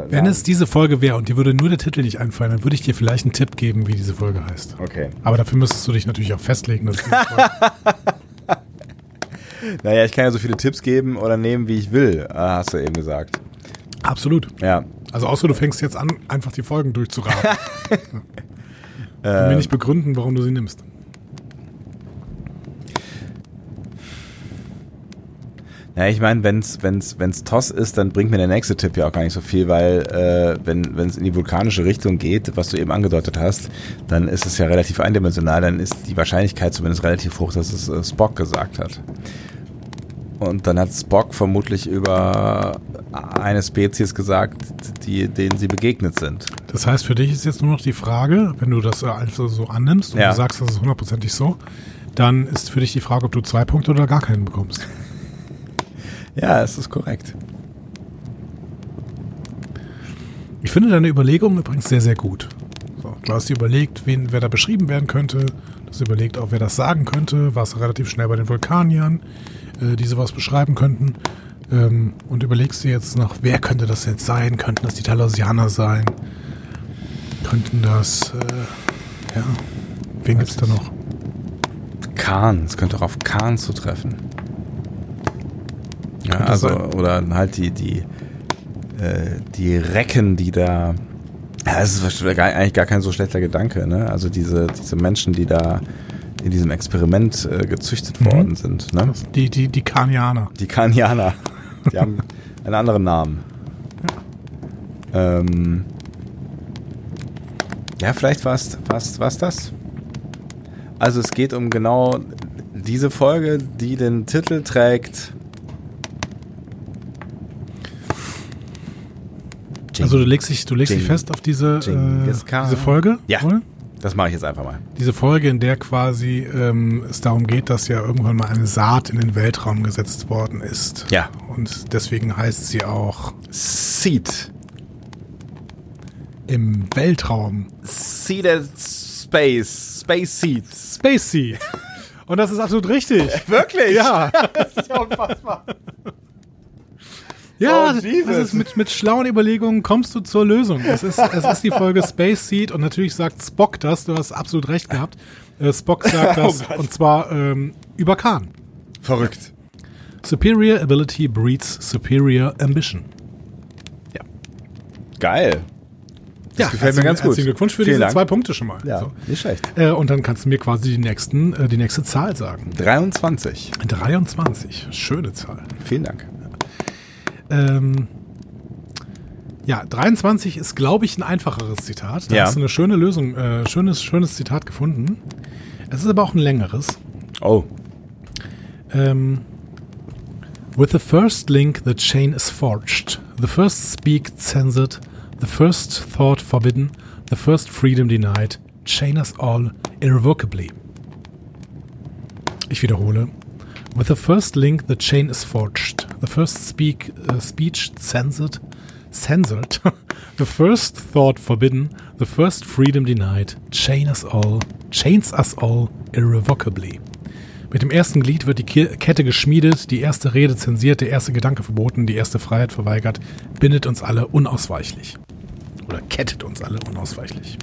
B: Wenn
A: Namen-
B: es diese Folge wäre und dir würde nur der Titel nicht einfallen, dann würde ich dir vielleicht einen Tipp geben, wie diese Folge heißt.
A: Okay.
B: Aber dafür müsstest du dich natürlich auch festlegen. Dass es diese Folge
A: Naja, ich kann ja so viele Tipps geben oder nehmen, wie ich will, äh, hast du eben gesagt. *laughs*
B: Absolut.
A: Ja.
B: Also außer du fängst jetzt an, einfach die Folgen durchzuraten.
A: *laughs*
B: Und mir nicht begründen, warum du sie nimmst.
A: Ja, ich meine, wenn's wenn's wenn's Toss ist, dann bringt mir der nächste Tipp ja auch gar nicht so viel, weil äh, wenn wenn's in die vulkanische Richtung geht, was du eben angedeutet hast, dann ist es ja relativ eindimensional. Dann ist die Wahrscheinlichkeit zumindest relativ hoch, dass es äh, Spock gesagt hat. Und dann hat Spock vermutlich über eine Spezies gesagt, die denen sie begegnet sind.
B: Das heißt, für dich ist jetzt nur noch die Frage, wenn du das äh, einfach so annimmst und
A: Ja.
B: du sagst, das ist hundertprozentig so, dann ist für dich die Frage, ob du zwei Punkte oder gar keinen bekommst.
A: Ja, es ist korrekt.
B: Ich finde deine Überlegung übrigens sehr, sehr gut. So, du hast dir überlegt, wen, wer da beschrieben werden könnte. Du hast überlegt, auch wer das sagen könnte. Warst relativ schnell bei den Vulkaniern, äh, die sowas beschreiben könnten. Ähm, und überlegst dir jetzt noch, wer könnte das jetzt sein? Könnten das die Talosianer sein? Könnten das, äh, ja, wen gibt's da noch?
A: Kahn, es könnte auch auf Kahn zu treffen. Ja,
B: Könnte
A: also,
B: sein.
A: oder halt die, die, äh, die Recken, die da. Ja, das ist wahrscheinlich gar, eigentlich gar kein so schlechter Gedanke, ne? Also diese, diese Menschen, die da in diesem Experiment äh, gezüchtet
B: Mhm.
A: worden sind, ne?
B: Die, die, die Kanianer.
A: Die Kanianer. Die haben einen anderen Namen. Ähm, ja, vielleicht war es war's, war's das. Also es geht um genau diese Folge, die den Titel trägt.
B: Also du legst dich, du legst dich
A: Jing-
B: fest auf diese,
A: Genghis
B: äh,
A: Khan.
B: diese Folge?
A: Ja,
B: Wohl?
A: das mache ich jetzt einfach mal.
B: Diese Folge, in der quasi ähm, es darum geht, dass ja irgendwann mal eine Saat in den Weltraum gesetzt worden ist.
A: Ja.
B: Und deswegen heißt sie auch
A: Seed.
B: im Weltraum
A: Seeded Space. Space Seed.
B: Spacey. *laughs* Und das ist absolut richtig.
A: Wirklich? *laughs*
B: Ja. Ja,
A: Oh,
B: das
A: Jesus.
B: ist mit, mit schlauen Überlegungen kommst du zur Lösung. Es ist, es ist die Folge Space Seed und natürlich sagt Spock das, du hast absolut recht gehabt. Äh, Spock
A: *laughs*
B: sagt
A: Oh
B: das und zwar ähm, über Khan.
A: Verrückt.
B: Superior Ability breeds Superior Ambition.
A: Geil. Das gefällt mir
B: herzlichen-
A: ganz gut.
B: Herzlichen Glückwunsch für
A: Vielen
B: diese
A: Dank.
B: zwei Punkte schon mal.
A: Ja,
B: So.
A: nicht schlecht.
B: Äh, und dann kannst du mir quasi die, nächsten, äh, die nächste Zahl sagen.
A: 23.
B: 23. Schöne Zahl.
A: Vielen Dank.
B: Ähm, ja, 23 ist, glaube ich, ein einfacheres Zitat. Da
A: Ja.
B: hast du eine schöne Lösung, äh, schönes, schönes Zitat gefunden. Es ist aber auch ein längeres.
A: Oh.
B: Ähm, With the first link, the chain is forged. The first speak censored. The first thought forbidden. The first freedom denied. Chain us all irrevocably. Ich wiederhole. With the first link, the chain is forged. The first speak, äh, speech uh, censored. Censored. *laughs* The first thought forbidden, the first freedom denied, chain us all, chains us all irrevocably. Mit dem ersten Glied wird die Ke- Kette geschmiedet, die erste Rede zensiert, der erste Gedanke verboten, die erste Freiheit verweigert, bindet uns alle unausweichlich. Oder kettet uns alle unausweichlich.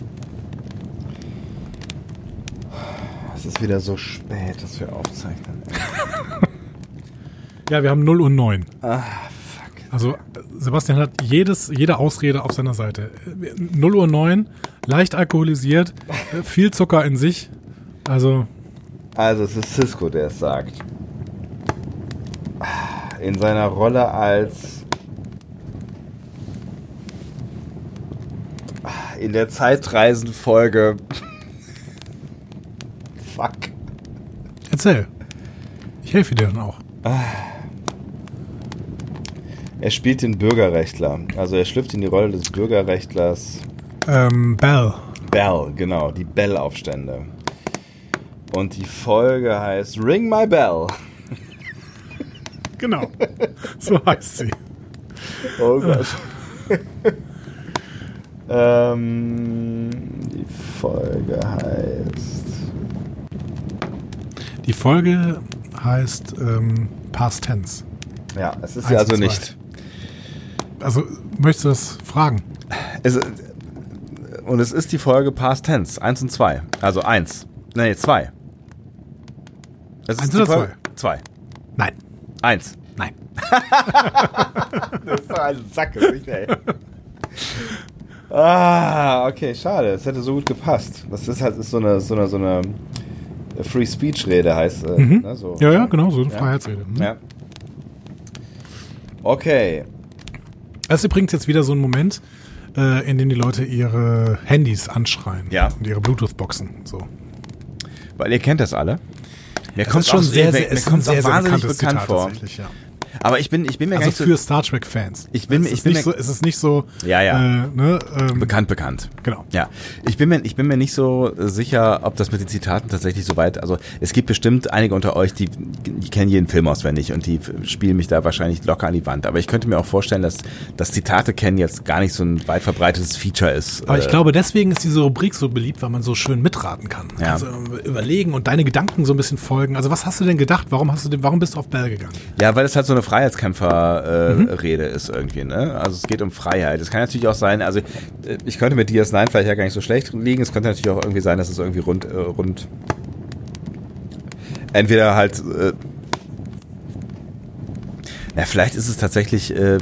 A: Es ist wieder so spät, dass wir aufzeichnen.
B: Ja, wir haben 0 und 9.
A: Ah, fuck.
B: Also äh, Sebastian hat jedes, jede Ausrede auf seiner Seite. 0 Uhr 9, leicht alkoholisiert, *laughs* äh, viel Zucker in sich. Also,
A: Also es ist Cisco, der es sagt. In seiner Rolle als... In der Zeitreisenfolge... *laughs* Fuck.
B: erzähl. Ich helfe dir dann auch.
A: Er spielt den Bürgerrechtler. Also er schlüpft in die Rolle des Bürgerrechtlers
B: Ähm, Bell.
A: Bell, genau, die Bell-Aufstände. Und die Folge heißt Ring My Bell.
B: Genau. *laughs* So heißt sie.
A: Oh
B: *laughs*
A: Gott. ähm, die Folge heißt.
B: Die Folge heißt ähm, Past Tense.
A: Ja, es ist
B: Eins
A: ja
B: und
A: also
B: zwei.
A: nicht.
B: Also, möchtest du das fragen?
A: Es, und es ist die Folge Past Tense, 1 und 2. Also 1. Nee, 2. Es
B: Eins
A: die
B: oder
A: Folge- Zwei.
B: Nein.
A: Eins.
B: Nein.
A: Das ist doch ein Sack, nicht, ey. *laughs* Ah, okay, schade. Es hätte so gut gepasst. Das ist halt ist so eine, so eine, so eine Free Speech Rede heißt. Äh, ne, so.
B: Ja, ja, genau, so eine Freiheitsrede. Mhm.
A: Ja. Okay.
B: Das ist übrigens jetzt wieder so ein Moment, äh, in dem die Leute ihre Handys anschreien.
A: Ja.
B: Und ihre Bluetooth-Boxen. So.
A: Weil ihr kennt das alle. Mir
B: Es
A: kommt
B: ist schon sehr, sehr,
A: mir
B: es ist
A: kommt
B: ein
A: auch
B: sehr, sehr
A: wahnsinnig
B: bekanntes
A: bekannt
B: Zitat
A: vor.
B: tatsächlich, ja.
A: Aber ich bin, ich bin mir
B: Also
A: gar nicht
B: für Star Trek-Fans.
A: Ich bin-
B: es
A: ich
B: ist
A: bin
B: nicht
A: mir-
B: so, es ist nicht so,
A: Ja, ja.
B: Äh, ne, ähm,
A: so bekannt bekannt.
B: Genau.
A: Ja, ich bin, mir, ich bin mir nicht so sicher, ob das mit den Zitaten tatsächlich so weit. Also es gibt bestimmt einige unter euch, die, die kennen jeden Film auswendig und die f- spielen mich da wahrscheinlich locker an die Wand. Aber ich könnte mir auch vorstellen, dass das Zitate kennen jetzt gar nicht so ein weit verbreitetes Feature ist.
B: Aber ich
A: Äh,
B: glaube, deswegen ist diese Rubrik so beliebt, weil man so schön mitraten kann.
A: Ja.
B: Also überlegen und deine Gedanken so ein bisschen folgen. Also was hast du denn gedacht? Warum hast du denn, warum bist du auf Bell gegangen?
A: Ja, weil es halt so eine Freiheitskämpfer-Rede äh, Rede ist irgendwie, ne? Also es geht um Freiheit. Es kann natürlich auch sein, also äh, ich könnte mit DS9 vielleicht ja gar nicht so schlecht liegen. Es könnte natürlich auch irgendwie sein, dass es irgendwie rund, äh, rund entweder halt äh, ja, vielleicht ist es tatsächlich äh,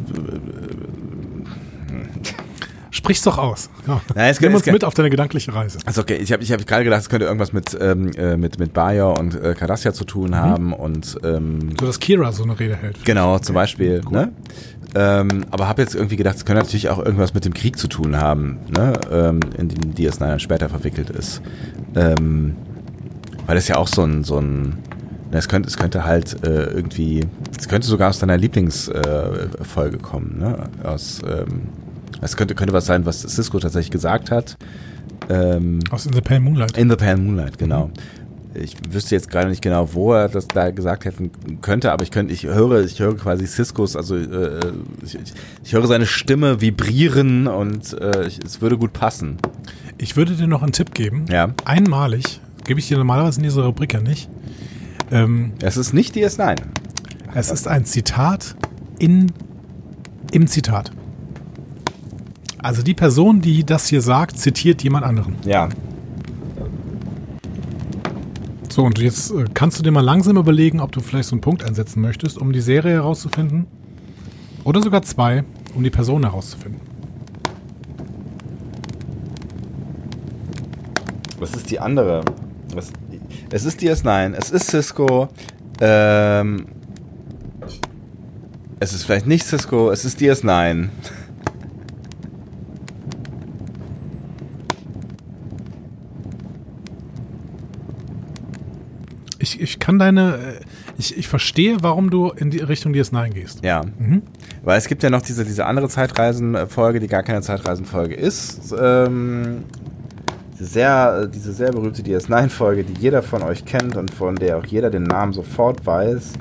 B: Sprich's doch aus. Ja.
A: Nein, es-
B: Nimm
A: es-
B: uns mit auf deine gedankliche Reise.
A: Also okay, ich habe ich hab gerade gedacht, es könnte irgendwas mit ähm, äh, mit mit Bayer und äh, Kadassia zu tun haben und ähm,
B: So dass Kira so eine Rede hält.
A: Genau, zum Beispiel. Ne? Ähm, aber habe jetzt irgendwie gedacht, es könnte natürlich auch irgendwas mit dem Krieg zu tun haben, ne? ähm, in den DS9 dann später verwickelt ist. Ähm, weil das ja auch so ein, so ein na, es könnte, es könnte halt äh, irgendwie, es könnte sogar aus deiner Lieblingsfolge äh, Folge kommen, ne? Aus, ähm, es könnte, könnte was sein, was Cisco tatsächlich gesagt hat. Ähm,
B: Aus In the Pale Moonlight.
A: in the Pale Moonlight, genau. Ich wüsste jetzt gerade nicht genau, wo er das da gesagt hätten könnte, aber ich könnte, ich höre, ich höre quasi Ciscos, also äh, ich, ich, ich höre seine Stimme vibrieren und äh, ich, es würde gut passen.
B: Ich würde dir noch einen Tipp geben.
A: Ja.
B: Einmalig, gebe ich dir normalerweise in dieser Rubrik ja nicht. Ähm,
A: Es ist nicht DS9.
B: es ist ein Zitat in, im Zitat. Also die Person, die das hier sagt, zitiert jemand anderen.
A: Ja.
B: So, und jetzt äh, kannst du dir mal langsam überlegen, ob du vielleicht so einen Punkt einsetzen möchtest, um die Serie herauszufinden. Oder sogar zwei, um die Person herauszufinden.
A: Was ist die andere? Was, es ist DS9, es ist Cisco, ähm, es ist vielleicht nicht Cisco, es ist DS9.
B: Ich, ich kann deine. äh, Ich, ich verstehe, warum du in die Richtung DS9 gehst.
A: Ja.
B: Mhm.
A: Weil es gibt ja noch diese, diese andere Zeitreisenfolge, die gar keine Zeitreisenfolge ist. Ähm, sehr, äh, diese sehr berühmte DS9-Folge, die jeder von euch kennt und von der auch jeder den Namen sofort weiß.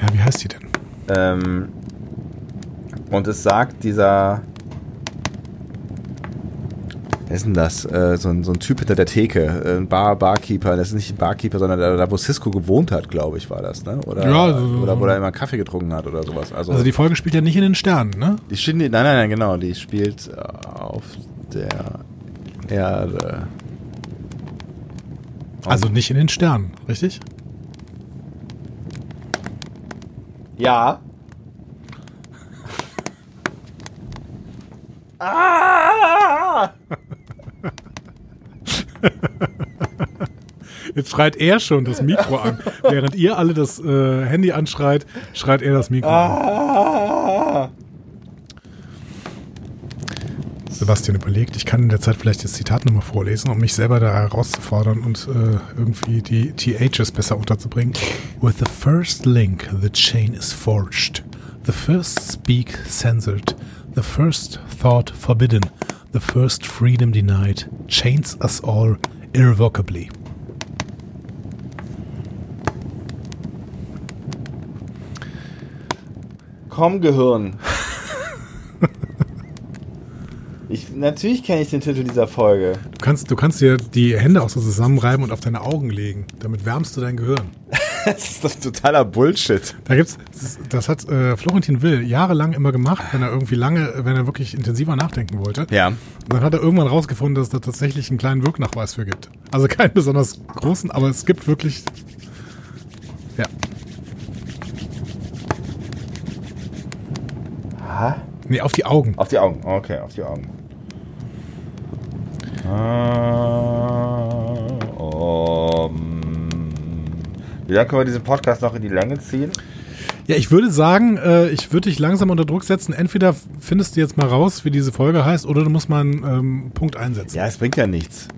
B: Ja, wie heißt die denn?
A: Ähm, Und es sagt dieser. Wer ist denn das? Äh, so, ein, so ein Typ hinter der Theke, äh, ein Bar, Barkeeper, das ist nicht ein Barkeeper, sondern da, da wo Cisco gewohnt hat, glaube ich, war das, ne? Oder,
B: Ja, also so-
A: oder wo er immer Kaffee getrunken hat oder sowas. Also,
B: Also die Folge spielt ja nicht in den Sternen, ne?
A: die Shin- nein, nein, nein, genau, die spielt äh, auf der Erde.
B: Also nicht in den Sternen, richtig?
A: Ja.
B: Jetzt schreit er schon das Mikro an. Während ihr alle das äh, Handy anschreit, schreit er das Mikro an. Sebastian überlegt, ich kann in der Zeit vielleicht das Zitat nochmal vorlesen, um mich selber da herauszufordern und äh, irgendwie die THs besser unterzubringen. With the first link, the chain is forged. The first speak censored. The first thought forbidden. The first freedom denied. Chains us all irrevocably.
A: Komm, *laughs* Gehirn. Ich, natürlich kenne ich den Titel dieser Folge.
B: Du kannst, du kannst dir die Hände auch so zusammenreiben und auf deine Augen legen. Damit wärmst du dein Gehirn.
A: Das ist doch totaler Bullshit.
B: Da gibt's, das- das hat äh, Florentin Will jahrelang immer gemacht, wenn er irgendwie lange, wenn er wirklich intensiver nachdenken wollte.
A: Ja.
B: Und dann hat er irgendwann rausgefunden, dass es da tatsächlich einen kleinen Wirknachweis für gibt. Also keinen besonders großen, aber es gibt wirklich. Ja.
A: Aha.
B: Nee, auf die Augen.
A: Auf die Augen. Okay, auf die Augen. Ah, um. Wie lange können wir diesen Podcast noch in die Länge ziehen?
B: Ja, ich würde sagen, äh, ich würde dich langsam unter Druck setzen. Entweder findest du jetzt mal raus, wie diese Folge heißt, oder du musst mal einen ähm, Punkt einsetzen.
A: Ja, es bringt ja nichts.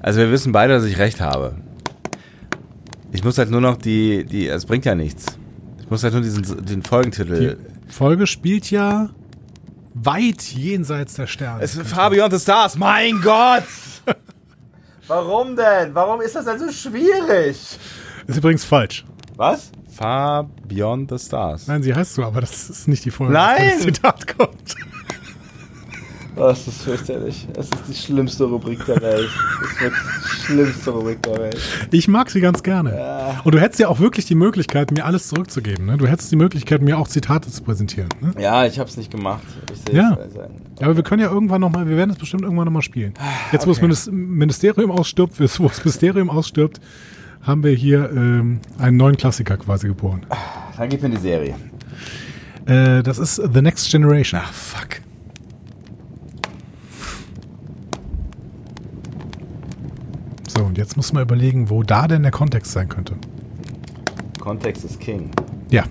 A: Also wir wissen beide, dass ich recht habe. Ich muss halt nur noch die, die, es bringt ja nichts. Ich muss halt nur diesen, den
B: Die
A: Folgentitel.
B: Folge spielt ja weit jenseits der Sterne.
A: es ist Far Beyond the Stars, mein Gott! *laughs* Warum denn? Warum ist das denn so schwierig?
B: ist übrigens falsch.
A: Was? Far Beyond the Stars.
B: Nein, sie heißt so, aber das ist nicht die Folge,
A: Nein!
B: aus der das Zitat kommt.
A: Das ist fürchterlich. Das ist die schlimmste Rubrik der Welt. Das wird die schlimmste Rubrik der Welt.
B: Ich mag sie ganz gerne. Und du hättest ja auch wirklich die Möglichkeit, mir alles zurückzugeben. Ne? Du hättest die Möglichkeit, mir auch Zitate zu präsentieren. Ne?
A: Ja, Ah, ich hab's nicht gemacht. Ich sehe
B: Ja.
A: es ein.
B: Ja, aber wir können ja irgendwann nochmal, wir werden es bestimmt irgendwann nochmal spielen. Jetzt, wo das Minis- Ministerium ausstirbt, wo das Mysterium ausstirbt, haben wir hier ähm, einen neuen Klassiker quasi geboren.
A: Dann gib mir die Serie.
B: Äh, das ist The Next Generation. Ach, fuck. So, und jetzt muss man überlegen, wo da denn der Kontext sein könnte.
A: Kontext ist King.
B: Ja.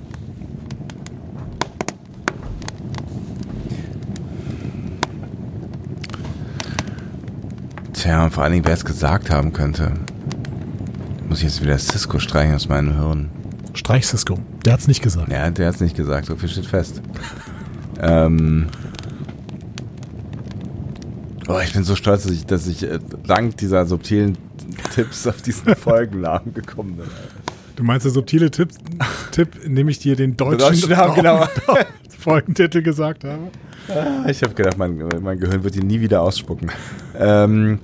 A: Tja, und vor allen Dingen, wer es gesagt haben könnte. Muss ich jetzt wieder Cisco streichen aus meinem Hirn.
B: Streich Cisco. Der hat's nicht gesagt.
A: Ja, der hat's nicht gesagt, so viel steht fest. ähm. Oh, ich bin so stolz, dass ich, dass ich äh, dank dieser subtilen Tipps auf
B: *laughs*
A: diesen Folgennamen gekommen bin.
B: Du meinst der subtile Tipp, Tipp indem ich dir den deutschen,
A: deutschen Namen, genau.
B: *laughs* Folgentitel gesagt habe?
A: Ah, Ich habe gedacht, mein, mein Gehirn wird ihn nie wieder ausspucken. Ähm,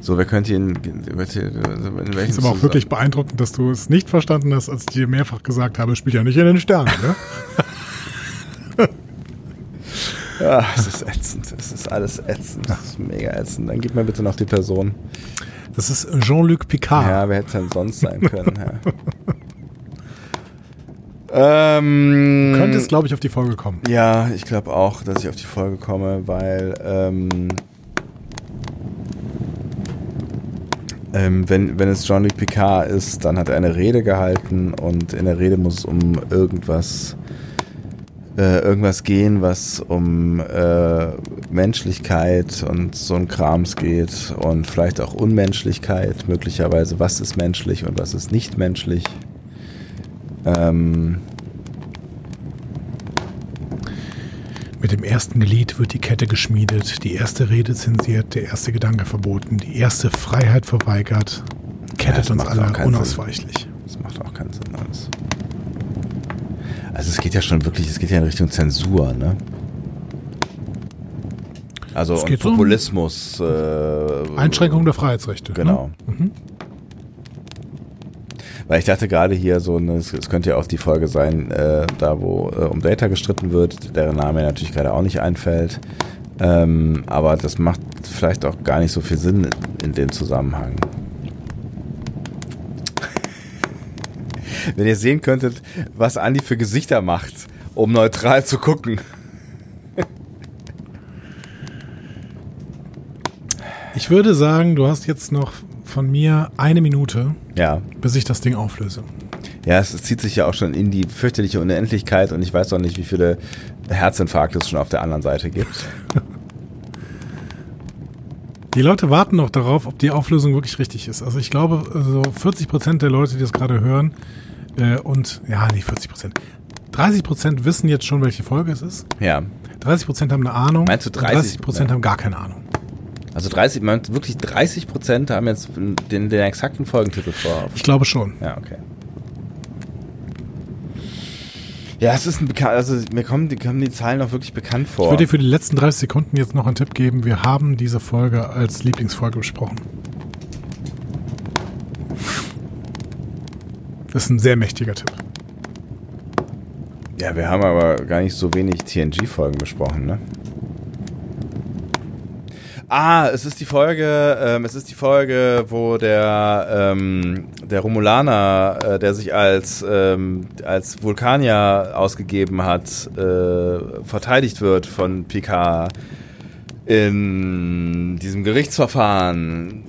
A: so, wer könnte ihn. wer- In welchen
B: Ist aber auch wirklich beeindruckend, dass du es nicht verstanden hast, als ich dir mehrfach gesagt habe, spielt ja nicht in den Sternen, ne?
A: Ah, es ist *laughs* ätzend. Es ist alles ätzend. Es ist mega ätzend. Dann gib mir bitte noch die Person.
B: Das ist Jean-Luc Picard.
A: Ja, wer hätte es denn sonst
B: *laughs*
A: sein können? Ja. ähm,
B: Du könntest, glaube ich, auf die Folge kommen.
A: Ja, ich glaube auch, dass ich auf die Folge komme, weil ähm, ähm, wenn, wenn es Jean-Luc Picard ist, dann hat er eine Rede gehalten und in der Rede muss es um irgendwas äh, irgendwas gehen, was um äh, Menschlichkeit und so ein Krams geht und vielleicht auch Unmenschlichkeit, möglicherweise was ist menschlich und was ist nicht menschlich. Ähm,
B: Mit dem ersten Glied wird die Kette geschmiedet, die erste Rede zensiert, der erste Gedanke verboten, die erste Freiheit
A: Ja,
B: verweigert,
A: das
B: kettet uns
A: macht auch
B: alle
A: keinen Sinn.
B: unausweichlich.
A: Das macht auch keinen Sinn alles. Also es geht ja schon wirklich, es geht ja in Richtung Zensur, ne? Also
B: Es
A: und
B: geht um
A: Populismus. äh,
B: Einschränkung der Freiheitsrechte.
A: Genau.
B: Ne? Mhm.
A: Weil ich dachte gerade hier so, eine, es es könnte ja auch die Folge sein, äh, da wo äh, um Data gestritten wird, deren Name mir natürlich gerade auch nicht einfällt. Ähm, aber das macht vielleicht auch gar nicht so viel Sinn in, in dem Zusammenhang. *laughs* Wenn ihr sehen könntet, was Andi für Gesichter macht, um neutral zu gucken.
B: Ich würde sagen, du hast jetzt noch von mir eine Minute,
A: Ja.
B: bis ich das Ding auflöse.
A: Ja, es zieht sich ja auch schon in die fürchterliche Unendlichkeit und ich weiß noch nicht, wie viele Herzinfarkte es schon auf der anderen Seite gibt.
B: Die Leute warten noch darauf, ob die Auflösung wirklich richtig ist. Also ich glaube, so 40 Prozent der Leute, die das gerade hören, äh, und ja, nicht 40 Prozent. 30 Prozent wissen jetzt schon, welche Folge es ist.
A: Ja.
B: 30 Prozent haben eine Ahnung.
A: Meinst du
B: und
A: 30?
B: 30 Prozent
A: Ja.
B: haben gar keine Ahnung.
A: Also 30, man, wirklich 30 Prozent haben jetzt den, den exakten Folgentitel vor.
B: Ich glaube schon.
A: Ja, okay. Ja, es ist ein bekannt, also mir kommen die, kommen die Zahlen auch wirklich bekannt
B: Ich
A: vor.
B: würde dir für die letzten 30 Sekunden jetzt noch einen Tipp geben. Wir haben diese Folge als Lieblingsfolge besprochen. Das ist ein sehr mächtiger Tipp.
A: ja, wir haben aber gar nicht so wenig TNG-Folgen besprochen, ne? Ah, es ist die Folge, ähm, es ist die Folge, wo der, ähm, der Romulaner, äh, der sich als, ähm, als Vulkanier ausgegeben hat, äh, verteidigt wird von Picard in diesem Gerichtsverfahren.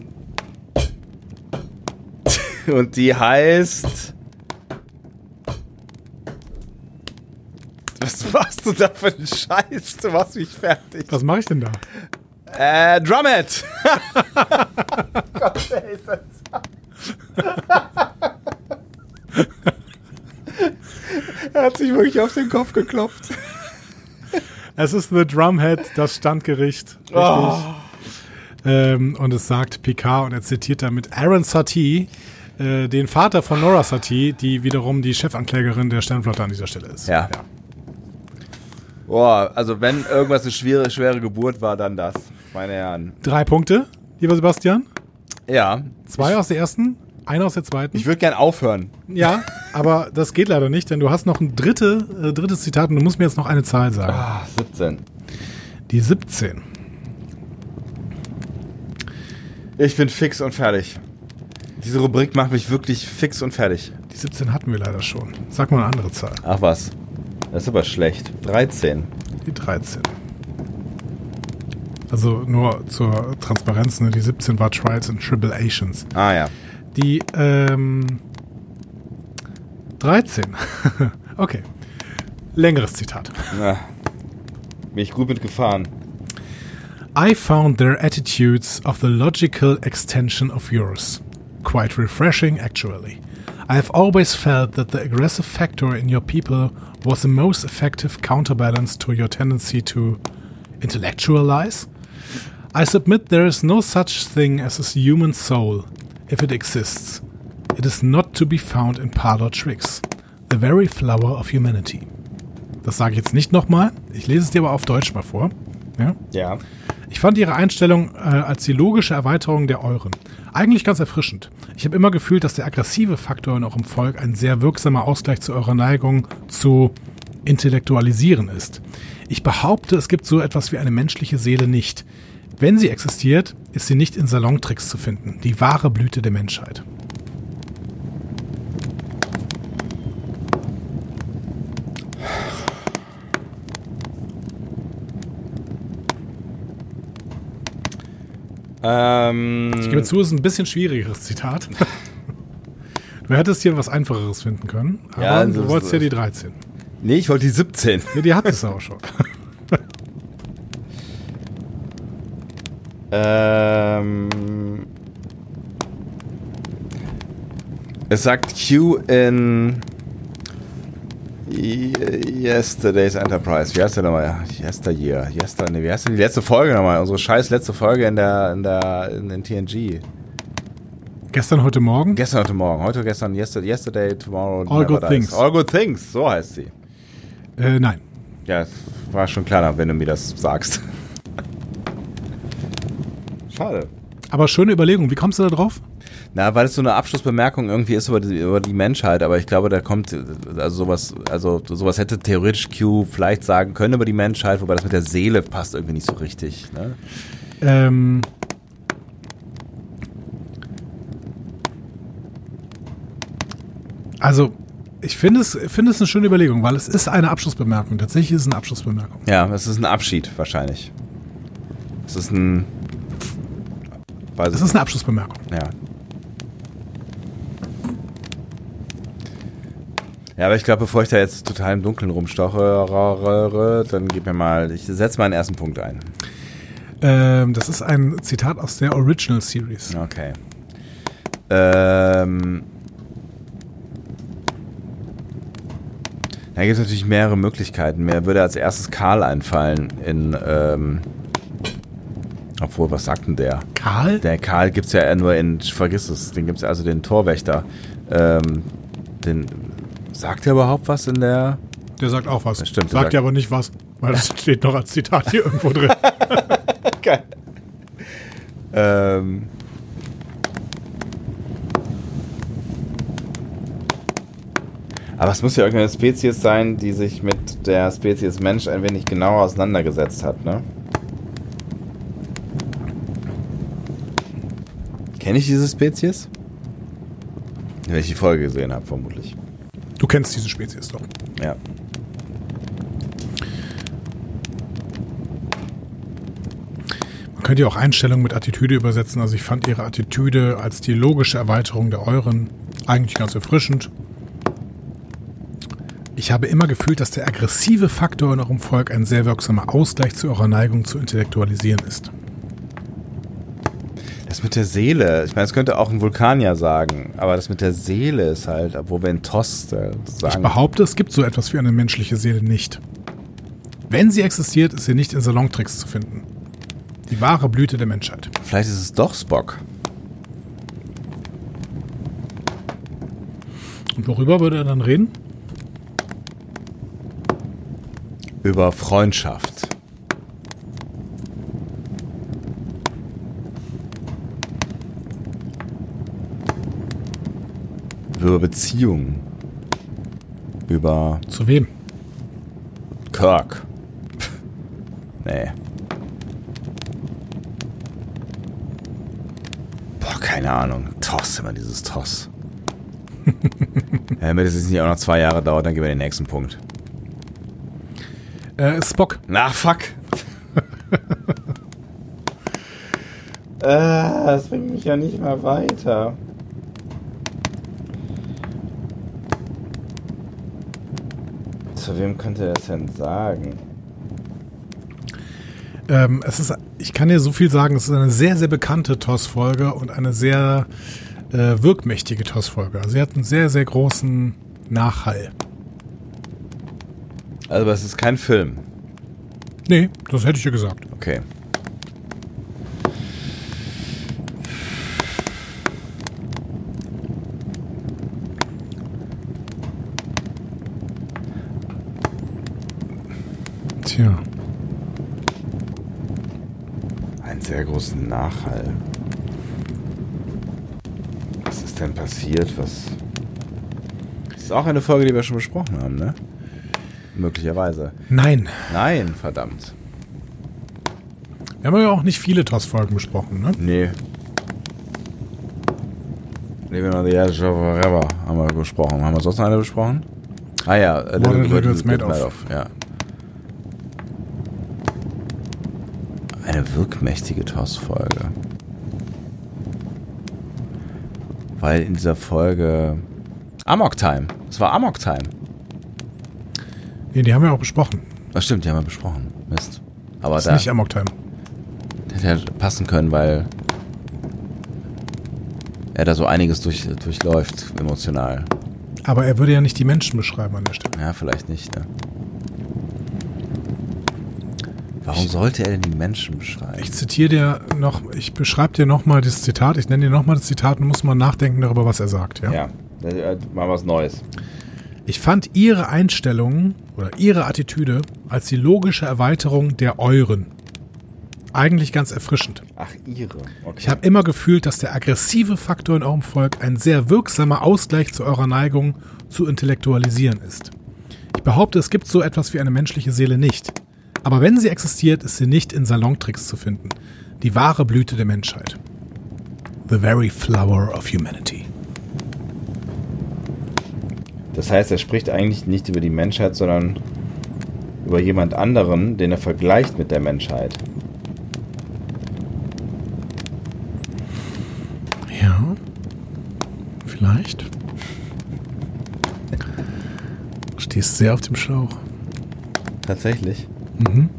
A: *laughs* Und die heißt. Was machst du da für einen Scheiß? Du machst mich fertig.
B: Was mache ich denn da?
A: Äh, Drummet! er hat sich wirklich auf den Kopf geklopft.
B: Es ist The Drumhead, das Standgericht. Richtig.
A: Oh.
B: Ähm, und es sagt Picard und er zitiert damit Aaron Satie, äh, den Vater von Nora Satie, die wiederum die Chefanklägerin der Sternflotte an dieser Stelle ist.
A: Ja. Boah, also wenn irgendwas eine schwere, schwere Geburt war, dann das, meine Herren.
B: Drei Punkte, lieber Sebastian.
A: Ja,
B: Zwei aus der ersten, einer aus der zweiten.
A: ich würde gern aufhören.
B: Ja, aber das geht leider nicht, denn du hast noch ein dritte, äh, drittes Zitat und du musst mir jetzt noch eine Zahl sagen.
A: Ah, 17.
B: Die 17.
A: Ich bin fix und fertig. Diese Rubrik macht mich wirklich fix und fertig.
B: Die 17 hatten wir leider schon. Sag mal eine andere Zahl.
A: Ach was, das ist aber schlecht. 13.
B: Die 13. Also nur zur Transparenz, ne? die 17 war Trials and Tribulations.
A: Ah ja.
B: Die ähm, 13. *laughs* okay. Längeres Zitat.
A: Na, bin ich gut mitgefahren.
B: I found their attitudes of the logical extension of yours. Quite refreshing, actually. I have always felt that the aggressive factor in your people was the most effective counterbalance to your tendency to intellectualize. I submit there is no such thing as a human soul, if it exists. It is not to be found in parlor tricks, the very flower of humanity. Das sage ich jetzt nicht nochmal, ich lese es dir aber auf Deutsch mal vor. Ja?
A: Ja.
B: Ich fand ihre Einstellung äh, als die logische Erweiterung der euren eigentlich ganz erfrischend. Ich habe immer gefühlt, dass der aggressive Faktor in eurem Volk ein sehr wirksamer Ausgleich zu eurer Neigung zu intellektualisieren ist. Ich behaupte, es gibt so etwas wie eine menschliche Seele nicht. Wenn sie existiert, ist sie nicht in Salontricks zu finden. Die wahre Blüte der Menschheit.
A: Hm. Ähm,
B: Ich gebe zu, es ist ein bisschen
A: *laughs*
B: schwierigeres Zitat. Du hättest hier was Einfacheres finden können, aber
A: Ja, das
B: du
A: ist-
B: wolltest ja die 13.
A: nee, ich wollte die 17.
B: Ja, die hattest du auch schon. *laughs*
A: Ähm, es sagt Q in Y- Yesterday's Enterprise. Wie heißt der nochmal? Yesteryear. Yester, nee, wie heißt denn die letzte Folge nochmal? Unsere scheiß letzte Folge in der, in der, in den TNG.
B: Gestern, heute Morgen?
A: Gestern, heute Morgen. Heute, gestern, yesterday, yesterday tomorrow.
B: All
A: never
B: Good
A: dies.
B: Things.
A: All Good Things, so heißt sie.
B: Äh, nein.
A: Ja, war schon klar, wenn du mir das sagst. *laughs* Schade.
B: Aber schöne Überlegung. Wie kommst du da drauf?
A: Na, weil es so eine Abschlussbemerkung irgendwie ist über die, über die Menschheit, aber ich glaube, da kommt, also sowas, also sowas hätte theoretisch Q vielleicht sagen können über die Menschheit, wobei das mit der Seele passt irgendwie nicht so richtig. Ne?
B: Ähm. Also, ich finde es, finde es eine schöne Überlegung, weil es ist eine Abschlussbemerkung. Tatsächlich ist es eine Abschlussbemerkung.
A: Ja, es ist ein Abschied wahrscheinlich. Es ist ein. Weiß ich
B: Es ist
A: nicht.
B: eine Abschlussbemerkung.
A: Ja. Ja, aber ich glaube, bevor ich da jetzt total im Dunkeln rumstochere, dann gib mir mal, ich setze meinen ersten Punkt ein.
B: Ähm, das ist ein Zitat aus der Original Series.
A: Okay. Ähm. Da gibt es natürlich mehrere Möglichkeiten. Mir würde als erstes Karl einfallen in, ähm, obwohl, was sagt denn der?
B: Karl?
A: Der Karl gibt es ja nur in, vergiss es, den gibt es also den Torwächter. Ähm, den, sagt er überhaupt was in der?
B: Der sagt auch was.
A: Das stimmt, der
B: Sagt
A: sagt-
B: ja aber nicht was,
A: *laughs*
B: weil das steht noch als Zitat hier irgendwo drin.
A: Geil. Ähm. Aber es muss ja irgendeine Spezies sein, die sich mit der Spezies Mensch ein wenig genauer auseinandergesetzt hat, ne? Kenne ich diese Spezies? Wenn ich die Folge gesehen habe, vermutlich.
B: Du kennst diese Spezies doch.
A: Ja.
B: Man könnte ja auch Einstellungen mit Attitüde übersetzen. Also ich fand ihre Attitüde als die logische Erweiterung der euren eigentlich ganz erfrischend. Ich habe immer gefühlt, dass der aggressive Faktor in eurem Volk ein sehr wirksamer Ausgleich zu eurer Neigung zu intellektualisieren ist.
A: Das mit der Seele. Ich meine, es könnte auch ein Vulkanier sagen, aber das mit der Seele ist halt, obwohl wir in Tost äh,
B: Ich
A: sagen.
B: behaupte, es gibt so etwas wie eine menschliche Seele nicht. Wenn sie existiert, ist sie nicht in Salontricks zu finden. Die wahre Blüte der Menschheit.
A: Vielleicht ist es doch Spock.
B: Und worüber würde er dann reden?
A: Über Freundschaft. Über Beziehungen. Über
B: Zu wem?
A: Kirk. *laughs* nee. Boah, keine Ahnung. Toss, immer dieses Toss. Damit es jetzt nicht auch noch zwei Jahre dauert, dann gehen wir den nächsten Punkt.
B: Äh, Spock.
A: Na, *laughs* fuck. Äh, das bringt mich ja nicht mehr weiter. Zu wem könnte er das denn sagen?
B: Ähm, es ist, ich kann dir so viel sagen, es ist eine sehr, sehr bekannte TOS-Folge und eine sehr äh, wirkmächtige TOS-Folge. Also sie hat einen sehr, sehr großen Nachhall.
A: Also, das ist kein Film.
B: Nee, das hätte ich ja gesagt.
A: Okay.
B: Tja.
A: Einen sehr großen Nachhall. Was ist denn passiert? Was. Das ist auch eine Folge, die wir schon besprochen haben, ne? Möglicherweise.
B: Nein,
A: Nein, verdammt.
B: wir haben ja auch nicht viele TOS-Folgen besprochen, ne?
A: Nee. Living on the Edge of Forever haben wir besprochen. Haben wir sonst noch eine besprochen? Ah ja, äh,
B: What
A: Little
B: Little
A: Good-
B: Girls
A: Good
B: Made Of.
A: Made Of, ja. Eine wirkmächtige Toss-Folge. Weil in dieser Folge Amok Time. Es war Amok Time.
B: Nee, die haben wir auch besprochen.
A: Das stimmt, die haben wir besprochen. Mist. Aber
B: Das ist
A: da
B: nicht Amok Time.
A: hätte ja passen können, weil er da so einiges durch, durchläuft, emotional.
B: Aber er würde ja nicht die Menschen beschreiben an der Stelle.
A: Ja, vielleicht nicht, ne? Warum sollte er denn die Menschen beschreiben?
B: Ich zitiere dir noch, ich beschreibe dir nochmal das Zitat, ich nenne dir nochmal das Zitat und muss mal nachdenken darüber, was er sagt, ja?
A: ja, äh, mal was Neues.
B: Ich fand ihre Einstellungen oder ihre Attitüde als die logische Erweiterung der euren. Eigentlich ganz erfrischend.
A: Ach, ihre. Okay.
B: Ich habe immer gefühlt, dass der aggressive Faktor in eurem Volk ein sehr wirksamer Ausgleich zu eurer Neigung zu intellektualisieren ist. Ich behaupte, es gibt so etwas wie eine menschliche Seele nicht. Aber wenn sie existiert, ist sie nicht in Salontricks zu finden. Die wahre Blüte der Menschheit. The very flower of humanity.
A: Das heißt, er spricht eigentlich nicht über die Menschheit, sondern über jemand anderen, den er vergleicht mit der Menschheit.
B: Ja, vielleicht. Stehst sehr auf dem Schlauch.
A: Tatsächlich.
B: Mhm.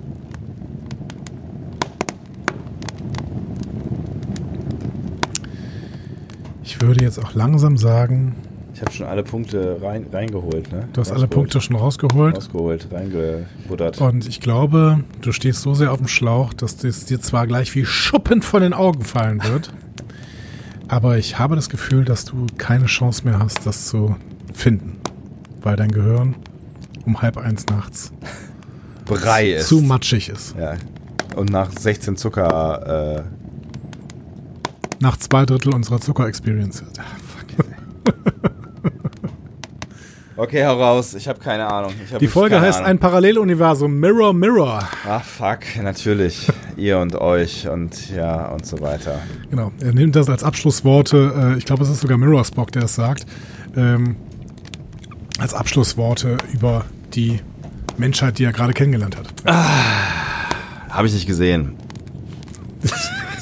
B: Ich würde jetzt auch langsam sagen,
A: Ich habe schon alle Punkte rein, reingeholt, ne?
B: du hast alle Punkte schon rausgeholt.
A: rausgeholt, reingebuttert.
B: Und ich glaube, du stehst so sehr auf dem Schlauch, dass es dir zwar gleich wie Schuppen von den Augen fallen wird, aber ich habe das Gefühl, dass du keine Chance mehr hast, das zu finden, weil dein Gehirn um halb eins nachts
A: Brei ist.
B: zu matschig ist.
A: ja. Und nach 16 Zucker, äh,
B: Nach zwei Drittel unserer Zucker-Experience.
A: Okay, hau raus. Ich habe keine Ahnung. Ich hab
B: Die
A: wirklich
B: Folge
A: keine
B: heißt
A: Ahnung.
B: ein Paralleluniversum, Mirror, Mirror.
A: Ah, fuck, natürlich. Ihr und euch und ja und so weiter.
B: Genau, er nimmt das als Abschlussworte, äh, ich glaube, es ist sogar Mirror Spock, der es sagt, ähm, als Abschlussworte über die Menschheit, die er gerade kennengelernt hat.
A: Habe ich nicht gesehen.
B: *laughs*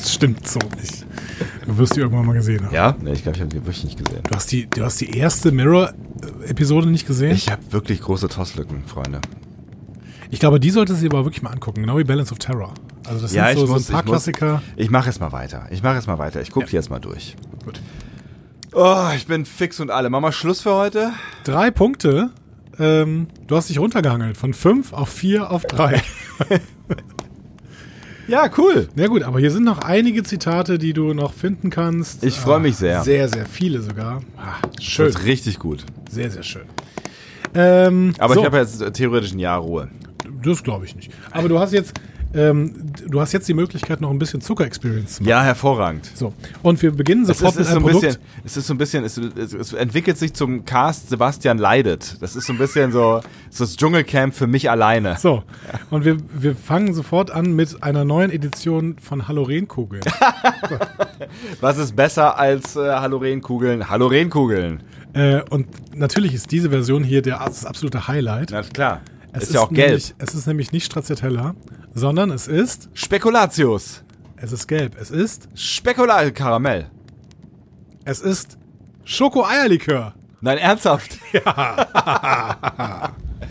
B: Das stimmt so nicht. Du wirst die irgendwann mal gesehen haben.
A: Ja? Nee, ich glaube, ich habe die wirklich nicht gesehen.
B: Du, hast die, du hast die erste Mirror-Episode nicht gesehen?
A: Ich habe wirklich große Tosslücken, Freunde.
B: Ich glaube, die solltest du dir aber wirklich mal angucken, genau wie Balance of Terror. Also das sind so, so ein paar
A: ich muss-
B: Klassiker.
A: Ich mache jetzt mal weiter. Ich mache jetzt mal weiter. Ich gucke jetzt mal durch.
B: Gut.
A: Oh, ich bin fix und alle. Machen wir Schluss für heute?
B: Drei Punkte. Ähm, du hast dich runtergehangelt. Von fünf auf vier auf drei.
A: Ja, cool.
B: Na gut, aber hier sind noch einige Zitate, die du noch finden kannst.
A: Ich freu mich sehr.
B: Ah, Sehr, sehr viele sogar. Ah, schön.
A: Das ist richtig gut.
B: Sehr, sehr schön. Ähm,
A: Aber
B: so,
A: ich habe jetzt äh, theoretisch ein Jahr Ruhe.
B: das glaube ich nicht. Aber du hast jetzt, ähm, du hast jetzt die Möglichkeit, noch ein bisschen Zucker-Experience zu machen.
A: Ja, hervorragend.
B: So. Und wir beginnen
A: Es
B: sofort
A: ist, ist so
B: mit
A: ein
B: einem Produkt.
A: bisschen, es ist so ein bisschen, es, es, es entwickelt sich zum Cast Sebastian leidet. Das ist so ein bisschen so, so das Dschungelcamp für mich alleine.
B: So. Und wir, wir fangen sofort an mit einer neuen Edition
A: *laughs*
B: von Halorenkugeln.
A: Was ist besser als äh, Halorenkugeln? Halorenkugeln.
B: äh, und natürlich ist diese Version hier der, das absolute Highlight.
A: Na klar.
B: Es
A: ist, ja auch gelb.
B: Nämlich, es ist nämlich nicht Stracciatella, sondern es ist,
A: Spekulatius.
B: es ist gelb. Es ist,
A: Spekulat Karamell.
B: es ist Schoko-Eierlikör.
A: Nein,
B: *laughs*
A: ernsthaft.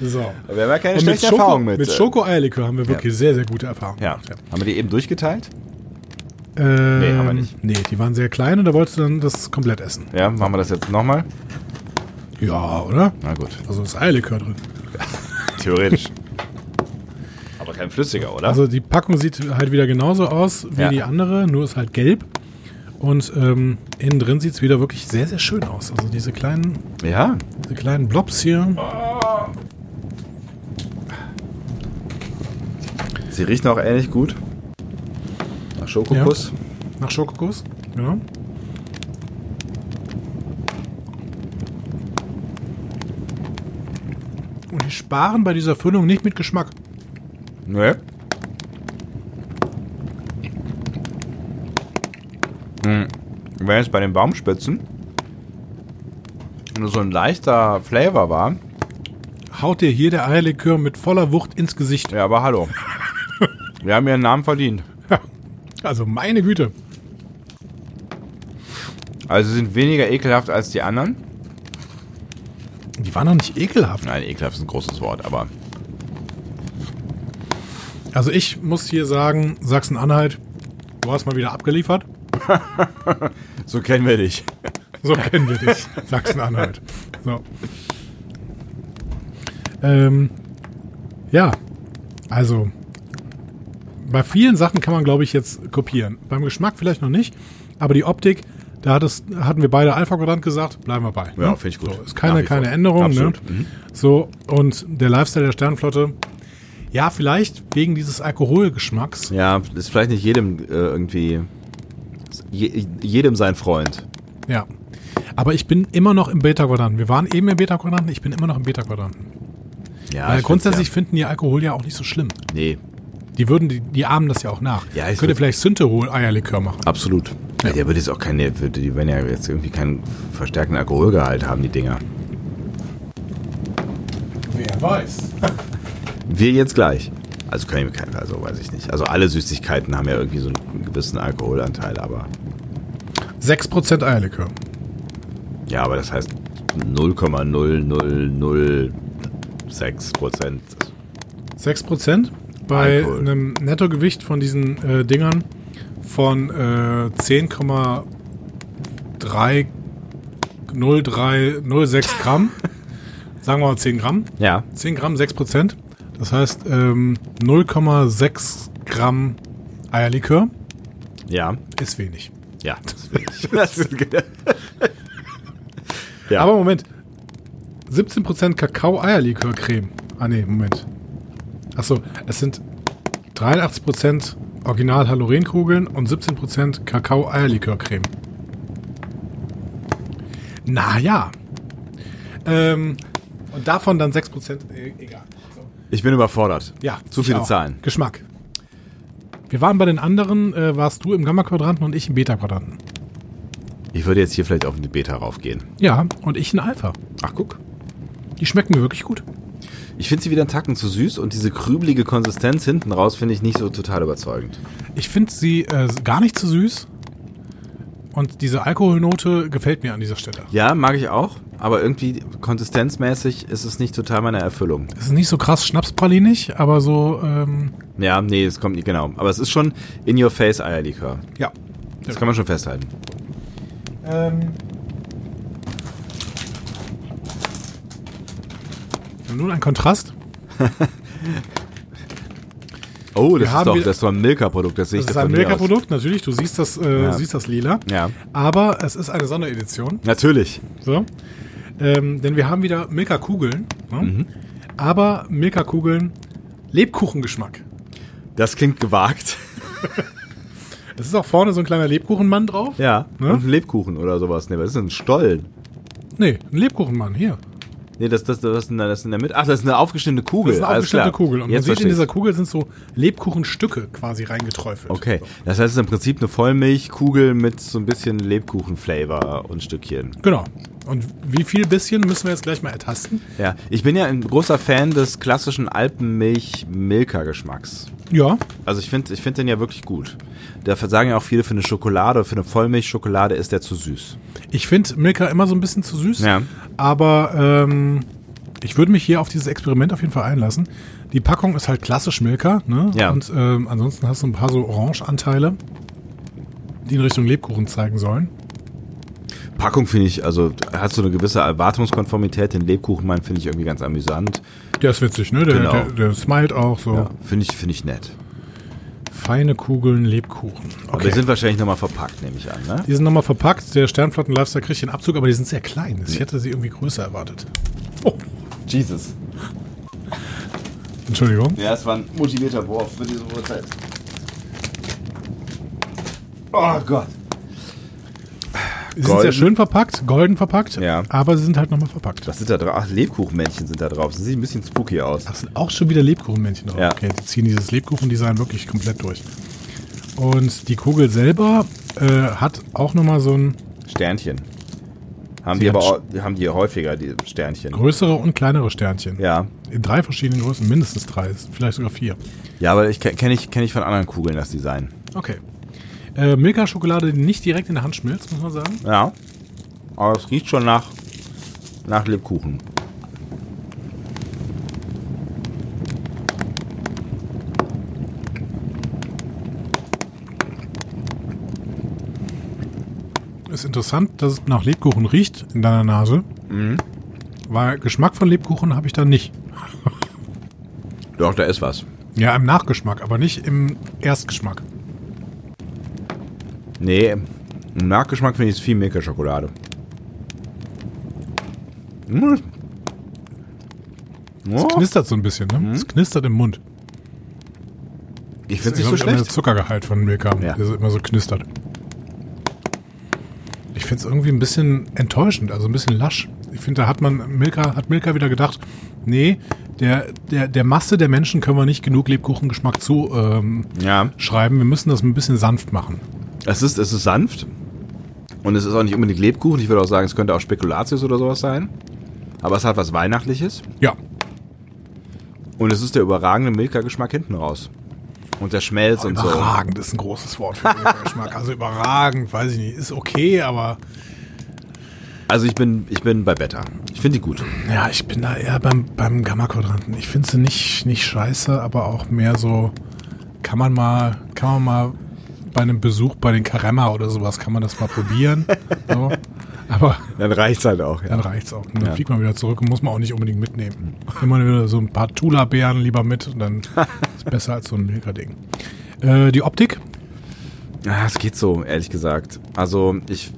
B: So.
A: Wir haben ja keine
B: Und mit
A: schlechte
B: Schoko,
A: Erfahrung mit.
B: Mit
A: äh,
B: Schoko-Eierlikör haben wir wirklich sehr, sehr gute Erfahrungen
A: Ja.
B: gemacht.
A: Haben wir die eben durchgeteilt?
B: Ähm,
A: Nee, haben wir nicht.
B: Nee, die waren sehr klein und da wolltest du dann das komplett essen.
A: Ja, machen wir das jetzt nochmal?
B: Ja, oder?
A: Na gut,
B: Also ist Eierlikör drin.
A: theoretisch. Aber kein flüssiger, oder?
B: Also die Packung sieht halt wieder genauso aus wie
A: Ja.
B: die andere, nur ist halt gelb. Und ähm, innen drin sieht es wieder wirklich sehr, sehr schön aus. Also diese kleinen,
A: ja.
B: diese kleinen Blobs hier.
A: Sie riechen auch ähnlich gut. Nach Schokokuss.
B: Nach Schokokuss. Genau. Und die sparen bei dieser Füllung nicht mit Geschmack.
A: Nee. Hm. Wenn jetzt bei den Baumspitzen nur so ein leichter Flavor war,
B: Haut dir hier der Eierlikör mit voller Wucht ins Gesicht.
A: ja, aber *laughs* hallo. Wir haben ihren Namen verdient.
B: Also meine Güte.
A: Also sie sind weniger ekelhaft als die anderen.
B: Die waren doch nicht ekelhaft.
A: Nein, ekelhaft ist ein großes Wort, aber
B: Also ich muss hier sagen, Sachsen-Anhalt, du hast mal wieder abgeliefert.
A: so kennen wir dich.
K: *laughs*
B: So kennen wir dich, Sachsen-Anhalt. So. Ähm, ja, also bei vielen Sachen kann man, glaube ich, jetzt kopieren. Beim Geschmack vielleicht noch nicht, aber die Optik Da hat es, hatten wir beide Alpha-Quadrant gesagt, bleiben wir bei.
K: Ja,
B: ne?
K: finde ich gut.
B: So, ist keine,
K: Nach wie
B: keine
K: vor.
B: Änderung. Ne?
K: Absolut. Mhm.
B: So, und der Lifestyle der Sternenflotte, ja, vielleicht wegen dieses Alkoholgeschmacks.
A: Ja, ist vielleicht nicht jedem äh, irgendwie. Je, jedem sein Freund.
B: Ja. Aber ich bin immer noch im Beta-Quadranten. Wir waren eben im Beta-Quadranten, ich bin immer noch im Beta-Quadranten.
A: Ah, Ja,
B: Weil
A: ich
B: grundsätzlich
A: find's
B: finden die Alkohol ja auch nicht so schlimm.
A: ja. Nee,
B: Die würden, die, die ahmen das ja auch nach.
A: Ja, ich
B: Könnt ihr
A: würd-
B: vielleicht Synthehol-Eierlikör machen.
A: absolut. Ja. Der würde jetzt auch keine. würde- Die werden ja jetzt irgendwie keinen verstärkten Alkoholgehalt haben, die Dinger.
B: Wer weiß.
A: Wir jetzt gleich. Also können wir keinen, also weiß ich nicht. Also alle Süßigkeiten haben ja irgendwie so einen gewissen Alkoholanteil, aber.
B: 6% Eierlikör.
A: Ja, aber das heißt 0,0006 Prozent.
B: 6% bei
A: Alkohol.
B: einem Nettogewicht von diesen äh, Dingern von äh, 10,30306 Gramm.
A: *laughs*
B: Sagen wir mal 10 Gramm.
A: Ja.
B: 10 Gramm, 6%. Das heißt ähm, 0,6 Gramm Eierlikör
A: Ja.
B: ist wenig.
A: Ja. Das will ich. *laughs* Das ist genau- ja.
B: Aber Moment. 17% Kakao-Eierlikör-Creme. Ah ne, Moment. Achso, es sind 83% Original-Halorenkugeln und 17% Kakao-Eierlikör-Creme. Naja. Ähm, und davon dann 6%. Äh, egal. So.
A: ich bin überfordert.
B: Ja.
A: Zu
B: ich
A: viele
B: auch.
A: Zahlen.
B: Geschmack. Wir waren bei den anderen, äh, warst du im Gamma-Quadranten und ich im Beta-Quadranten.
A: Ich würde jetzt hier vielleicht auf eine Beta raufgehen.
B: Ja, und ich in Alpha.
A: Ach, guck.
B: Die schmecken mir wirklich gut.
A: Ich finde sie wieder einen Tacken zu süß und diese krümelige Konsistenz hinten raus finde ich nicht so total überzeugend.
B: Ich finde sie äh, gar nicht zu süß. Und diese Alkoholnote gefällt mir an dieser Stelle.
A: Ja, mag ich auch, aber irgendwie konsistenzmäßig ist es nicht total meine Erfüllung.
B: Es ist nicht so krass schnapspralinig, aber so, ähm,
A: Ja, nee, es kommt nicht genau. Aber es ist schon in your face Eierlikör.
B: ja.
A: Das kann man schon festhalten.
B: Ähm. Nun ein Kontrast.
A: Oh,
B: Wir
A: das ist
B: haben
A: doch,
B: wieder-
A: das ist doch ein Milka-Produkt, das sehe ich
B: Das ist
A: da
B: ein
A: von hier aus.
B: Milka-Produkt, natürlich. Du siehst das, äh,
A: Ja.
B: siehst das lila.
A: Ja.
B: Aber es ist eine Sonderedition.
A: Natürlich.
B: So. Ähm, denn wir haben wieder Milka-Kugeln. Ne?
A: Mhm.
B: Aber Milka-Kugeln Lebkuchengeschmack.
A: Das klingt gewagt.
B: Es ist auch vorne so ein kleiner Lebkuchenmann drauf.
A: *laughs* Ja.
B: Ne?
A: Und ein Lebkuchen oder sowas. Nee, was ist denn ein Stollen?
B: Nee, ein Lebkuchenmann, hier.
A: Nee, das, das, das, das, das ist in der Mitte. Ach, das ist eine aufgeschnittene Kugel.
B: Das ist eine
A: Alles
B: aufgeschnittene
A: klar.
B: Kugel. Und
A: Jetzt
B: man sieht, in
A: verstehe
B: dieser
A: ich.
B: Kugel sind so Lebkuchenstücke quasi reingeträufelt.
A: Okay, das heißt, es ist im Prinzip eine Vollmilchkugel mit so ein bisschen Lebkuchen-Flavor und Stückchen.
B: Genau. Und wie viel bisschen müssen wir jetzt gleich mal ertasten?
A: Ja, ich bin ja ein großer Fan des klassischen Alpenmilch-Milka-Geschmacks.
B: Ja.
A: Also ich finde ich find den ja wirklich gut. Da sagen ja auch viele, für eine Schokolade, für eine Vollmilchschokolade ist der zu süß.
B: Ich finde Milka immer so ein bisschen zu süß.
A: Ja.
B: Aber ähm, ich würde mich hier auf dieses Experiment auf jeden Fall einlassen. Die Packung ist halt klassisch Milka. Ne?
A: Ja.
B: Und ähm, ansonsten hast du ein paar so Orange-Anteile, die in Richtung Lebkuchen zeigen sollen.
A: Packung finde ich, also hat so eine gewisse Erwartungskonformität. Den Lebkuchenmann finde ich irgendwie ganz amüsant.
B: Der ist witzig, ne? Der,
A: Genau.
B: der, der smilet auch so.
A: Ja, finde ich, finde ich nett.
B: Feine Kugeln Lebkuchen.
A: Aber die sind wahrscheinlich nochmal verpackt, nehme ich an, ne?
B: Die sind nochmal verpackt. Der Sternflotten Lifestyle kriegt den Abzug, aber die sind sehr klein. Ich hätte sie irgendwie größer erwartet. Oh,
A: Jesus.
B: Entschuldigung.
A: Ja, es war ein motivierter Wurf für diese Uhrzeit. Oh Gott.
B: Sie sind sehr
A: Golden.
B: schön verpackt, golden verpackt,
A: Ja.
B: aber sie sind halt nochmal verpackt.
A: Was sind da drauf? Ach, Lebkuchenmännchen sind da drauf. Das sieht ein bisschen spooky aus.
B: Das sind auch schon wieder Lebkuchenmännchen drauf.
A: Ja.
B: Okay, die ziehen dieses Lebkuchendesign wirklich komplett durch. Und die Kugel selber äh, hat auch nochmal so ein
A: Sternchen. Haben
B: Sie
A: die
B: hat
A: aber auch, haben die häufiger, die Sternchen.
B: größere und kleinere Sternchen.
A: Ja.
B: In drei verschiedenen Größen, mindestens drei, vielleicht sogar vier.
A: Ja, aber ich kenne ich, kenn ich von anderen Kugeln das Design.
B: Okay. Äh, Milka-Schokolade, die nicht direkt in der Hand schmilzt, muss man sagen.
A: Ja. Aber es riecht schon nach, nach Lebkuchen.
B: Ist interessant, dass es nach Lebkuchen riecht in deiner Nase.
A: Mhm.
B: Weil Geschmack von Lebkuchen habe ich da nicht.
A: Doch, da ist was.
B: Ja, im Nachgeschmack, aber nicht im Erstgeschmack.
A: Nee, Im Nachgeschmack finde ich es viel milker Schokolade. Hm. Oh.
B: Es knistert so ein bisschen, ne?
A: Mhm.
B: Es knistert im Mund.
A: Ich
B: Das
A: finde es
B: ist,
A: nicht so
B: glaub ich, immer
A: schlecht.
B: Der Zuckergehalt von Milka,
A: Ja.
B: der so immer so knistert. Ich finde es irgendwie ein bisschen enttäuschend, also ein bisschen lasch. Ich finde, da hat man Milka, hat Milka wieder gedacht, nee, der, der, der Masse der Menschen können wir nicht genug Lebkuchengeschmack zu ähm,
A: Ja.
B: schreiben. Wir müssen das ein bisschen sanft machen.
A: Es ist, es ist sanft. Und es ist auch nicht unbedingt Lebkuchen. Ich würde auch sagen, es könnte auch Spekulatius oder sowas sein. Aber es hat was Weihnachtliches.
B: Ja.
A: Und es ist der überragende Milka-Geschmack hinten raus. Und der Schmelz und so.
B: Überragend ist ein großes Wort für Milka-Geschmack. also überragend, weiß ich nicht, ist okay, aber
A: Also ich bin, ich bin bei Beta. Ich finde die gut.
B: ja, ich bin da eher beim, beim Gamma-Quadranten. Ich finde sie nicht, nicht scheiße, aber auch mehr so, kann man mal, kann man mal bei einem Besuch bei den Karemma oder sowas, kann man das mal probieren. *laughs* so. Aber
A: Dann reicht's halt auch.
B: dann reicht's auch. Dann
A: Ja.
B: fliegt man wieder zurück und muss man auch nicht unbedingt mitnehmen. Immer wieder so ein paar Tula-Bären lieber mit, und *laughs* dann ist besser als so ein Milka-Ding. Äh, die Optik,
A: Ja, es geht so, ehrlich gesagt. Also ich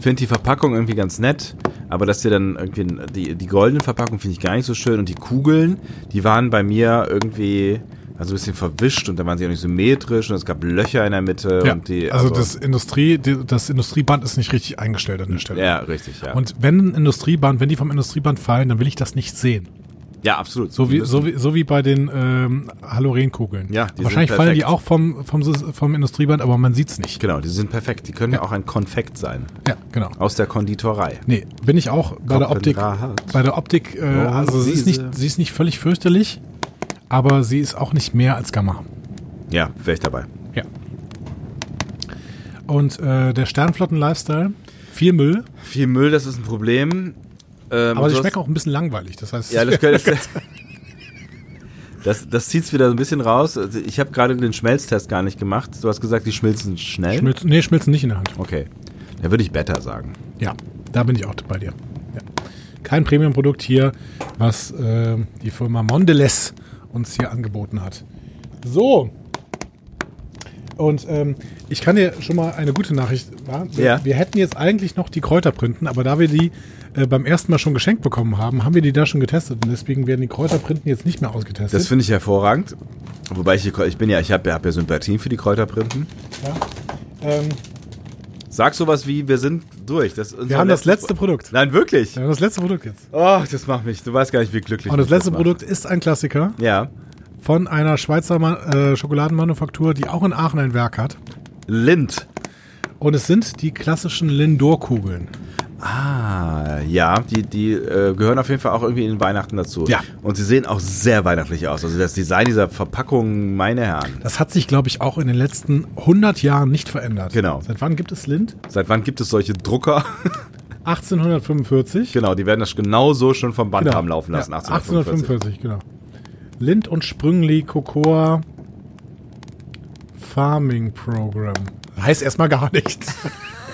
A: finde die Verpackung irgendwie ganz nett, aber dass dir dann irgendwie die, die goldene Verpackung finde ich gar nicht so schön und die Kugeln, die waren bei mir irgendwie also ein bisschen verwischt und dann waren sie auch nicht symmetrisch und es gab Löcher in der Mitte
B: ja,
A: und die
B: also, das Industrie, die, das Industrieband ist nicht richtig eingestellt an der Stelle.
A: ja richtig ja
B: Und wenn ein Industrieband, wenn die vom Industrieband fallen, dann will ich das nicht sehen.
A: ja absolut
B: So wie, so wie, so wie bei den ähm, Halorenkugeln.
A: Ja, die sind
B: Wahrscheinlich fallen die
A: perfekt.
B: auch vom, vom, vom Industrieband, aber man sieht's nicht.
A: genau die sind perfekt die können ja auch ein Konfekt sein
B: Ja, genau.
A: aus der Konditorei
B: Nee, bin ich auch bei der Optik.
A: Koppenrad.
B: Bei der Optik, äh,
A: Oh,
B: also sie ist,
A: diese.
B: nicht, sie ist nicht völlig fürchterlich, aber sie ist auch nicht mehr als Gamma.
A: ja wäre ich dabei
B: Ja. Und äh, der Sternflotten-Lifestyle, viel Müll,
A: viel Müll das ist ein Problem Ähm,
B: aber sie
A: sowas-
B: schmeckt auch ein bisschen langweilig. Das heißt, *laughs*
A: Ja, das könnte das, das, das zieht's wieder so ein bisschen raus. Also ich habe gerade den Schmelztest gar nicht gemacht. Du hast gesagt, die schmilzen schnell.
B: Schmilzen, nee, schmilzen nicht in der Hand.
A: okay. Da würde ich Better sagen.
B: Ja, da bin ich auch bei dir. Ja. Kein Premium-Produkt hier, was äh, die Firma Mondelez uns hier angeboten hat. So. Und ähm, ich kann dir schon mal eine gute Nachricht machen. Wir,
A: Ja.
B: wir hätten jetzt eigentlich noch die Kräuterprinten, aber da wir die äh, beim ersten Mal schon geschenkt bekommen haben, haben wir die da schon getestet. Und deswegen werden die Kräuterprinten jetzt nicht mehr ausgetestet.
A: Das finde ich hervorragend. Wobei ich, ich bin ja, ich habe hab ja Sympathien für die Kräuterprinten.
B: ähm,
A: Sag sowas wie, wir sind durch. Das ist unser
B: wir haben das
A: letztes
B: letzte Produkt.
A: Pro- Nein, wirklich.
B: Wir haben das letzte Produkt jetzt.
A: Oh, das macht mich. Du weißt gar nicht, wie glücklich.
B: Und das
A: mich
B: letzte
A: macht.
B: Produkt ist ein Klassiker.
A: Ja.
B: von einer Schweizer Ma äh, Schokoladenmanufaktur, die auch in Aachen ein Werk hat.
A: Lind.
B: Und es sind die klassischen Lindor-Kugeln.
A: Ah, ja, die, die äh, gehören auf jeden Fall auch irgendwie in Weihnachten dazu.
B: Ja.
A: Und sie sehen auch sehr weihnachtlich aus. Also das Design dieser Verpackung, meine Herren.
B: Das hat sich, glaube ich, auch in den letzten 100 Jahren nicht verändert.
A: Genau.
B: Seit wann gibt es Lind?
A: Seit wann gibt es solche Drucker?
B: 1845.
A: *laughs* genau, die werden das genau so schon vom Band haben laufen lassen.
B: Ja,
A: 1845.
B: 1845, genau. Lind und Sprüngli Cocoa Farming Program. Heißt erstmal gar
A: *laughs*
B: nichts.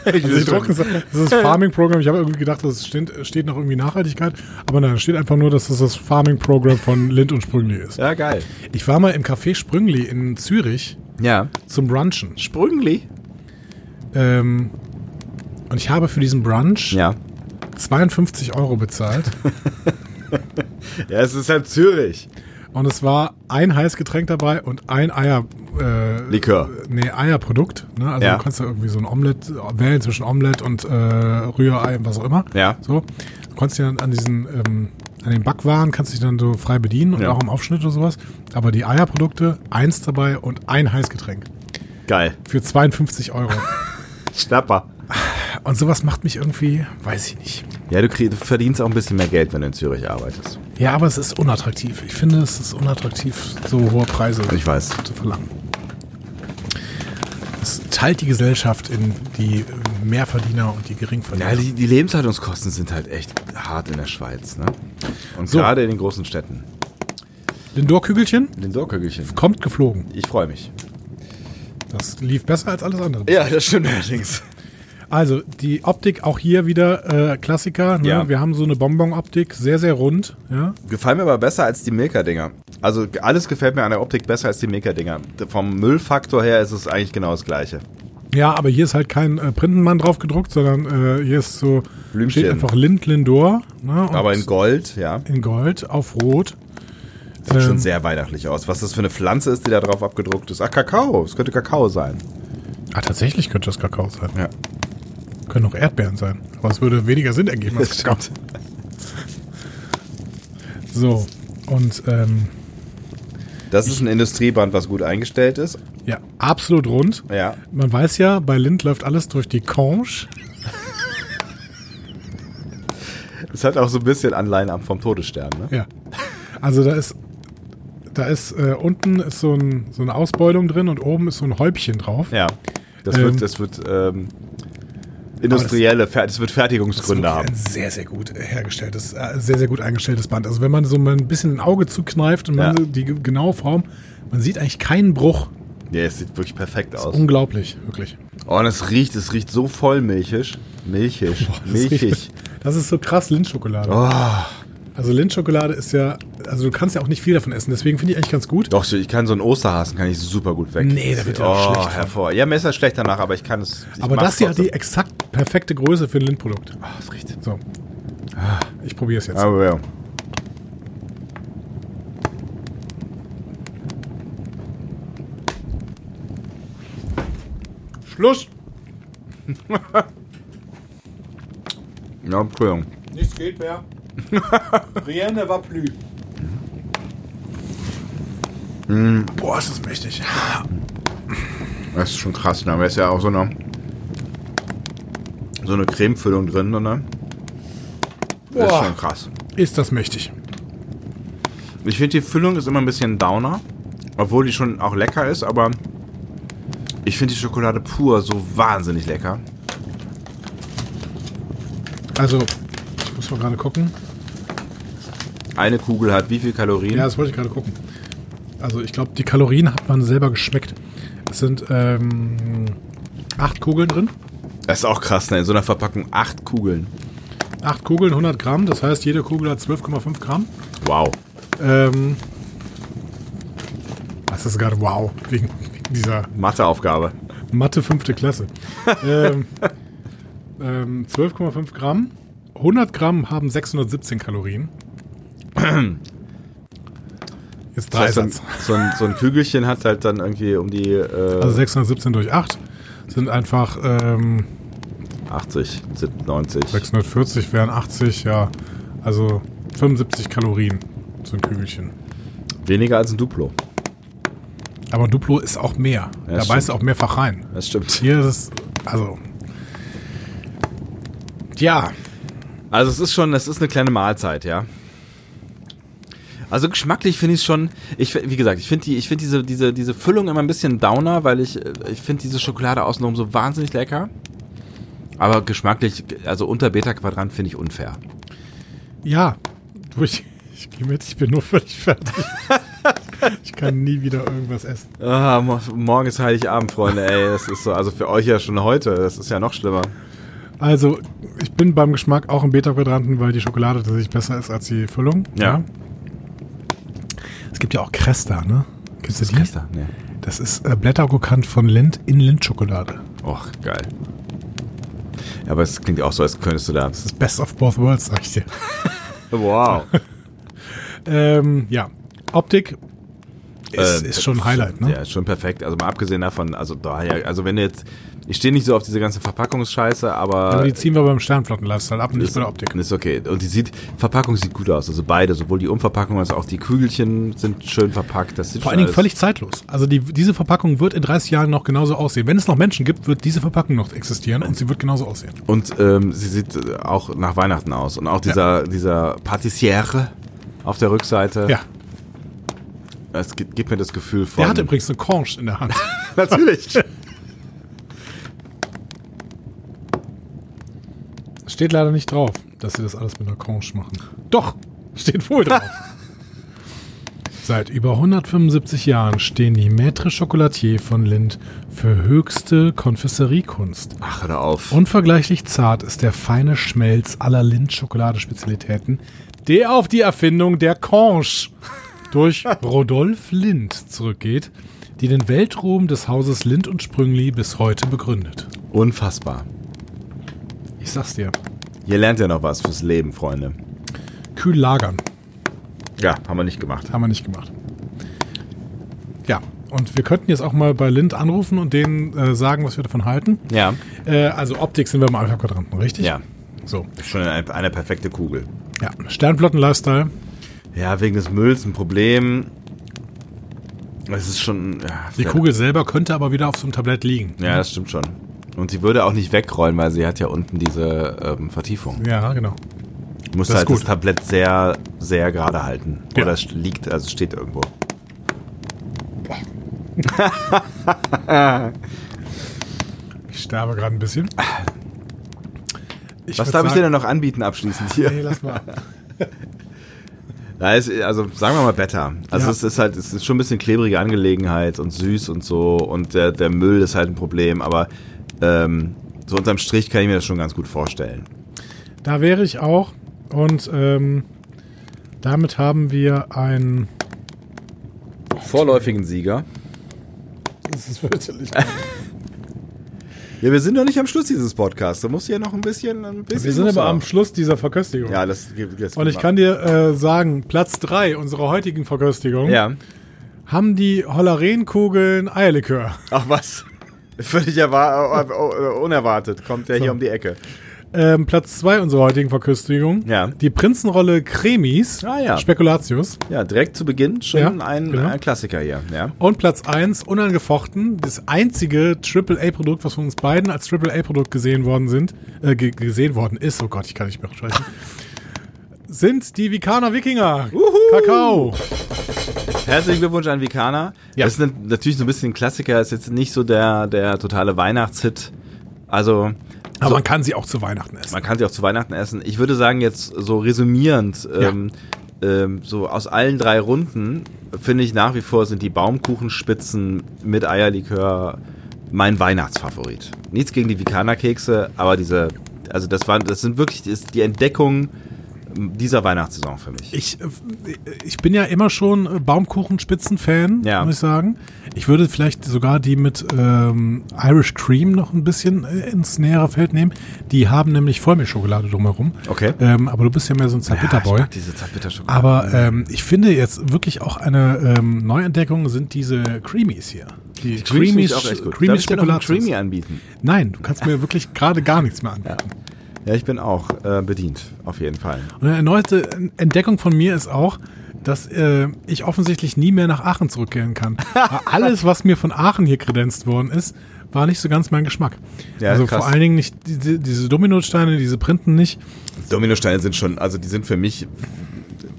B: Also ich drucken, das ist das Farming Program. Ich habe irgendwie gedacht, das steht, steht noch irgendwie Nachhaltigkeit. Aber nein, da steht einfach nur, dass das das Farming Program von Lind und Sprüngli ist.
A: Ja, geil.
B: Ich war mal im Café Sprüngli in Zürich
A: Ja.
B: zum Brunchen.
A: Sprüngli.
B: Ähm, und ich habe für diesen Brunch
A: Ja.
B: 52 Euro bezahlt.
A: Ja, es ist halt Zürich.
B: und es war ein Heißgetränk dabei und ein Eier. Äh,
A: Likör.
B: Nee, Eierprodukt. Ne? Also
A: Ja.
B: du kannst ja irgendwie so ein Omelett wählen zwischen Omelett und äh, Rührei und was auch immer.
A: Ja.
B: So. Du konntest dich dann an diesen, ähm, an den Backwaren kannst dich dann so frei bedienen und
A: Ja.
B: auch im Aufschnitt oder sowas. Aber die Eierprodukte, eins dabei und ein Heißgetränk.
A: Geil.
B: Für
A: *laughs*
B: 52 Euro.
A: Schnapper.
B: Und sowas macht mich irgendwie, weiß ich nicht.
A: Ja, du, krieg, du verdienst auch ein bisschen mehr Geld, wenn du in Zürich arbeitest.
B: Ja, aber es ist unattraktiv. Ich finde, es ist unattraktiv, so hohe Preise
A: Ich weiß.
B: zu verlangen. Es teilt die Gesellschaft in die äh, Mehrverdiener und die Geringverdiener.
A: Ja, die, die Lebenshaltungskosten sind halt echt hart in der Schweiz, ne? Und
B: So.
A: gerade in den großen Städten.
B: Lindor-Kügelchen
A: In den Dorkögelchen.
B: kommt geflogen.
A: Ich freue mich.
B: Das lief besser als alles andere.
A: Ja, das stimmt allerdings.
B: Also, die Optik auch hier wieder äh, Klassiker. Ne?
A: Ja.
B: Wir haben so eine Bonbon-Optik, sehr, sehr rund. Ja?
A: Gefallen mir aber besser als die Milka-Dinger. Also alles gefällt mir an der Optik besser als die Milka-Dinger. Vom Müllfaktor her ist es eigentlich genau das gleiche.
B: Ja, aber hier ist halt kein äh, Printenmann drauf gedruckt, sondern äh, hier ist so
A: Blümchen.
B: steht einfach Lind Lindor. Ne, und
A: Aber in Gold, ja.
B: in Gold auf Rot.
A: Sieht schon
B: Ähm,
A: sehr weihnachtlich aus. Was das für eine Pflanze ist, die da drauf abgedruckt ist. Ach, Kakao. Es könnte Kakao sein.
B: Ah, tatsächlich könnte das Kakao sein.
A: Ja.
B: Können auch Erdbeeren sein. Aber es würde weniger Sinn ergeben als Kakao. So, und ähm,
A: Das ist ein Industrieband, was gut eingestellt ist.
B: ja, absolut rund.
A: Ja.
B: Man weiß ja, bei Lind läuft alles durch die Conche.
A: Es hat auch so ein bisschen Anleihen am vom Todesstern, ne?
B: Ja. Also da ist, da ist äh, unten ist so, ein, so eine Ausbeulung drin und oben ist so ein Häubchen drauf.
A: Ja. Das
B: Ähm.
A: wird, das wird, ähm, industrielle, Fer- das wird Fertigungsgründe
B: Das ist wirklich
A: haben.
B: Ein sehr, sehr gut hergestelltes, äh, sehr, sehr gut eingestelltes Band. Also wenn man so mal ein bisschen ein Auge zukneift und man
A: Ja.
B: so die ge- genaue Form, man sieht eigentlich keinen Bruch.
A: Ja, es sieht wirklich perfekt aus.
B: Unglaublich, wirklich.
A: Oh, und es riecht, es riecht so voll milchig. Milchig, milchig. Oh.
B: Das ist so krass Lindschokolade. Also Lindschokolade ist ja, also du kannst ja auch nicht viel davon essen, deswegen finde ich eigentlich ganz gut.
A: Doch, so, ich kann so einen Osterhasen, kann ich super gut weg.
B: Nee, da wird ja auch
A: oh,
B: schlecht von.
A: hervor. Ja, mir ist das schlecht danach, aber ich kann es. Ich
B: Aber das
A: mach's
B: hier hat die
A: trotzdem.
B: exakt perfekte Größe für ein Lindprodukt.
A: Oh, das riecht.
B: So.
A: Ah.
B: Ich probiere es jetzt.
A: Aber ja. Schluss! ja, Entschuldigung.
L: Nichts geht mehr.
A: *laughs*
L: Rien ne va plus.
B: Boah, ist das mächtig.
A: Das ist schon krass, ne? Aber ist ja auch so eine. So eine Cremefüllung drin, ne? Das ist
B: Boah.
A: schon krass.
B: Ist das mächtig.
A: Ich finde, die Füllung ist immer ein bisschen downer, obwohl die schon auch lecker ist, aber ich finde die Schokolade pur so wahnsinnig lecker.
B: Also, ich muss mal gerade gucken.
A: Eine Kugel hat wie viel Kalorien?
B: Ja, das wollte ich gerade gucken. Also ich glaube, die Kalorien hat man selber geschmeckt. Es sind ähm, acht Kugeln drin.
A: Das ist auch krass, ne? In so einer Verpackung acht Kugeln.
B: Acht Kugeln, 100 Gramm. Das heißt, jede Kugel hat 12,5 Gramm.
A: Wow.
B: Ähm, das ist gerade wow, wegen, wegen dieser
A: Matheaufgabe.
B: Mathe fünfte Klasse. ähm, ähm, 12,5 Gramm. 100 Gramm haben 617 Kalorien. Jetzt drei
A: Das heißt,
B: Satz.
A: so, ein, so, ein, so ein Kügelchen hat halt dann irgendwie um die äh,
B: Also 617 durch 8 sind einfach ähm,
A: 80, 70, 90.
B: 640 wären 80, ja. Also 75 Kalorien so ein Kügelchen.
A: Weniger als ein Duplo.
B: Aber Duplo ist auch
A: Ja,
B: mehr. da
A: stimmt.
B: beißt du auch mehrfach rein.
A: Das stimmt.
B: Hier ist es, also. Ja,
A: Also es ist schon, es ist eine kleine Mahlzeit, ja. Also geschmacklich finde ich es schon, ich, fi- wie gesagt, ich finde die, ich finde diese, diese, diese Füllung immer ein bisschen downer, weil ich, äh, ich finde diese Schokolade außenrum so wahnsinnig lecker. Aber geschmacklich, also unter Beta-Quadrant finde ich unfair.
B: ja. Du, ich, ich gehe mit, ich bin nur
A: *laughs*
B: völlig fertig. ich kann nie wieder irgendwas essen.
A: Ah, mo- morgen ist Heiligabend, Freunde, ey. Das ist so, also für euch ja schon heute, das ist ja noch schlimmer.
B: Also, ich bin beim Geschmack auch im Beta-Quadranten, weil die Schokolade tatsächlich besser ist als die Füllung.
A: Ja.
B: Es gibt ja auch Cresta, ne? Kennst du die?
A: Gestern, ne.
B: Das ist äh, Blätterkrokant von Lind in Lindschokolade.
A: Och, geil. Ja, aber es klingt auch so, als könntest du da.
B: Das ist Best of Both Worlds, sag
A: *laughs*
B: ich dir.
A: Wow.
B: Ähm, ja. Optik ist,
A: Ähm,
B: ist schon ein Highlight, ne?
A: Ja, ist schon perfekt. Also mal abgesehen davon, also daher, also wenn du jetzt, ich stehe nicht so auf diese ganze Verpackungsscheiße, aber,
B: Aber die ziehen wir beim Sternflotten-Lifestyle ab und nicht
A: ist,
B: bei der Optik.
A: ist okay. Und die sieht, Verpackung sieht gut aus. Also beide, sowohl die Umverpackung als auch die Kügelchen sind schön verpackt. Das sieht
B: Vor
A: schon
B: allen Dingen
A: alles-
B: völlig zeitlos. Also die, diese Verpackung wird in 30 Jahren noch genauso aussehen. Wenn es noch Menschen gibt, wird diese Verpackung noch existieren und sie wird genauso aussehen.
A: Und ähm, sie sieht äh, auch nach Weihnachten aus. Und auch dieser, dieser Patissiere auf der Rückseite.
B: Ja.
A: Es gibt, gibt mir das Gefühl von.
B: Der hat übrigens eine Conch in der Hand.
A: Natürlich.
B: *laughs* Steht leider nicht drauf, dass sie das alles mit einer Conch machen. Doch, steht wohl drauf. *laughs* Seit über 175 Jahren stehen die Maître Chocolatier von Lind für höchste Konfesseriekunst.
A: Ach, hör auf.
B: Unvergleichlich zart ist der feine Schmelz aller Lind-Schokoladespezialitäten, der auf die Erfindung der Conche durch Rodolphe Lind zurückgeht, die die den Weltruhm des Hauses Lind und Sprüngli bis heute begründet.
A: Unfassbar.
B: Ich sag's dir.
A: Ihr lernt ja noch was fürs Leben, Freunde.
B: Kühl lagern.
A: Ja, haben wir nicht gemacht.
B: Haben wir nicht gemacht. Ja, und wir könnten jetzt auch mal bei Lind anrufen und denen äh, sagen, was wir davon halten.
A: Ja.
B: Äh, also Optik sind wir im Alpha-Quadranten, richtig?
A: Ja.
B: So.
A: Schon eine, eine perfekte Kugel.
B: Ja, Sternflotten-Lifestyle.
A: Ja, wegen des Mülls ein Problem. Es ist schon. Ja,
B: Die Kugel selber könnte aber wieder auf so einem Tablett liegen.
A: Ja, das stimmt schon. Und sie würde auch nicht wegrollen, weil sie hat ja unten diese ähm, Vertiefung.
B: Ja, genau.
A: Muss
B: das ist
A: halt
B: gut.
A: das Tablett sehr, sehr gerade halten.
B: Ja.
A: Oder es liegt, also es steht irgendwo.
B: Ich sterbe gerade ein bisschen.
A: Was
B: würd
A: darf ich dir
B: sagen-
A: denn noch anbieten abschließend hier?
B: Nee, lass mal.
A: Da ist, also sagen wir mal Better. Also
B: Ja.
A: es ist halt, es ist schon ein bisschen klebrige Angelegenheit und süß und so und der, der Müll ist halt ein Problem, aber ähm, so unterm Strich kann ich mir das schon ganz gut vorstellen.
B: Da wäre ich auch. Und ähm, damit haben wir ein.
A: Vorläufigen Sieger.
B: Das ist
A: *laughs*
B: fürchterlich.
A: Ja, wir sind noch nicht am Schluss dieses Podcasts. Da muss ja noch ein bisschen, ein bisschen.
B: Wir sind
A: muss
B: aber am
A: noch.
B: Schluss dieser Verköstigung.
A: Ja, das, das
B: Und ich kann dir äh, sagen, Platz 3 unserer heutigen Verköstigung
A: Ja.
B: haben die Hollerenkugeln Eierlikör.
A: Ach was. *laughs* Völlig erwar- äh, unerwartet. Kommt der hier um die Ecke.
B: Ähm, Platz 2 unserer heutigen Verköstigung,
A: Ja.
B: die Prinzenrolle Cremis,
A: Ah, ja.
B: Spekulatius.
A: Ja, direkt zu Beginn schon
B: Ja,
A: ein,
B: genau.
A: ein Klassiker hier. Ja.
B: Und Platz 1, unangefochten, das einzige AAA-Produkt, was von uns beiden als AAA-Produkt gesehen worden sind, äh, ge- gesehen worden ist, oh Gott, ich kann nicht mehr sprechen, *laughs* sind die Vikaner Wikinger. Kakao.
A: Herzlichen Glückwunsch an Vikana.
B: Ja.
A: Das ist nat- natürlich so ein bisschen ein Klassiker, ist jetzt nicht so der, der totale Weihnachtshit. Also,
B: Aber
A: so,
B: man kann sie auch zu Weihnachten essen.
A: man kann sie auch zu Weihnachten essen. Ich würde sagen, jetzt so resümierend,
B: Ja.
A: ähm, ähm, so aus allen drei Runden, finde ich nach wie vor sind die Baumkuchenspitzen mit Eierlikör mein Weihnachtsfavorit. Nichts gegen die Vikana-Kekse, aber diese, also das waren, das sind wirklich das ist die Entdeckung dieser Weihnachtssaison für mich.
B: Ich, äh, ich bin ja immer schon äh, Baumkuchenspitzen-Fan,
A: Ja.
B: muss ich sagen. Ich würde vielleicht sogar die mit ähm, Irish Cream noch ein bisschen äh, ins nähere Feld nehmen. Die haben nämlich Vollmilchschokolade drumherum.
A: Okay.
B: Ähm, aber du bist ja mehr so ein Zartbitterboy.
A: mag diese Zartbitterschokolade.
B: aber ähm, ich finde jetzt wirklich auch eine ähm, Neuentdeckung sind diese Creamies hier. Die,
A: Creamies finde ich auch echt gut. Darf
B: Creamies
A: ich dir noch einen
B: Spekulatius.
A: Creamy anbieten?
B: Nein, du kannst mir wirklich
A: *laughs*
B: gerade gar nichts mehr anbieten.
A: Ja, ich bin auch äh, bedient, auf jeden Fall.
B: Und eine erneute Entdeckung von mir ist auch, dass äh, ich offensichtlich nie mehr nach Aachen zurückkehren
A: *laughs*
B: kann. Weil Alles, was mir von Aachen hier kredenzt worden ist, war nicht so ganz mein Geschmack.
A: Ja,
B: also
A: krass.
B: vor allen Dingen nicht die- die, diese Dominosteine, diese Printen nicht.
A: Dominosteine sind schon, also die sind für mich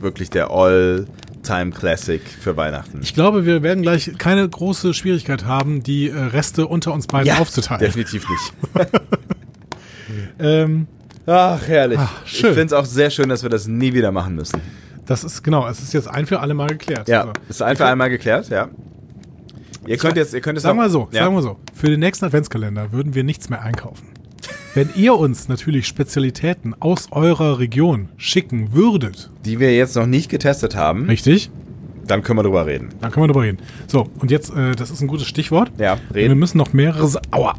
A: wirklich der All-Time-Classic für Weihnachten.
B: Ich glaube, wir werden gleich keine große Schwierigkeit haben, die äh, Reste unter uns beiden aufzuteilen.
A: definitiv nicht.
B: *laughs* Ähm,
A: Ach, herrlich.
B: Ach,
A: ich
B: Ah, schön.
A: finde es auch sehr schön, dass wir das nie wieder machen müssen.
B: das ist genau, es ist jetzt ein für alle Mal geklärt.
A: Ja,
B: Also,
A: ist einfach einmal geklärt, ja. Ihr könnt jetzt, ihr könnt es
B: Sagen wir so,
A: ja.
B: sagen wir so. Für den nächsten Adventskalender würden wir nichts mehr einkaufen. Wenn ihr uns natürlich Spezialitäten aus eurer Region schicken würdet,
A: Die wir jetzt noch nicht getestet haben,
B: richtig?
A: dann können wir drüber reden.
B: Dann können wir drüber reden. So, und jetzt, äh, das ist ein gutes Stichwort.
A: Ja, reden.
B: Wir müssen noch mehrere. Sa Aua!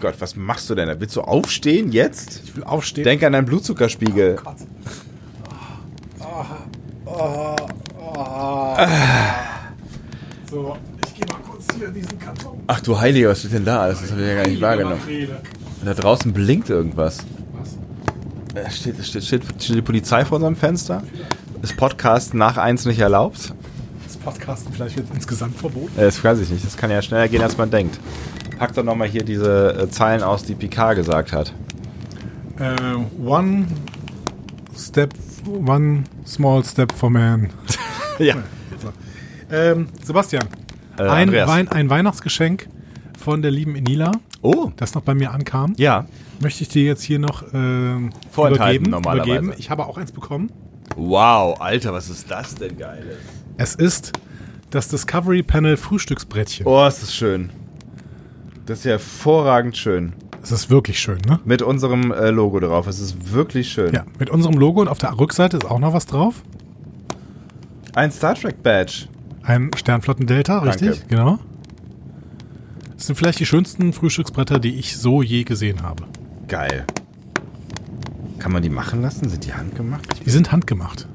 A: Gott, was machst du denn da? Willst du aufstehen jetzt?
B: Ich will aufstehen.
A: Denk an deinen Blutzuckerspiegel.
B: so, ich gehe mal kurz hier in diesen Karton.
A: Ach du Heilige, was steht denn da alles? Das habe ich ja gar nicht wahrgenommen. Da draußen blinkt irgendwas. Äh, Steht, steht, steht, steht die Polizei vor unserem Fenster? Ist Podcast nach eins nicht erlaubt?
B: Das Podcasten vielleicht jetzt insgesamt verboten.
A: Äh, Das weiß ich nicht. Das kann ja schneller gehen, als man denkt. Pack doch nochmal hier diese äh, Zeilen aus, die Picard gesagt hat.
B: Äh, one step, one small step for man.
A: *laughs* Ja.
B: Ähm, Sebastian, ein,
A: Äh, Andreas.
B: Wein, ein Weihnachtsgeschenk von der lieben Enila,
A: Oh.
B: das noch bei mir ankam.
A: Ja.
B: Möchte ich dir jetzt hier noch ähm,
A: Vorenthalten
B: übergeben,
A: normalerweise.
B: übergeben. Ich habe auch eins bekommen.
A: Wow, Alter, was ist das denn geiles?
B: Es ist das Discovery Panel Frühstücksbrettchen.
A: Oh, ist das schön. Das ist ja hervorragend schön.
B: Es ist wirklich schön, ne?
A: Mit unserem äh, Logo drauf. Es ist wirklich schön.
B: Ja, mit unserem Logo und auf der Rückseite ist auch noch was drauf.
A: Ein Star Trek Badge.
B: Ein Sternflotten-Delta, richtig?
A: Danke.
B: Genau. Das sind vielleicht die schönsten Frühstücksbretter, die ich so je gesehen habe.
A: Geil. Kann man die machen lassen? Sind die handgemacht?
B: Die sind handgemacht.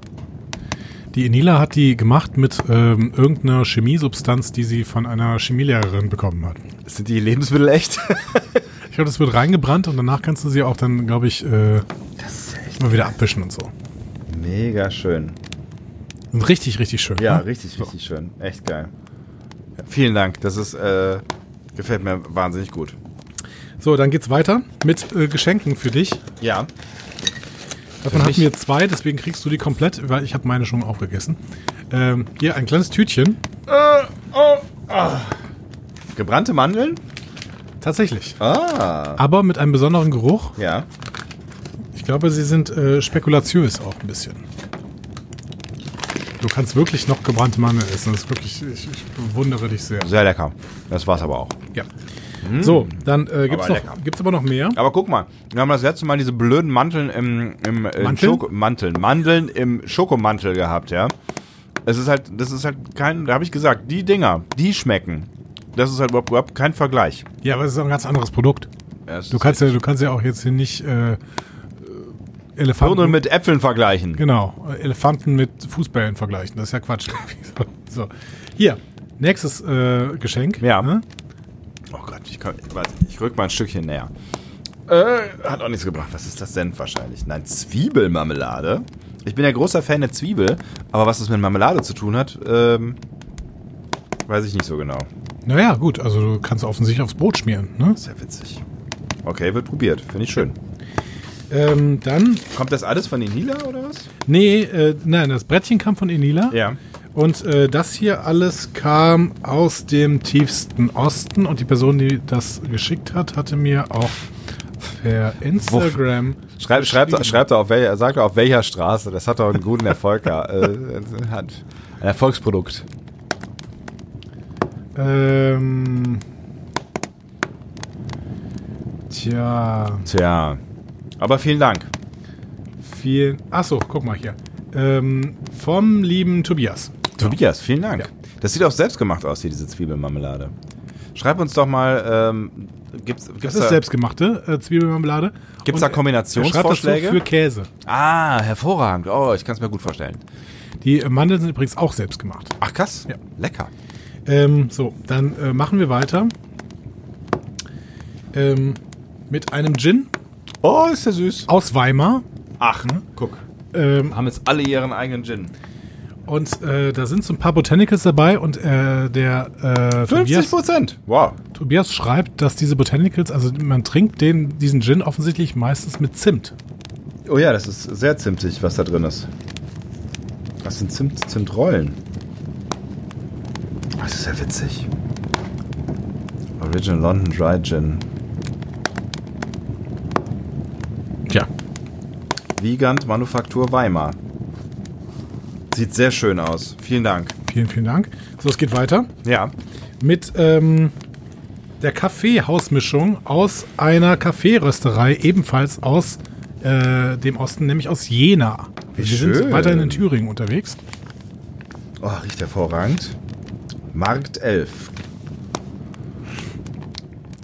B: Die Enila hat die gemacht mit ähm, irgendeiner Chemiesubstanz, die sie von einer Chemielehrerin bekommen hat.
A: Sind die Lebensmittel echt?
B: ich glaube, das wird reingebrannt und danach kannst du sie auch dann, glaube ich, äh, mal wieder abwischen und so.
A: *laughs* Mega schön.
B: Und richtig, richtig schön.
A: Ja,
B: ne?
A: richtig, richtig schön. Echt geil. Ja, vielen Dank. Das ist, äh, gefällt mir wahnsinnig gut.
B: So, dann geht's weiter mit äh, Geschenken für dich.
A: Ja.
B: Davon
A: Für
B: hatten
A: mich?
B: wir zwei, deswegen kriegst du die komplett, weil ich habe meine schon aufgegessen. Ähm, hier ein kleines Tütchen.
A: Gebrannte Mandeln?
B: Tatsächlich.
A: Ah.
B: Aber mit einem besonderen Geruch.
A: Ja.
B: Ich glaube, sie sind äh, spekulatiös auch ein bisschen. Du kannst wirklich noch gebrannte Mandeln essen. Das ist wirklich, ich, ich bewundere dich sehr.
A: Sehr lecker. Das war's aber auch.
B: Ja. So, dann äh, gibt's,
A: Hm. Aber
B: aber
A: lecker.
B: noch, gibt's aber noch mehr.
A: Aber guck mal, wir haben das letzte Mal diese blöden Manteln im, im, im
B: Manteln?
A: Schoko- Manteln, Mandeln im Schokomantel gehabt, ja. Es ist halt, das ist halt kein, da habe ich gesagt, die Dinger, die schmecken. Das ist halt überhaupt, überhaupt kein Vergleich.
B: Ja, aber es ist auch ein ganz anderes Produkt.
A: Es
B: Du
A: ist
B: kannst ja, du kannst ja auch jetzt hier nicht äh, äh, Elefanten.
A: Birnen halt mit Äpfeln vergleichen.
B: Genau, äh, Elefanten mit Fußbällen vergleichen. Das ist ja Quatsch. *laughs* so. Hier, nächstes äh, Geschenk.
A: Ja.
B: Ne?
A: Oh Gott, ich, kann, warte, ich rück mal ein Stückchen näher. Äh, hat auch nichts gebracht. Was ist das denn wahrscheinlich? Nein, Zwiebelmarmelade. Ich bin ja großer Fan der Zwiebel, aber was das mit Marmelade zu tun hat, ähm, weiß ich nicht so genau.
B: Naja, gut, also du kannst offensichtlich aufs Brot schmieren. Ne?
A: Sehr witzig. Okay, wird probiert. Finde ich schön.
B: Ähm, dann,
A: Kommt das alles von Inila oder was?
B: nee, äh, nein, das Brettchen kam von Enila.
A: Ja.
B: Und äh, das hier alles kam aus dem tiefsten Osten. Und die Person, die das geschickt hat, hatte mir auf per Instagram.
A: Schreibt schreib, schreib da auf welcher, sagt auf welcher Straße. Das hat doch einen guten Erfolg da. Äh, hat ein Erfolgsprodukt.
B: Ähm, tja.
A: Tja. Aber vielen Dank.
B: Vielen. Achso, guck mal hier. Ähm, vom lieben Tobias.
A: Tobias, vielen Dank. Das sieht auch selbstgemacht aus hier, diese Zwiebelmarmelade. Schreib uns doch mal, ähm, gibt's,
B: Das
A: gibt's
B: ist
A: da,
B: selbstgemachte äh, Zwiebelmarmelade.
A: Gibt's
B: Und
A: da
B: er-
A: Kombinationsvorschläge?
B: er schreibt dazu Für Käse.
A: Ah, hervorragend. Oh, ich kann es mir gut vorstellen.
B: Die äh, Mandeln sind übrigens auch selbstgemacht.
A: Ach krass,
B: Ja.
A: lecker.
B: Ähm, so, dann äh, machen wir weiter. Ähm, mit einem Gin
A: Oh, ist ja süß.
B: aus Weimar.
A: Ach, guck.
B: Ähm,
A: Haben jetzt alle ihren eigenen Gin.
B: und äh, da sind so ein paar Botanicals dabei und äh, der äh,
A: 50
B: Tobias,
A: Prozent. Wow.
B: Tobias schreibt, dass diese Botanicals, also man trinkt den, diesen Gin offensichtlich meistens mit Zimt.
A: Oh ja, das ist sehr zimtig, was da drin ist. Was sind Zimt, Zimtrollen? Ah, Das ist ja witzig. Original London Dry Gin.
B: Tja,
A: Wiegand Manufaktur Weimar. Sieht sehr schön aus. Vielen Dank.
B: Vielen, vielen Dank. So, es geht weiter
A: Ja.
B: mit ähm, der Kaffeehausmischung aus einer Kaffeerösterei, ebenfalls aus äh, dem Osten, nämlich aus Jena. Wir
A: schön.
B: sind weiterhin in Thüringen unterwegs.
A: Oh, riecht hervorragend. Markt 11.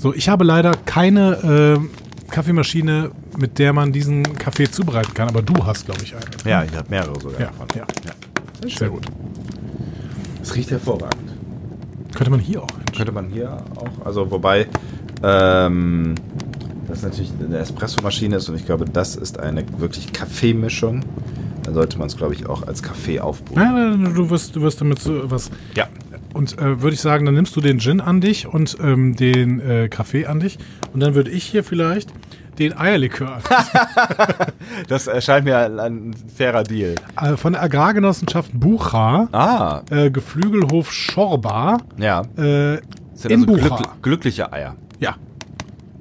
B: So, ich habe leider keine ähm, Kaffeemaschine, mit der man diesen Kaffee zubereiten kann, aber du hast, glaube ich, eine.
A: Ja, ich habe mehrere sogar
B: Ja,
A: davon.
B: ja.
A: Sehr,
B: Sehr gut.
A: Es riecht hervorragend.
B: Könnte man hier auch. hinschicken.
A: Könnte man hier auch, also wobei ähm, das natürlich eine Espressomaschine ist und ich glaube, das ist eine wirklich Kaffeemischung. Dann sollte man es, glaube ich, auch als Kaffee aufbauen.
B: Nein, nein, du wirst, du wirst damit so was
A: Ja.
B: Und äh, würde ich sagen, dann nimmst du den Gin an dich und ähm, den äh, Kaffee an dich. Und dann würde ich hier vielleicht den Eierlikör an dich.
A: *laughs* Das erscheint mir ein, ein fairer Deal.
B: äh, von der Agrargenossenschaft Bucha,
A: Ah,
B: äh, Geflügelhof Schorba
A: ja.
B: äh,
A: Sind
B: in
A: also
B: Bucha.
A: glück, glückliche Eier.
B: ja.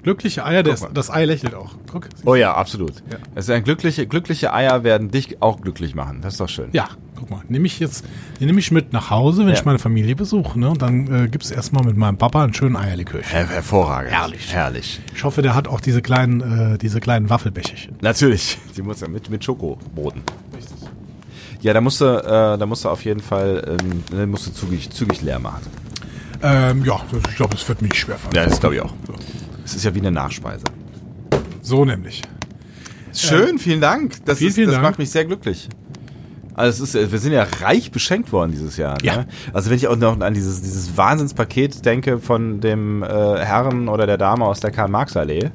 B: Glückliche Eier, das,
A: mal.
B: das Ei lächelt auch. Guck.
A: Oh ja, absolut.
B: Ja.
A: Es ist ein glückliche, glückliche Eier werden dich auch glücklich machen. Das ist doch schön.
B: Ja, guck mal. Nehme ich jetzt, den nehme ich mit nach Hause, wenn
A: Ja.
B: ich meine Familie besuche. Ne? Und dann äh, gibt es erstmal mit meinem Papa einen schönen Eierlikör.
A: Her hervorragend.
B: Herrlich.
A: Herrlich.
B: Ich hoffe, der hat auch diese kleinen, äh, diese kleinen Waffelbecherchen.
A: Natürlich. Die muss ja mit, mit Schokoboden. ne, Ja, da musst du, äh, da musst du auf jeden Fall ähm, da musst du zügig, zügig leer machen.
B: Ähm, ja, ich glaube, es wird mir nicht schwerfallen.
A: Ja, das glaube ich auch. Es ist ja wie eine Nachspeise.
B: So nämlich.
A: Schön, vielen Dank. Das,
B: vielen,
A: ist,
B: vielen
A: das
B: Dank.
A: macht mich sehr glücklich. Also es ist, äh, wir sind ja reich beschenkt worden dieses Jahr.
B: Ja.
A: Ne? Also wenn ich auch noch an dieses, dieses Wahnsinnspaket denke von dem äh, Herren oder der Dame aus der Karl-Marx-Allee.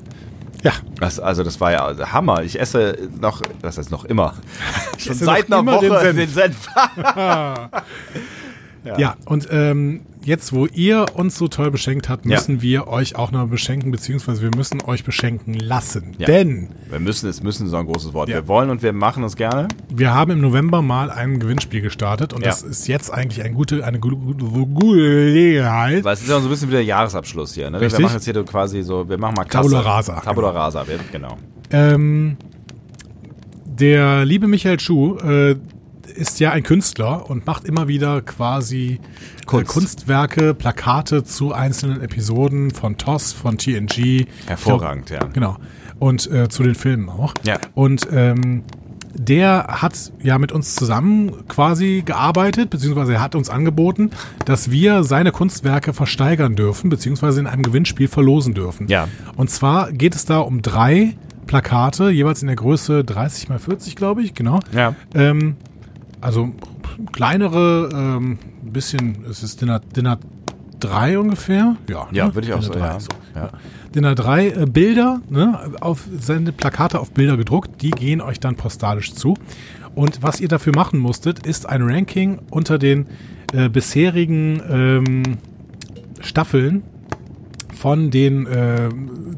B: Ja.
A: Das, also das war ja also Hammer. Ich esse noch, was heißt noch
B: *laughs*
A: immer? Schon
B: esse
A: seit
B: noch
A: einer
B: immer den
A: Woche
B: Senf.
A: den Senf. *laughs*
B: Ja, und ähm, jetzt, wo ihr uns so toll beschenkt habt,
A: Ja.
B: müssen wir euch auch noch beschenken, beziehungsweise wir müssen euch beschenken lassen. Denn
A: Wir müssen, es müssen so ein großes Wort. Wir wollen und wir machen es gerne.
B: wir haben im November mal ein Gewinnspiel gestartet und
A: Ja.
B: das ist jetzt eigentlich eine gute, eine gu- gu- gute Gelegenheit.
A: Weil es ist ja so ein bisschen wieder Jahresabschluss hier. Ne? Wir
B: Richtig.
A: machen jetzt hier quasi so, wir machen mal Kasse.
B: Tabula rasa.
A: Tabula rasa, wir- genau.
B: Ähm, der liebe Michael Schuh äh, ist ja ein Künstler und macht immer wieder quasi
A: Kunst.
B: Äh, Kunstwerke, Plakate zu einzelnen Episoden von TOS, von TNG.
A: Hervorragend, ja.
B: Genau. Und äh, zu den Filmen auch.
A: Ja.
B: Und ähm, der hat ja mit uns zusammen quasi gearbeitet, beziehungsweise er hat uns angeboten, dass wir seine Kunstwerke versteigern dürfen, beziehungsweise in einem Gewinnspiel verlosen dürfen.
A: Ja.
B: Und zwar geht es da um drei Plakate, jeweils in der Größe 30 mal 40, glaube ich, genau.
A: Ja.
B: Ähm, also kleinere, ähm, ein bisschen, es ist Dinner, Dinner 3 ungefähr. Ja,
A: Ja,
B: ne?
A: würde ich auch
B: Dinner
A: so,
B: 3,
A: ja. Ja.
B: Dinner 3 äh, Bilder, ne, auf seine Plakate auf Bilder gedruckt, die gehen euch dann postalisch zu. Und was ihr dafür machen musstet, ist ein Ranking unter den äh, bisherigen ähm, Staffeln von den äh,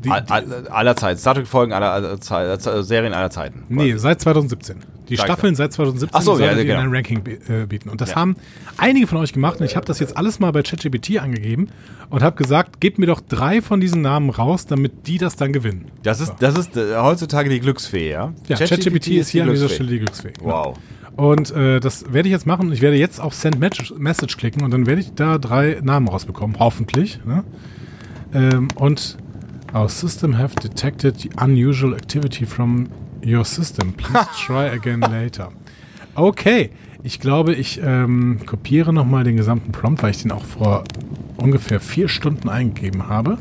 B: die,
A: All, all, aller Zeit. Star Trek-Folgen aller, aller, Zeit- äh, Serien aller Zeiten.
B: Nee, seit 2017. Die
A: Seit-
B: Staffeln seit 2017
A: Ach so, ja,
B: solltet ihr
A: genau.
B: ein Ranking bi- äh, bieten. Und das
A: Ja.
B: haben einige von euch gemacht. Und ich habe das jetzt alles mal bei ChatGPT angegeben und habe gesagt, gebt mir doch drei von diesen Namen raus, damit die das dann gewinnen.
A: Das ist, das ist äh, heutzutage die Glücksfee, ja?
B: Ja, ChatGPT ist hier
A: die
B: an dieser
A: Glücksfee.
B: Stelle die Glücksfee. genau.
A: Wow.
B: Und äh, das werde ich jetzt machen. Ich werde jetzt auf Send Message, Message klicken und dann werde ich da drei Namen rausbekommen. Hoffentlich. Ne? Ähm, und our system have detected the unusual activity from your system. Please try again later. Okay. Ich glaube, ich ähm, kopiere nochmal den gesamten Prompt, weil ich den auch vor ungefähr vier Stunden eingegeben habe.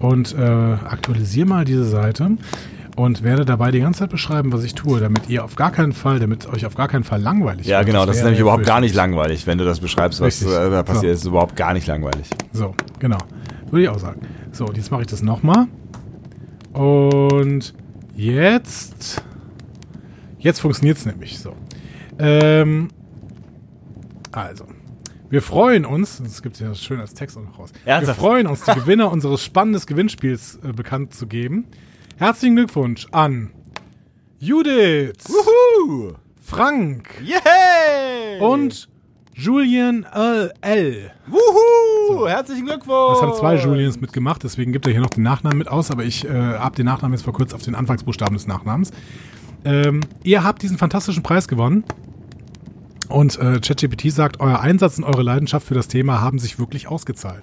B: Und äh, aktualisiere mal diese Seite und werde dabei die ganze Zeit beschreiben, was ich tue, damit ihr auf gar keinen Fall, damit euch auf gar keinen Fall langweilig
A: Ja,
B: wird.
A: genau. Das ist
B: wäre
A: nämlich
B: ja
A: überhaupt gar
B: fürchterlich.
A: nicht langweilig, wenn du das beschreibst, was
B: Richtig.
A: äh, da passiert.
B: So.
A: ist überhaupt gar nicht langweilig.
B: So, genau. Würde ich auch sagen. So, und jetzt mache ich das nochmal. Und jetzt. Jetzt funktioniert es nämlich so. Ähm, also. Wir freuen uns, das gibt es ja schön als Text auch noch raus.
A: Ernsthaft?
B: Wir freuen
A: *laughs*
B: uns, die Gewinner unseres spannenden Gewinnspiels äh, bekannt zu geben. Herzlichen Glückwunsch an Judith,
A: Wuhu!
B: Frank
A: Yay!
B: und Julian L. L.
A: Wuhu! Herzlichen Glückwunsch!
B: Das haben zwei Julians mitgemacht, deswegen gibt er hier noch den Nachnamen mit aus, aber ich äh, habe den Nachnamen jetzt vor kurzem auf den Anfangsbuchstaben des Nachnamens. Ähm, ihr habt diesen fantastischen Preis gewonnen. Und äh, ChatGPT sagt, euer Einsatz und eure Leidenschaft für das Thema haben sich wirklich ausgezahlt.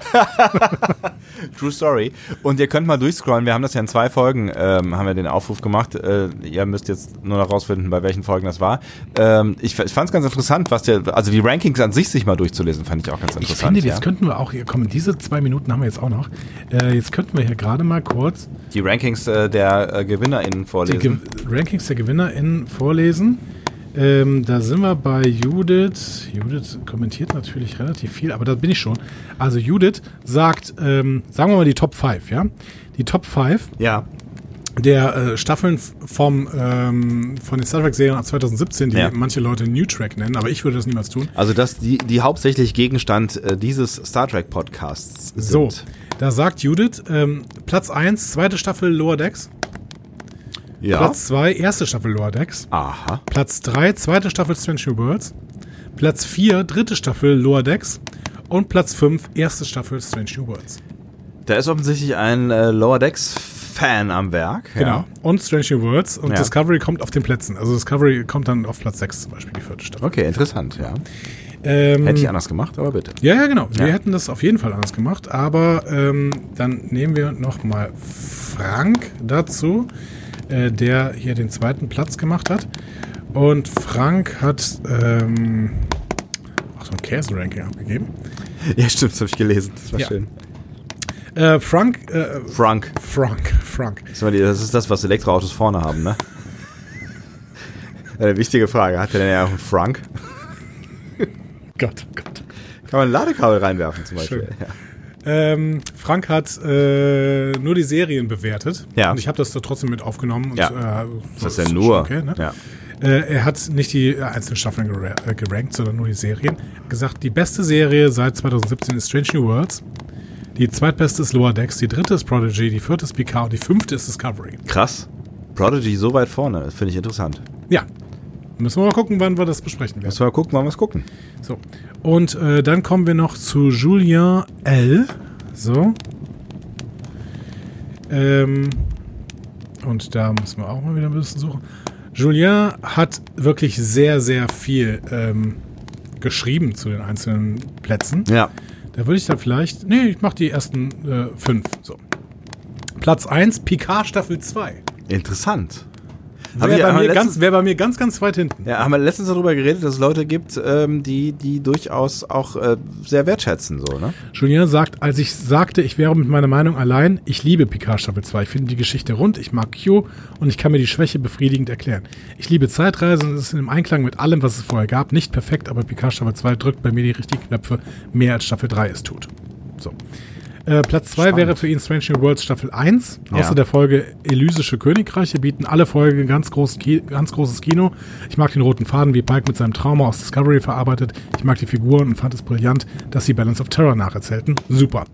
A: True Story. Und ihr könnt mal durchscrollen. Wir haben das ja in zwei Folgen, ähm, haben wir den Aufruf gemacht. Äh, ihr müsst jetzt nur noch rausfinden, bei welchen Folgen das war. Ähm, ich f- ich fand es ganz interessant, was der, also die Rankings an sich sich mal durchzulesen, fand ich auch ganz
B: Ich
A: interessant.
B: finde, jetzt
A: ja.
B: könnten wir auch hier, komm, diese zwei Minuten haben wir jetzt auch noch. Äh, jetzt könnten wir hier gerade mal kurz
A: Die Rankings äh, der äh, GewinnerInnen
B: die
A: vorlesen.
B: Ge Rankings der GewinnerInnen vorlesen. Ähm, da sind wir bei Judith. Judith kommentiert natürlich relativ viel, aber da bin ich schon. Also Judith sagt, ähm, sagen wir mal die Top 5, ja? Die Top 5
A: ja.
B: der äh, Staffeln f- vom, ähm, von den Star Trek-Serien ab 2017, die
A: Ja.
B: manche Leute New Track nennen, aber ich würde das niemals tun.
A: Also das, die, die hauptsächlich Gegenstand äh, dieses Star Trek Podcasts sind.
B: So, da sagt Judith, ähm, Platz 1, zweite Staffel Lower Decks.
A: ja.
B: Platz 2, erste Staffel Lower Decks.
A: Aha.
B: Platz 3, zweite Staffel Strange New Worlds. Platz 4, dritte Staffel Lower Decks. Und Platz 5, erste Staffel Strange New Worlds.
A: Da ist offensichtlich ein äh, Lower Decks Fan am Werk. Ja.
B: Genau. Und Strange New Worlds. Und
A: Ja.
B: Discovery kommt auf den Plätzen. Also Discovery kommt dann auf Platz 6 zum Beispiel, die vierte Staffel.
A: Okay, interessant, ja.
B: Ähm,
A: Hätte ich anders gemacht, aber bitte.
B: ja, ja, genau. Wir
A: Ja.
B: hätten das auf jeden Fall anders gemacht. Aber ähm, dann nehmen wir nochmal Frank dazu, äh, der hier den zweiten Platz gemacht hat. Und Frank hat ähm, auch so ein Käse-Ranking abgegeben.
A: *laughs*
K: Ja, stimmt, das habe ich gelesen. Das war
B: Ja.
K: schön.
B: Äh, Frank, äh,
K: Frank.
B: Frank, Frank.
A: Sag mal, Das ist das, was Elektroautos vorne haben, ne?
K: Eine wichtige Frage. Hat der denn ja auch einen Frank?
B: Gott,
K: oh
B: Gott.
K: Kann man ein Ladekabel reinwerfen zum Beispiel? Ja.
B: Ähm, Frank hat äh, nur die Serien bewertet.
K: Ja.
B: Und ich habe das da trotzdem mit aufgenommen. Und,
K: Ja.
B: äh,
K: Was heißt denn nur?
B: Okay, ne?
K: Ja.
B: äh, er hat nicht die äh, einzelnen Staffeln gera äh, gerankt, sondern nur die Serien. Gesagt, die beste Serie seit 2017 ist Strange New Worlds. Die zweitbeste ist Lower Decks, die dritte ist Prodigy, die vierte ist PK und die fünfte ist Discovery.
A: Krass. Prodigy so weit vorne, das finde ich interessant.
B: Ja. Müssen wir mal gucken, wann wir das besprechen werden.
A: Müssen wir mal gucken, wollen wir es gucken.
B: So. Und äh, dann kommen wir noch zu Julien L. So. Ähm, und da müssen wir auch mal wieder ein bisschen suchen. Julien hat wirklich sehr, sehr viel ähm, geschrieben zu den einzelnen Plätzen.
A: Ja.
B: Da würde ich da vielleicht. Nee, ich mache die ersten äh, fünf. So. Platz 1, Picard Staffel 2.
A: Interessant. Hab
B: Wäre
A: ich-
B: bei,
A: haben wir
B: mir
A: letztens-
B: ganz- wär bei mir ganz, ganz weit hinten.
A: Ja, haben wir letztens darüber geredet, dass es Leute gibt, ähm, die, die durchaus auch äh, sehr wertschätzen, so, ne?
B: Julien sagt, als ich sagte, ich wäre mit meiner Meinung allein, ich liebe Picard Staffel 2. Ich finde die Geschichte rund, ich mag Q und ich kann mir die Schwäche befriedigend erklären. Ich liebe Zeitreisen und es ist im Einklang mit allem, was es vorher gab. Nicht perfekt, aber Picard Staffel 2 drückt bei mir die richtigen Knöpfe, mehr als Staffel 3 es tut. So. Äh, Platz 2 wäre für ihn Strange New Worlds Staffel 1. Außer
A: Ja.
B: der Folge Elysische Königreiche bieten alle Folgen ganz, groß, Ki- ganz großes Kino. Ich mag den roten Faden, wie Pike mit seinem Trauma aus Discovery verarbeitet. Ich mag die Figuren und fand es brillant, dass sie Balance of Terror nacherzählten. Super.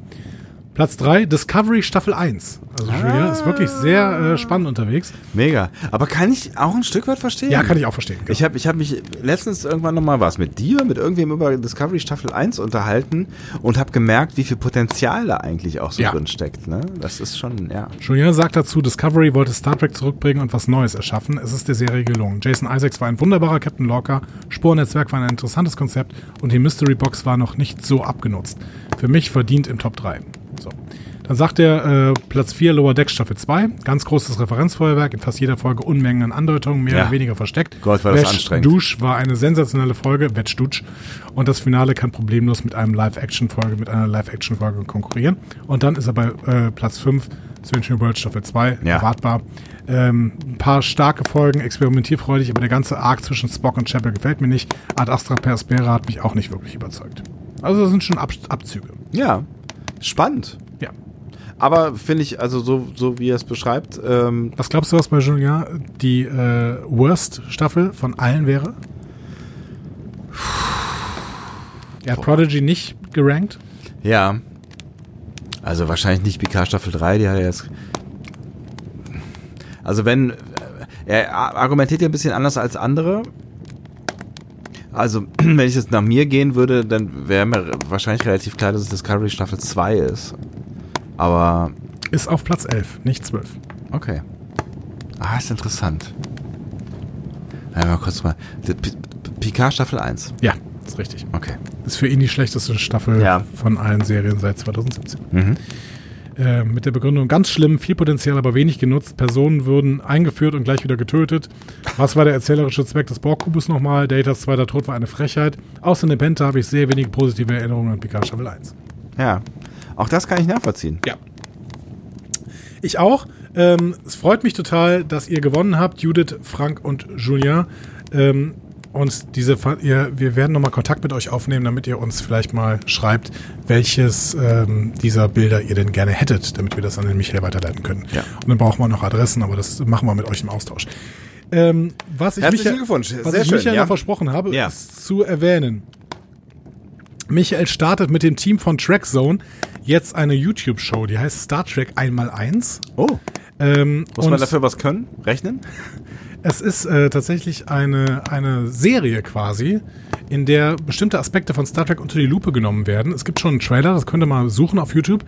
B: Platz 3, Discovery Staffel 1. Also
A: Ah.
B: Julia ist wirklich sehr äh, spannend unterwegs.
A: Mega. Aber kann ich auch ein Stück weit verstehen?
B: Ja, kann ich auch verstehen.
A: Ich habe ich hab mich letztens irgendwann nochmal was mit dir, mit irgendwem über Discovery Staffel 1 unterhalten und habe gemerkt, wie viel Potenzial da eigentlich auch so
B: Ja.
A: drin steckt. Ne? Das ist schon, ja.
B: Julien sagt dazu, Discovery wollte Star Trek zurückbringen und was Neues erschaffen. Es ist der Serie gelungen. Jason Isaacs war ein wunderbarer Captain Lorca, Spornetzwerk war ein interessantes Konzept und die Mystery Box war noch nicht so abgenutzt. Für mich verdient im Top 3. So. Dann sagt er äh, Platz 4 Lower Deck Staffel 2. Ganz großes Referenzfeuerwerk, in fast jeder Folge Unmengen an Andeutungen, mehr
A: Ja.
B: oder weniger versteckt.
A: Gott, war das
B: Batch
A: anstrengend.
B: Dusch war eine sensationelle Folge, Batch Dutsch. Und das Finale kann problemlos mit einem Live-Action-Folge, mit einer Live-Action-Folge konkurrieren. Und dann ist er bei äh, Platz 5, Strange New World Staffel 2,
A: Ja.
B: erwartbar. Ähm, ein paar starke Folgen, experimentierfreudig, aber der ganze Arc zwischen Spock und Chapel gefällt mir nicht. Ad Astra per Aspera hat mich auch nicht wirklich überzeugt. Also das sind schon Ab Abzüge.
A: Ja. Spannend.
B: Ja.
A: Aber finde ich, also so, so wie er es beschreibt, ähm,
B: Was glaubst du, was bei Julien die äh, Worst-Staffel von allen wäre? Er hat Prodigy nicht gerankt.
A: ja. Also wahrscheinlich nicht PK Staffel 3, die hat er jetzt. Also wenn. äh, Er ar- argumentiert ja ein bisschen anders als andere. Also, *clears throat* wenn ich jetzt nach mir gehen würde, dann wäre mir wahrscheinlich relativ klar, dass es Discovery Staffel 2 ist. Aber
B: Ist auf Platz 11, nicht 12.
A: Okay. Ah, ist interessant. Ja, mal kurz mal. P- P- Picard Staffel 1.
B: Ja, ist richtig.
A: Okay.
B: Ist für ihn die schlechteste Staffel
A: Ja.
B: von allen Serien seit 2017.
A: Mhm.
B: Äh, mit der Begründung ganz schlimm, viel Potenzial, aber wenig genutzt. Personen würden eingeführt und gleich wieder getötet. Was war der erzählerische Zweck des Borgkubus nochmal? Datas zweiter Tod war eine Frechheit. Außer Nepenta habe ich sehr wenige positive Erinnerungen an Picard Staffel 1.
A: Ja. Auch das kann ich nachvollziehen.
B: Ja. Ich auch. Ähm, es freut mich total, dass ihr gewonnen habt, Judith, Frank und Julien. Ähm, und diese, Fa- ihr, wir werden nochmal Kontakt mit euch aufnehmen, damit ihr uns vielleicht mal schreibt, welches ähm, dieser Bilder ihr denn gerne hättet, damit wir das an den Michael weiterleiten können.
A: Ja.
B: Und dann brauchen wir noch Adressen, aber das machen wir mit euch im Austausch. Ähm, was ich
A: Herzlichen
B: Michael-
A: Glückwunsch.
B: Was
A: Sehr
B: ich
A: schön,
B: Michael
A: ja.
B: noch versprochen habe,
A: Ja.
B: ist zu erwähnen. Michael startet mit dem Team von Trackzone jetzt eine YouTube-Show, die heißt Star Trek einmal eins.
A: Oh.
B: Ähm,
A: Muss
B: und
A: man dafür was können? Rechnen?
B: es ist äh, tatsächlich eine, eine Serie quasi, in der bestimmte Aspekte von Star Trek unter die Lupe genommen werden. Es gibt schon einen Trailer, das könnt ihr mal suchen auf YouTube.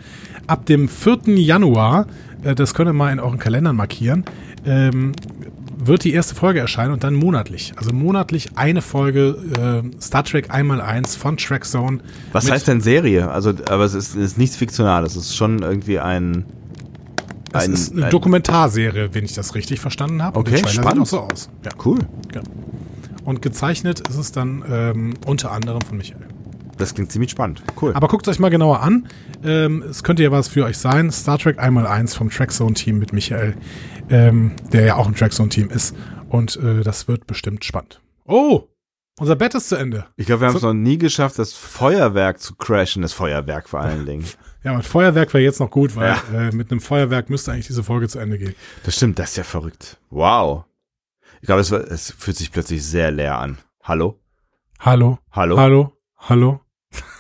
B: Ab dem 4. Januar, äh, das könnt ihr mal in euren Kalendern markieren, ähm, wird die erste Folge erscheinen und dann monatlich. Also monatlich eine Folge äh, Star Trek einmal eins von Track Zone.
A: Was
B: mit-
A: heißt denn Serie? Also, aber es ist, ist nichts Fiktionales. Es ist schon irgendwie ein.
B: Das
A: ein-
B: ist eine
A: ein-
B: Dokumentarserie, wenn ich das richtig verstanden habe. Und
A: Okay,
B: der Trailer
A: spannend.
B: Sieht auch so aus. Ja.
A: Cool.
B: Und gezeichnet ist es dann ähm, unter anderem von Michael.
A: Das klingt ziemlich spannend. Cool.
B: Aber guckt euch mal genauer an. Ähm, es könnte ja was für euch sein. Star Trek einmal eins vom Trackzone-Team mit Michael, ähm, der ja auch ein Trackzone-Team ist. Und äh, das wird bestimmt spannend. Oh, unser Bett ist zu Ende.
A: Ich glaube, wir haben es noch nie geschafft, das Feuerwerk zu crashen. Das Feuerwerk vor
B: *laughs*
A: allen Dingen.
B: Ja, mit Feuerwerk wäre jetzt noch gut, weil äh, mit einem Feuerwerk müsste eigentlich diese Folge zu Ende gehen.
A: Das stimmt, das ist ja verrückt. Wow. Ich glaube, es, war- es fühlt sich plötzlich sehr leer an. Hallo?
B: Hallo,
A: Hallo?
B: hallo, hallo.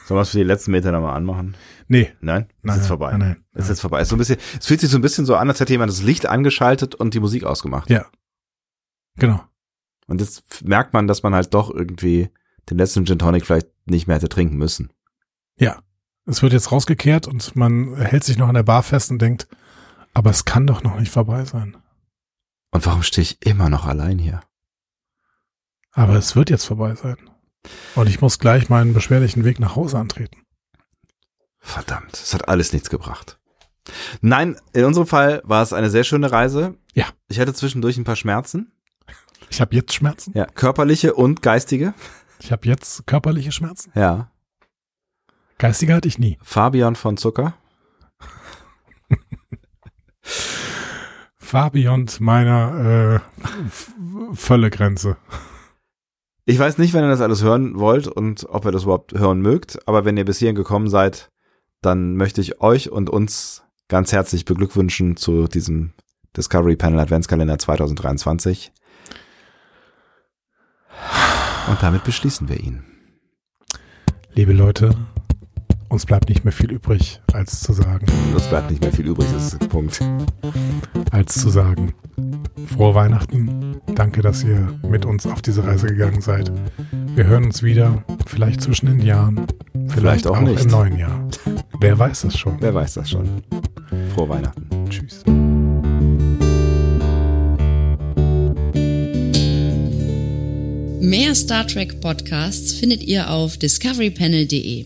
A: Sollen wir es für die letzten Meter nochmal anmachen?
B: Nee,
A: Nein?
B: Nein,
A: ist jetzt vorbei.
B: nein, nein,
A: Ist jetzt vorbei. Ist so ein bisschen, es fühlt sich so ein bisschen so an, als hätte jemand das Licht angeschaltet und die Musik ausgemacht.
B: ja. Genau.
A: Und jetzt f- merkt man, dass man halt doch irgendwie den letzten Gin Tonic vielleicht nicht mehr hätte trinken müssen.
B: Ja. Es wird jetzt rausgekehrt und man hält sich noch an der Bar fest und denkt, aber es kann doch noch nicht vorbei sein.
A: Und warum stehe ich immer noch allein hier?
B: Aber es wird jetzt vorbei sein. Und ich muss gleich meinen beschwerlichen Weg nach Hause antreten.
A: Verdammt, es hat alles nichts gebracht. Nein, in unserem Fall war es eine sehr schöne Reise.
B: Ja.
A: Ich hatte zwischendurch ein paar Schmerzen.
B: Ich habe jetzt Schmerzen.
A: Ja, körperliche und geistige.
B: Ich habe jetzt körperliche Schmerzen.
A: Ja.
B: Geistige hatte ich nie.
A: Fabian von Zucker.
B: Far beyond meiner äh, F- Völlegrenze.
A: Ich weiß nicht, wenn ihr das alles hören wollt und ob ihr das überhaupt hören mögt, aber wenn ihr bis hierhin gekommen seid, dann möchte ich euch und uns ganz herzlich beglückwünschen zu diesem Discovery Panel Adventskalender 2023. Und damit beschließen wir ihn.
B: Liebe Leute, uns bleibt nicht mehr viel übrig, als zu sagen,
A: Uns bleibt nicht mehr viel übrig, das ist der Punkt.
B: als zu sagen. Frohe Weihnachten. Danke, dass ihr mit uns auf diese Reise gegangen seid. Wir hören uns wieder, vielleicht zwischen den Jahren, vielleicht,
A: Vielleicht auch
B: auch,
A: nicht.
B: im neuen Jahr. Wer weiß das schon?
A: Wer weiß das schon. Frohe Weihnachten.
B: Tschüss.
M: Mehr Star Trek Podcasts findet ihr auf discoverypanel.de.